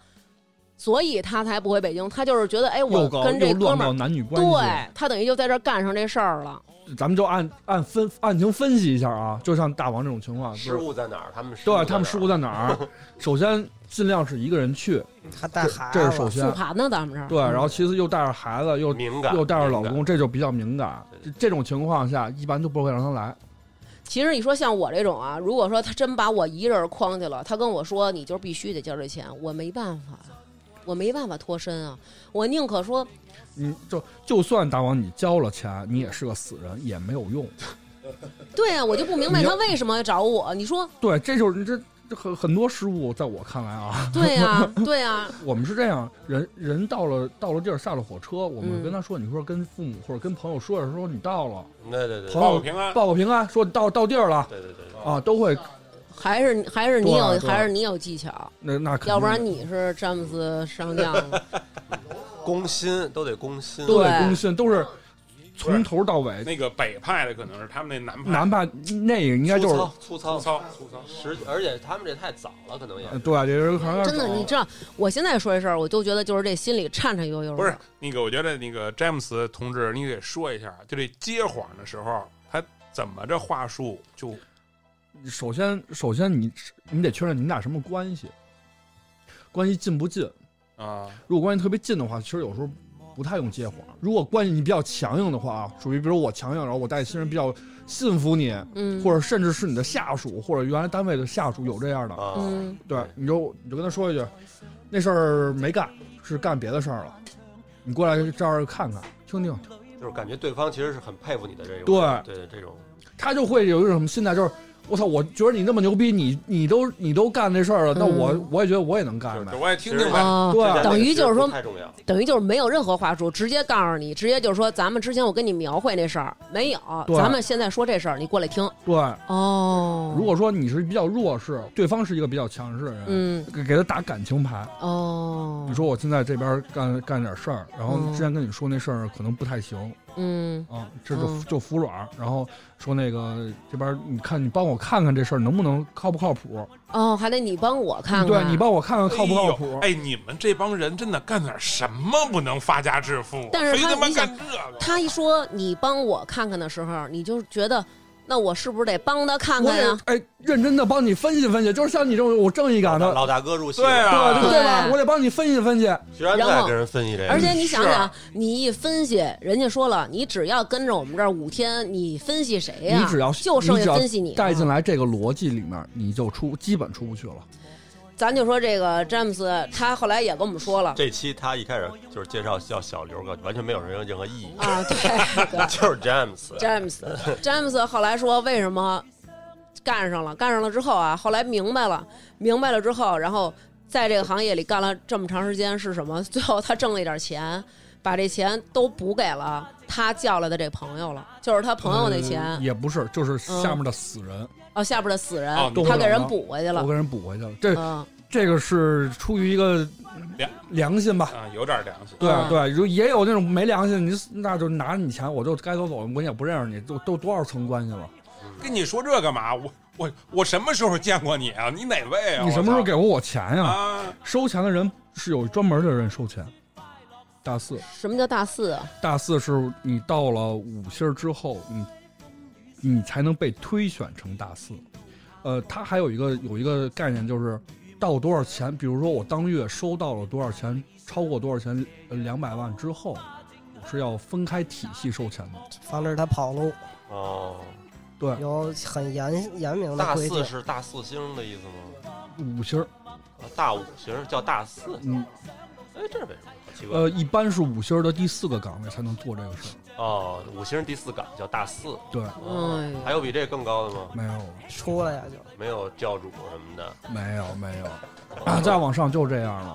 [SPEAKER 1] 所以她才不回北京。她就是觉得，哎，我
[SPEAKER 4] 又搞
[SPEAKER 1] 跟这
[SPEAKER 4] 又
[SPEAKER 1] 哥
[SPEAKER 4] 乱
[SPEAKER 1] 们
[SPEAKER 4] 到
[SPEAKER 1] 儿，
[SPEAKER 4] 男女关系。
[SPEAKER 1] 对她等于就在这儿干上这事儿了。
[SPEAKER 4] 咱们就按按分案情分析一下啊，就像大王这种情况，
[SPEAKER 2] 失误在哪儿？他们
[SPEAKER 4] 啊对啊
[SPEAKER 2] 在
[SPEAKER 4] 他们
[SPEAKER 2] 哪儿
[SPEAKER 4] 失误在哪儿？首先尽量是一个人去，
[SPEAKER 5] 还带孩子，
[SPEAKER 4] 这是首
[SPEAKER 1] 复
[SPEAKER 4] 先。
[SPEAKER 1] 盘呢，咱们这儿
[SPEAKER 4] 对，然后其次又带着孩子，又
[SPEAKER 2] 敏感，
[SPEAKER 4] 又带着老
[SPEAKER 2] 敏感
[SPEAKER 4] 公，这就比较敏感。这这种情况下，一般就不会让他来。
[SPEAKER 1] 其实你说像我这种啊，如果说他真把我一人儿诓去了，他跟我说你就是必须得交这钱，我没办法，我没办法脱身啊，我宁可说
[SPEAKER 4] 你就就算大王你交了钱，你也是个死人，也没有用。
[SPEAKER 1] 对啊，我就不明白
[SPEAKER 4] 你
[SPEAKER 1] 他
[SPEAKER 4] 要
[SPEAKER 1] 为什么要找我。你说
[SPEAKER 4] 对，这就是这这很很多失误，在我看来啊，
[SPEAKER 1] 对 啊，对啊，
[SPEAKER 4] 我们是这样，人人到了到了地儿，下了火车，我们
[SPEAKER 1] 嗯
[SPEAKER 4] 跟他说，你说跟父母或者跟朋友说一下，说你到了，
[SPEAKER 2] 对对对对
[SPEAKER 4] 朋友
[SPEAKER 3] 报个平安。
[SPEAKER 4] 报个平安，说你到到地儿了
[SPEAKER 2] 对对对对，
[SPEAKER 4] 啊，都会
[SPEAKER 1] 还是还是你
[SPEAKER 4] 对啊
[SPEAKER 1] 有
[SPEAKER 4] 对啊
[SPEAKER 1] 还是你有技巧，
[SPEAKER 4] 那那肯定
[SPEAKER 1] 要不然你是詹姆斯上 将，
[SPEAKER 2] 攻心都得攻心，
[SPEAKER 4] 都
[SPEAKER 1] 对
[SPEAKER 4] 得公信，都是从头到尾。
[SPEAKER 3] 那个北派的可能是他们那南派，
[SPEAKER 4] 南派那个应该就是嗯
[SPEAKER 2] 粗
[SPEAKER 3] 粗
[SPEAKER 2] 糙粗糙，
[SPEAKER 3] 糙粗糙，
[SPEAKER 2] 实而且他们这太早了，可能也
[SPEAKER 4] 呃对，这人好像
[SPEAKER 1] 真的，你知道，我现在说这事儿，我就觉得就是这心里颤颤悠悠的。
[SPEAKER 3] 不
[SPEAKER 4] 嗯
[SPEAKER 3] 是那个，我觉得那个詹姆斯同志，你给说一下，就这接谎的时候，他怎么这话术就
[SPEAKER 4] 首先首先你你得确认你们俩什么关系，关系近不近？
[SPEAKER 3] 啊
[SPEAKER 4] 如果关系特别近的话，其实有时候不太用接谎。如果关系你比较强硬的话啊，属于比如我强硬，然后我带新人比较信服你，
[SPEAKER 1] 嗯，
[SPEAKER 4] 或者甚至是你的下属或者原来单位的下属有这样的，
[SPEAKER 2] 啊，
[SPEAKER 1] 嗯，
[SPEAKER 4] 对，你就你就跟他说一句，那事儿没干，是干别的事儿了，你过来这儿看看听听，
[SPEAKER 2] 就是感觉对方其实是很佩服你的这种，
[SPEAKER 4] 对
[SPEAKER 2] 对这种，
[SPEAKER 4] 他就会有一种什么心态，就是我操，我觉得你那么牛逼，你你都你都干这事儿了，那
[SPEAKER 1] 嗯
[SPEAKER 4] 我我也觉得我也能干
[SPEAKER 2] 就
[SPEAKER 4] 呗
[SPEAKER 3] 这。我也听听呗。
[SPEAKER 1] 啊，
[SPEAKER 4] 对
[SPEAKER 2] 这两
[SPEAKER 1] 等于就是说
[SPEAKER 2] 个其实不太重要，
[SPEAKER 1] 等于就是没有任何话术，直接告诉你，直接就是说，咱们之前我跟你描绘那事儿没有，
[SPEAKER 4] 对
[SPEAKER 1] 咱们现在说这事儿，你过来听
[SPEAKER 4] 对，
[SPEAKER 1] 哦。
[SPEAKER 4] 如果说你是比较弱势，对方是一个比较强势的人，
[SPEAKER 1] 嗯
[SPEAKER 4] 给给他打感情牌。
[SPEAKER 1] 哦，
[SPEAKER 4] 你说我现在这边干干点事儿，然后
[SPEAKER 1] 嗯
[SPEAKER 4] 之前跟你说那事儿可能不太行
[SPEAKER 1] 嗯
[SPEAKER 4] 啊，这就
[SPEAKER 1] 嗯
[SPEAKER 4] 就服软儿，然后说那个这边你看你帮我看看这事儿能不能靠不靠谱？
[SPEAKER 1] 哦，还得你帮我看看，
[SPEAKER 4] 对你帮我看看靠不靠谱？
[SPEAKER 3] 哎呦哎，你们这帮人真的干点什么不能发家致富？啊
[SPEAKER 1] 但是
[SPEAKER 3] 非
[SPEAKER 1] 他
[SPEAKER 3] 他妈
[SPEAKER 1] 你想
[SPEAKER 3] 干这个，
[SPEAKER 1] 他一说你帮我看看的时候，你就觉得那我是不是得帮他看啊
[SPEAKER 4] 我
[SPEAKER 1] 看
[SPEAKER 4] 也
[SPEAKER 1] 呀？
[SPEAKER 4] 哎认真的帮你分析分析，就是像你这种有正义感的，
[SPEAKER 2] 老大哥入戏，
[SPEAKER 3] 对啊，
[SPEAKER 4] 对对吧？
[SPEAKER 1] 对
[SPEAKER 4] 我得帮你分析分析。
[SPEAKER 2] 徐安
[SPEAKER 1] 然
[SPEAKER 2] 在
[SPEAKER 1] 后
[SPEAKER 2] 跟人分析这个，
[SPEAKER 1] 而且你想想，你一分析，人家说了，你只要跟着我们这儿五天，你分析谁哎呀？
[SPEAKER 4] 你只要
[SPEAKER 1] 就剩
[SPEAKER 4] 你只
[SPEAKER 1] 下
[SPEAKER 4] 要
[SPEAKER 1] 分析你了嗯
[SPEAKER 4] 带进来这个逻辑里面，你就出基本出不去了。
[SPEAKER 1] 咱就说这个詹姆斯，他后来也跟我们说了
[SPEAKER 2] 这期他一开始就是介绍叫小刘哥，完全没有任何任何意义，
[SPEAKER 1] 啊，对。 对
[SPEAKER 2] 就 是 James，
[SPEAKER 1] 詹姆斯，詹姆斯后来说为什么干上了？干上了之后啊，后来明白了，明白了之后，然后在这个行业里干了这么长时间是什么？最后他挣了一点钱，把这钱都补给了他叫来的这朋友了，就是他朋友那钱嗯
[SPEAKER 4] 呃也不是，就是下面的死人，
[SPEAKER 1] 哦，下边的死人，
[SPEAKER 3] 哦
[SPEAKER 1] 他给人补回去了
[SPEAKER 4] 我。给人补回去了。这
[SPEAKER 1] 嗯，
[SPEAKER 4] 这个是出于一个
[SPEAKER 3] 良
[SPEAKER 4] 良心吧？
[SPEAKER 3] 啊，有点良心。
[SPEAKER 4] 对
[SPEAKER 1] 嗯
[SPEAKER 4] 对，就也有那种没良心，你那就拿着你钱，我就该走走，我也不认识你，都都多少层关系了？
[SPEAKER 3] 跟你说这干嘛？我我我什么时候见过你啊？你哪位啊？
[SPEAKER 4] 你什么时候给
[SPEAKER 3] 我
[SPEAKER 4] 过我钱
[SPEAKER 3] 操
[SPEAKER 4] 呀？
[SPEAKER 3] 啊？
[SPEAKER 4] 收钱的人是有专门的人收钱。大四，
[SPEAKER 1] 什么叫大四啊？
[SPEAKER 4] 大四是你到了五星儿之后，你你才能被推选成大四。呃，它还有一个有一个概念就是到多少钱，比如说我当月收到了多少钱，超过多少钱，呃两百万之后，我是要分开体系收钱的。
[SPEAKER 5] 防止他跑路，
[SPEAKER 2] 哦，
[SPEAKER 4] 对，
[SPEAKER 5] 有很严严明的
[SPEAKER 2] 大
[SPEAKER 5] 规定
[SPEAKER 2] 四。是大四星的意思吗？
[SPEAKER 4] 五星儿，
[SPEAKER 2] 啊大五星叫大四，
[SPEAKER 4] 嗯，
[SPEAKER 2] 哎，这是为什么？好奇怪。
[SPEAKER 4] 呃，一般是五星儿的第四个岗位才能做这个事儿。
[SPEAKER 2] 哦，五星第四岗叫大四，
[SPEAKER 4] 对，
[SPEAKER 2] 哦
[SPEAKER 1] 哎呀
[SPEAKER 2] 还有比这更高的吗？
[SPEAKER 4] 没有，
[SPEAKER 5] 出了呀就
[SPEAKER 2] 没有教主什么的，
[SPEAKER 4] 没有，没有，啊，再往上就这样了。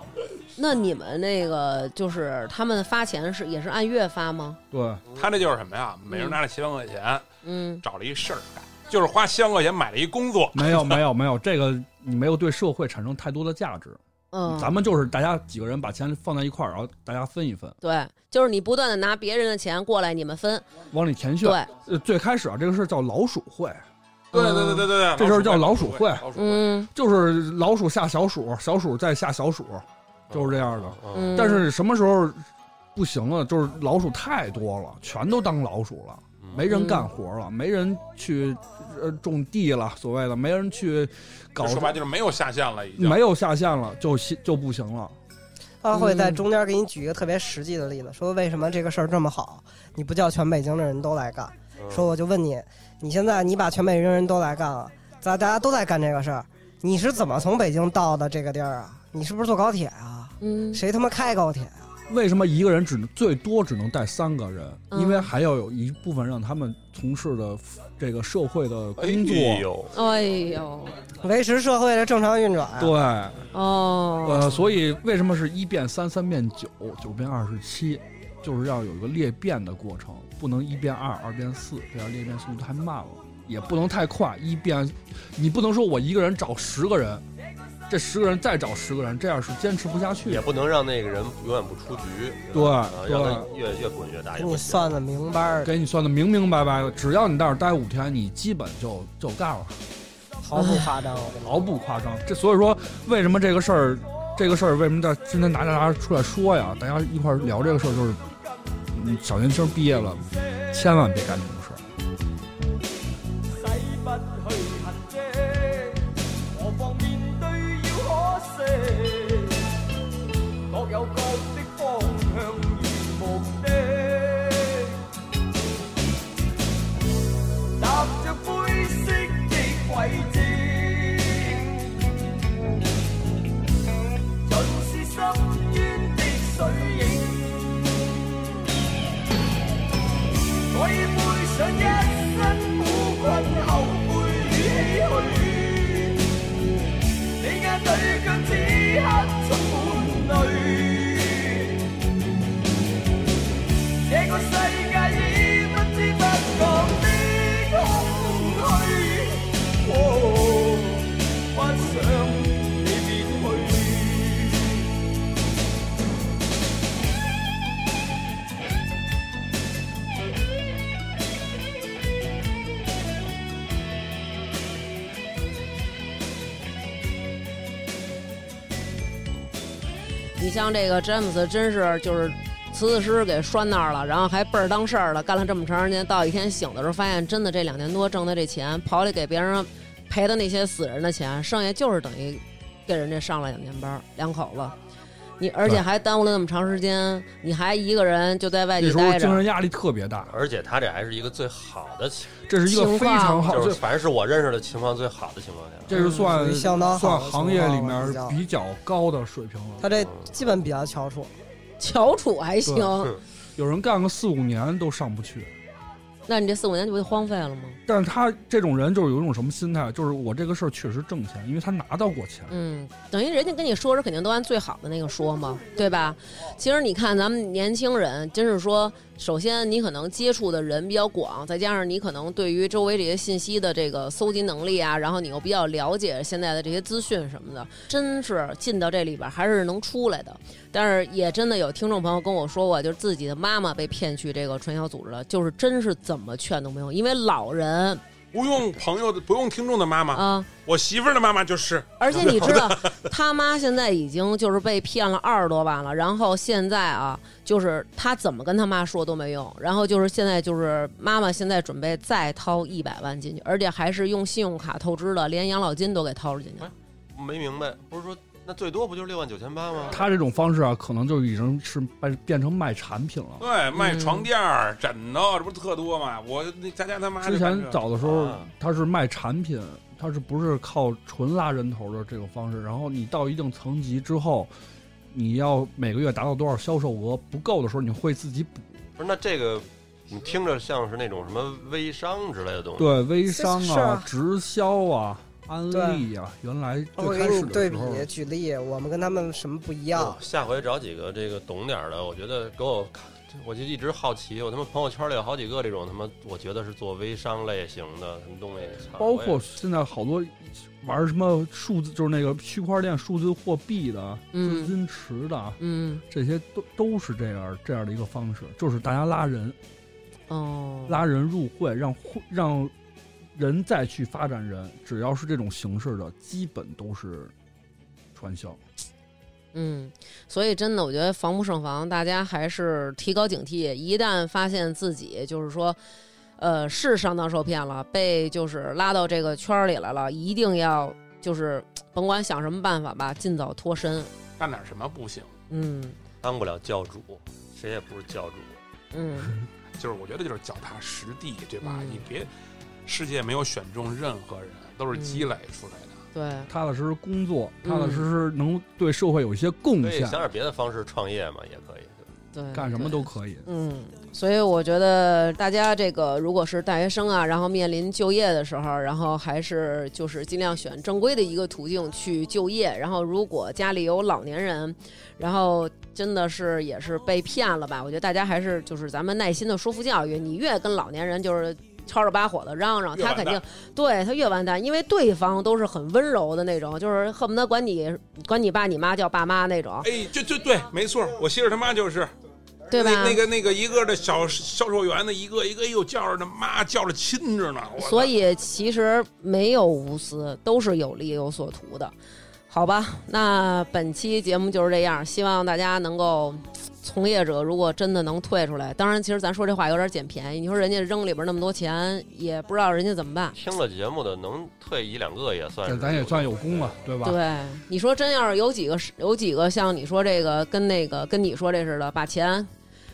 [SPEAKER 1] 那你们那个就是他们发钱是也是按月发吗？
[SPEAKER 4] 对，
[SPEAKER 3] 他这就是什么呀？每人拿了七万块钱，
[SPEAKER 1] 嗯，
[SPEAKER 3] 找了一事儿干，就是花七万块钱买了一工作。
[SPEAKER 4] 没有，没有，没有，这个你没有对社会产生太多的价值。
[SPEAKER 1] 嗯，
[SPEAKER 4] 咱们就是大家几个人把钱放在一块儿，然后大家分一分，
[SPEAKER 1] 对，就是你不断的拿别人的钱过来，你们分。
[SPEAKER 4] 往里填
[SPEAKER 1] 对
[SPEAKER 4] 炫。，呃，最开始啊，这个事儿叫老鼠会，
[SPEAKER 3] 对对对对对对，
[SPEAKER 4] 这事儿叫老
[SPEAKER 3] 鼠
[SPEAKER 4] 鼠
[SPEAKER 3] 嗯
[SPEAKER 4] 会
[SPEAKER 3] 老鼠会。
[SPEAKER 1] 嗯
[SPEAKER 4] 就是老鼠下小鼠，小鼠再下小鼠，就是这样的。
[SPEAKER 2] 嗯。
[SPEAKER 1] 嗯，
[SPEAKER 4] 但是什么时候不行了？就是老鼠太多了，全都当老鼠了，
[SPEAKER 2] 嗯
[SPEAKER 4] 没人干活了，没人去呃种地了，所谓的没人去搞
[SPEAKER 3] 就，说白了就是没有下线了，已经
[SPEAKER 4] 没有下线了，就西就不行了。
[SPEAKER 5] 他会在中间给你举一个特别实际的例子，说为什么这个事儿这么好，你不叫全北京的人都来干。
[SPEAKER 3] 嗯
[SPEAKER 2] 嗯
[SPEAKER 5] 说我就问你，你现在你把全北京人都来干了，咱大家都在干这个事儿，你是怎么从北京到的这个地儿啊？你是不是坐高铁啊？
[SPEAKER 1] 嗯
[SPEAKER 5] 谁他妈开高铁啊？
[SPEAKER 4] 为什么一个人只能最多只能带三个人？
[SPEAKER 1] 嗯
[SPEAKER 4] 因为还要有一部分让他们从事的这个社会的工作。
[SPEAKER 2] 哎呦，
[SPEAKER 1] 哎呦，
[SPEAKER 5] 维持社会的正常运转啊。
[SPEAKER 4] 对，
[SPEAKER 1] 哦，
[SPEAKER 4] 呃，所以为什么是一变三，三变九，九变二十七，就是要有一个裂变的过程，不能一变二，二变四，这样裂变速度太慢了，也不能太快，一变，你不能说我一个人找十个人，这十个人再找十个人，这样是坚持不下去
[SPEAKER 2] 也
[SPEAKER 4] 的。
[SPEAKER 2] 不能让那个人永远不出局，
[SPEAKER 4] 对
[SPEAKER 2] 吧啊
[SPEAKER 4] 对
[SPEAKER 2] 让他越越滚越大
[SPEAKER 5] 给
[SPEAKER 2] 也
[SPEAKER 5] 你
[SPEAKER 2] 不行。
[SPEAKER 5] 算的明白儿，
[SPEAKER 4] 给你算的明明白白的，只要你在这儿待五天，你基本就就干了，
[SPEAKER 5] 毫不夸张。我跟你说
[SPEAKER 4] 毫不夸张。这所以说，为什么这个事儿，这个事儿为什么在今天拿大家出来说呀？大家一块儿聊这个事儿，就是，嗯，小年轻毕业了，千万别干这种事儿。
[SPEAKER 8] 使不去痕迹，何妨面對要可惜，各有各的方向與目的，踏着灰色的軌跡，盡是深淵的水影。我已背上一身苦困、後悔與唏噓。你眼裏卻此刻充滿淚。這個世界已不知不覺的空虛，哦幻想你別去。
[SPEAKER 1] 你像这个詹姆斯，真是就是辞子师给拴那儿了，然后还倍儿当事儿了，干了这么长时间，到一天醒的时候，发现真的这两年多挣的这钱，刨里给别人赔的那些死人的钱，剩下就是等于给人家上了两年班儿，两口子。你而且
[SPEAKER 4] 对
[SPEAKER 1] 还耽误了那么长时间，你还一个人就在外
[SPEAKER 4] 那
[SPEAKER 1] 地
[SPEAKER 4] 时候
[SPEAKER 1] 待
[SPEAKER 4] 精
[SPEAKER 1] 着
[SPEAKER 4] 神，压力特别大，
[SPEAKER 2] 而且他这还是一个最好的情，
[SPEAKER 4] 这是一个非常好，
[SPEAKER 2] 就是
[SPEAKER 4] 这
[SPEAKER 2] 凡是我认识的情况最好的情况下，
[SPEAKER 4] 这
[SPEAKER 5] 属
[SPEAKER 4] 是算
[SPEAKER 5] 于相当好
[SPEAKER 4] 算
[SPEAKER 5] 的
[SPEAKER 4] 行业里
[SPEAKER 5] 情况
[SPEAKER 4] 面
[SPEAKER 5] 了
[SPEAKER 4] 比较高的水平
[SPEAKER 5] 他
[SPEAKER 4] 了。
[SPEAKER 2] 嗯
[SPEAKER 5] 这基本比较翘楚，
[SPEAKER 1] 翘楚还行。
[SPEAKER 2] 对
[SPEAKER 4] 有人干个四五年都上不去，
[SPEAKER 1] 那你这四五年就不就荒废了吗？
[SPEAKER 4] 但是他这种人就是有一种什么心态，啊就是我这个事儿确实挣钱，因为他拿到过钱。
[SPEAKER 1] 嗯，等于人家跟你说是肯定都按最好的那个说嘛，对吧？其实你看咱们年轻人，真是说，首先你可能接触的人比较广，再加上你可能对于周围这些信息的这个搜集能力啊，然后你又比较了解现在的这些资讯什么的，真是进到这里边还是能出来的。但是也真的有听众朋友跟我说过，就是自己的妈妈被骗去这个传销组织了，就是真是怎么劝都没用，因为老人
[SPEAKER 3] 不用朋友的，不用听众的妈妈，
[SPEAKER 1] 啊。
[SPEAKER 3] 我媳妇儿的妈妈就是
[SPEAKER 1] 而且你知道，他妈现在已经就是被骗了二十多万了，然后现在啊，就是他怎么跟他妈说都没用，然后就是现在就是妈妈现在准备再掏一百万进去，而且还是用信用卡透支的，连养老金都给掏了进去。
[SPEAKER 2] 没明白，不是说那最多不就是六万九千八吗？
[SPEAKER 4] 他这种方式啊，可能就已经是变变成卖产品
[SPEAKER 1] 嗯
[SPEAKER 4] 了。
[SPEAKER 3] 对哎卖床垫儿、枕头，这不是特多吗？我那咱家他妈就
[SPEAKER 4] 之
[SPEAKER 3] 干
[SPEAKER 4] 前
[SPEAKER 3] 这
[SPEAKER 4] 早的时候
[SPEAKER 2] 啊，
[SPEAKER 4] 他是卖产品，他是不是靠纯拉人头的这种方式？然后你到一定层级之后，你要每个月达到多少销售额，不够的时候你会自己补。
[SPEAKER 2] 不是，那这个你听着像是那种什么微商之类的东西，
[SPEAKER 4] 对微商
[SPEAKER 5] 是
[SPEAKER 4] 啊
[SPEAKER 5] 啊、
[SPEAKER 4] 直销啊、安利啊，原来
[SPEAKER 5] 我
[SPEAKER 4] 最
[SPEAKER 5] 给
[SPEAKER 4] 开
[SPEAKER 5] 你
[SPEAKER 4] 始的
[SPEAKER 5] 对
[SPEAKER 4] 时候
[SPEAKER 3] 啊
[SPEAKER 5] 比举例，我们跟他们什么不一样？
[SPEAKER 2] 哦下回找几个这个懂点儿的，我觉得给我看，我就一直好奇，我他妈朋友圈里有好几个这种他妈，我觉得是做微商类型的什么东西，操
[SPEAKER 4] 包
[SPEAKER 2] 我
[SPEAKER 4] 括现在好多玩什么数字，就是那个区块链、数字货币的、数字
[SPEAKER 1] 嗯
[SPEAKER 4] 金池的，
[SPEAKER 1] 嗯
[SPEAKER 4] 这些都都是这样这样的一个方式，就是大家拉人，
[SPEAKER 1] 哦，
[SPEAKER 4] 拉人入会，让会让人再去发展人，只要是这种形式的，基本都是传销。
[SPEAKER 1] 嗯，所以真的，我觉得防不胜防，大家还是提高警惕。一旦发现自己就是说，呃，是上当受骗了，被就是拉到这个圈儿里来了，一定要就是甭管想什么办法吧，尽早脱身。
[SPEAKER 3] 干点什么不行？
[SPEAKER 1] 嗯
[SPEAKER 2] 也当不了教主，谁也不是教主。
[SPEAKER 1] 嗯
[SPEAKER 3] 就是我觉得就是脚踏实地，对吧？
[SPEAKER 1] 嗯
[SPEAKER 3] 你别，世界没有选中任何人，都是
[SPEAKER 1] 嗯
[SPEAKER 3] 积累出来的。，
[SPEAKER 1] 对，
[SPEAKER 4] 踏踏实实工作，
[SPEAKER 1] 嗯
[SPEAKER 4] 踏踏实实能对社会有一些贡
[SPEAKER 2] 可以
[SPEAKER 4] 献
[SPEAKER 2] 想，点别的方式创业嘛，也可以。
[SPEAKER 1] 对，
[SPEAKER 4] 干什么
[SPEAKER 1] 对
[SPEAKER 4] 都可以。
[SPEAKER 1] 嗯，所以我觉得大家这个如果是大学生啊，然后面临就业的时候，然后还是就是尽量选正规的一个途径去就业。然后如果家里有老年人，然后真的是也是被骗了吧？我觉得大家还是就是咱们耐心的说服教育，你越跟老年人就是。吵吵巴火的嚷嚷，
[SPEAKER 3] 越
[SPEAKER 1] 他
[SPEAKER 3] 完
[SPEAKER 1] 肯
[SPEAKER 3] 蛋
[SPEAKER 1] 定对他越完蛋，因为对方都是很温柔的那种，就是恨不得管你管你爸你妈叫爸妈那种，
[SPEAKER 3] 哎，就就对，没错，我媳妇儿他妈就是
[SPEAKER 1] 对吧？
[SPEAKER 3] 那那个那个一个的小销售员的一个一个，哎呦叫着他妈叫着亲着呢。我操
[SPEAKER 1] 所以其实没有无私，都是有利有所图的，好吧？那本期节目就是这样，希望大家能够。从业者如果真的能退出来，当然，其实咱说这话有点捡便宜。你说人家扔里边那么多钱，也不知道人家怎么办。
[SPEAKER 2] 听了节目的能退一两个也算是，
[SPEAKER 4] 咱咱也算有功了，对吧？
[SPEAKER 1] 对，你说真要是有几个是有几个像你说这个跟那个跟你说这似的，把钱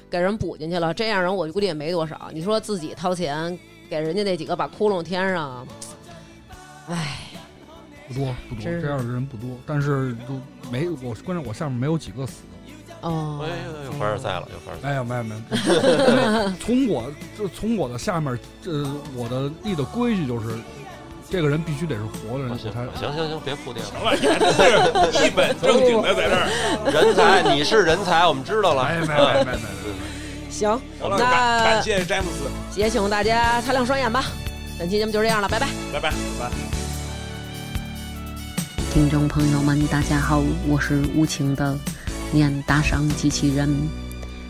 [SPEAKER 1] 给人补进去了，这样人我估计也没多少。你说自己掏钱给人家那几个把窟窿填上，唉，
[SPEAKER 4] 不多不多，
[SPEAKER 1] 真是
[SPEAKER 4] 这样的人不多，但是都没我关键我下面没有几个死的。
[SPEAKER 1] 哦，
[SPEAKER 2] 哎呦，
[SPEAKER 4] 嗯
[SPEAKER 2] 又凡尔赛了，又凡尔赛。
[SPEAKER 4] 没有没 有没有，从我这从我的下面，这我的立的规矩就是，这个人必须得是活的人，
[SPEAKER 2] 啊行
[SPEAKER 4] 我
[SPEAKER 2] 行行
[SPEAKER 4] 才
[SPEAKER 2] 行行，别铺 垫了。
[SPEAKER 3] 老板，你还真是 一本正经的在这儿。
[SPEAKER 2] 人才，你是人才，我们知道了。
[SPEAKER 4] 哎没有没有没有没有没有。
[SPEAKER 1] 行，
[SPEAKER 3] 好了，
[SPEAKER 1] 那
[SPEAKER 3] 感感谢詹姆斯，
[SPEAKER 1] 也请大家擦亮双眼吧。本期节目就是这样了，拜拜。
[SPEAKER 3] 拜拜，拜拜。
[SPEAKER 9] 听众朋友们，大家好，我是无情的念打赏机器人。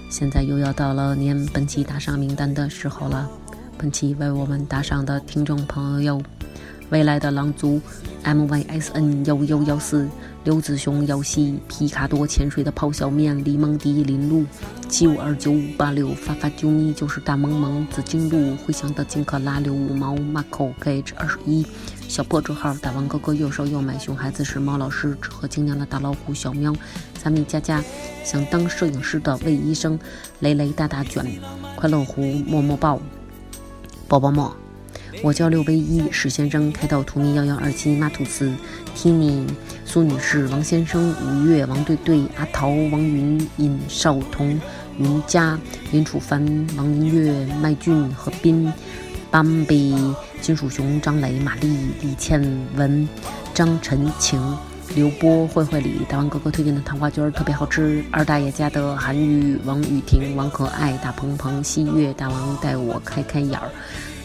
[SPEAKER 9] 现在又要到了念本期打赏名单的时候了。本期为我们打赏的听众朋友有：未来的狼族、MYSN 幺幺幺四、刘子雄、姚希、皮卡多、潜水的泡小面、李梦迪、林路、七五二九五八六、发发啾咪就是大萌萌、紫金路、回响的金克拉、刘五毛、Marco Gage 二十一。小破折号、大王哥哥、右手右买熊孩子是猫老师、纸鹤精酿的大老虎、小喵、三米佳佳、想当摄影师的魏医生、雷雷大大卷、快乐狐、默默豹、宝宝梦。我叫六 V 一史先生，开到图尼幺幺二七马吐司，Tini 苏女士、王先生、五月、王队队、阿桃、王云、尹少彤、云佳、林楚凡、王林月、麦俊、何斌、斑比、金属熊、张磊、玛丽、李倩文、张晨晴、刘波、慧慧里、大王哥哥推荐的糖花卷儿特别好吃，二大爷家的韩愈、王雨婷、王可爱、大鹏鹏、西月、大王带我开开眼儿。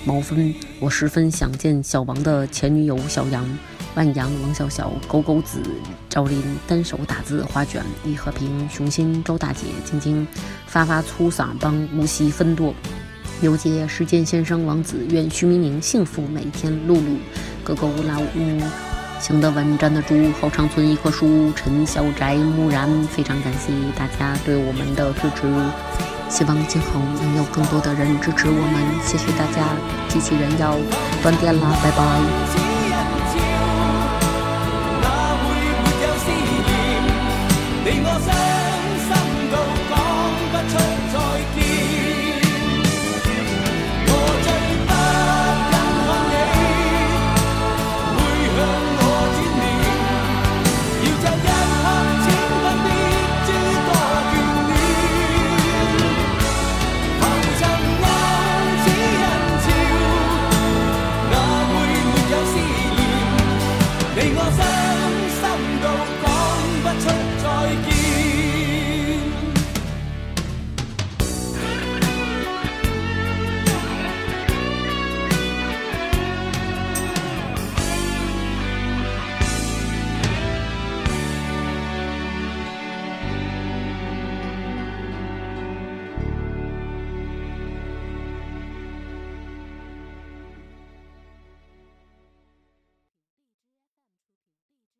[SPEAKER 9] 毛分，我十分想见小王的前女友小杨，万阳、王小小、狗狗子、赵林、单手打字、花卷、李和平、熊心、周大姐、晶晶、发发粗嗓帮无锡分舵。刘杰、时间先生、王子、愿徐明宁幸福每天。露露、格格乌拉乌、行得稳、站得住、后长村一棵树、陈小宅、木然，非常感谢大家对我们的支持。希望今后能有更多的人支持我们，谢谢大家！机器人要断电啦，拜拜。
[SPEAKER 8] 只一朝，哪會沒有思念？你我傷心到講不出再見。我最不忍看你會向我轉臉，要就一刻，請不必我分。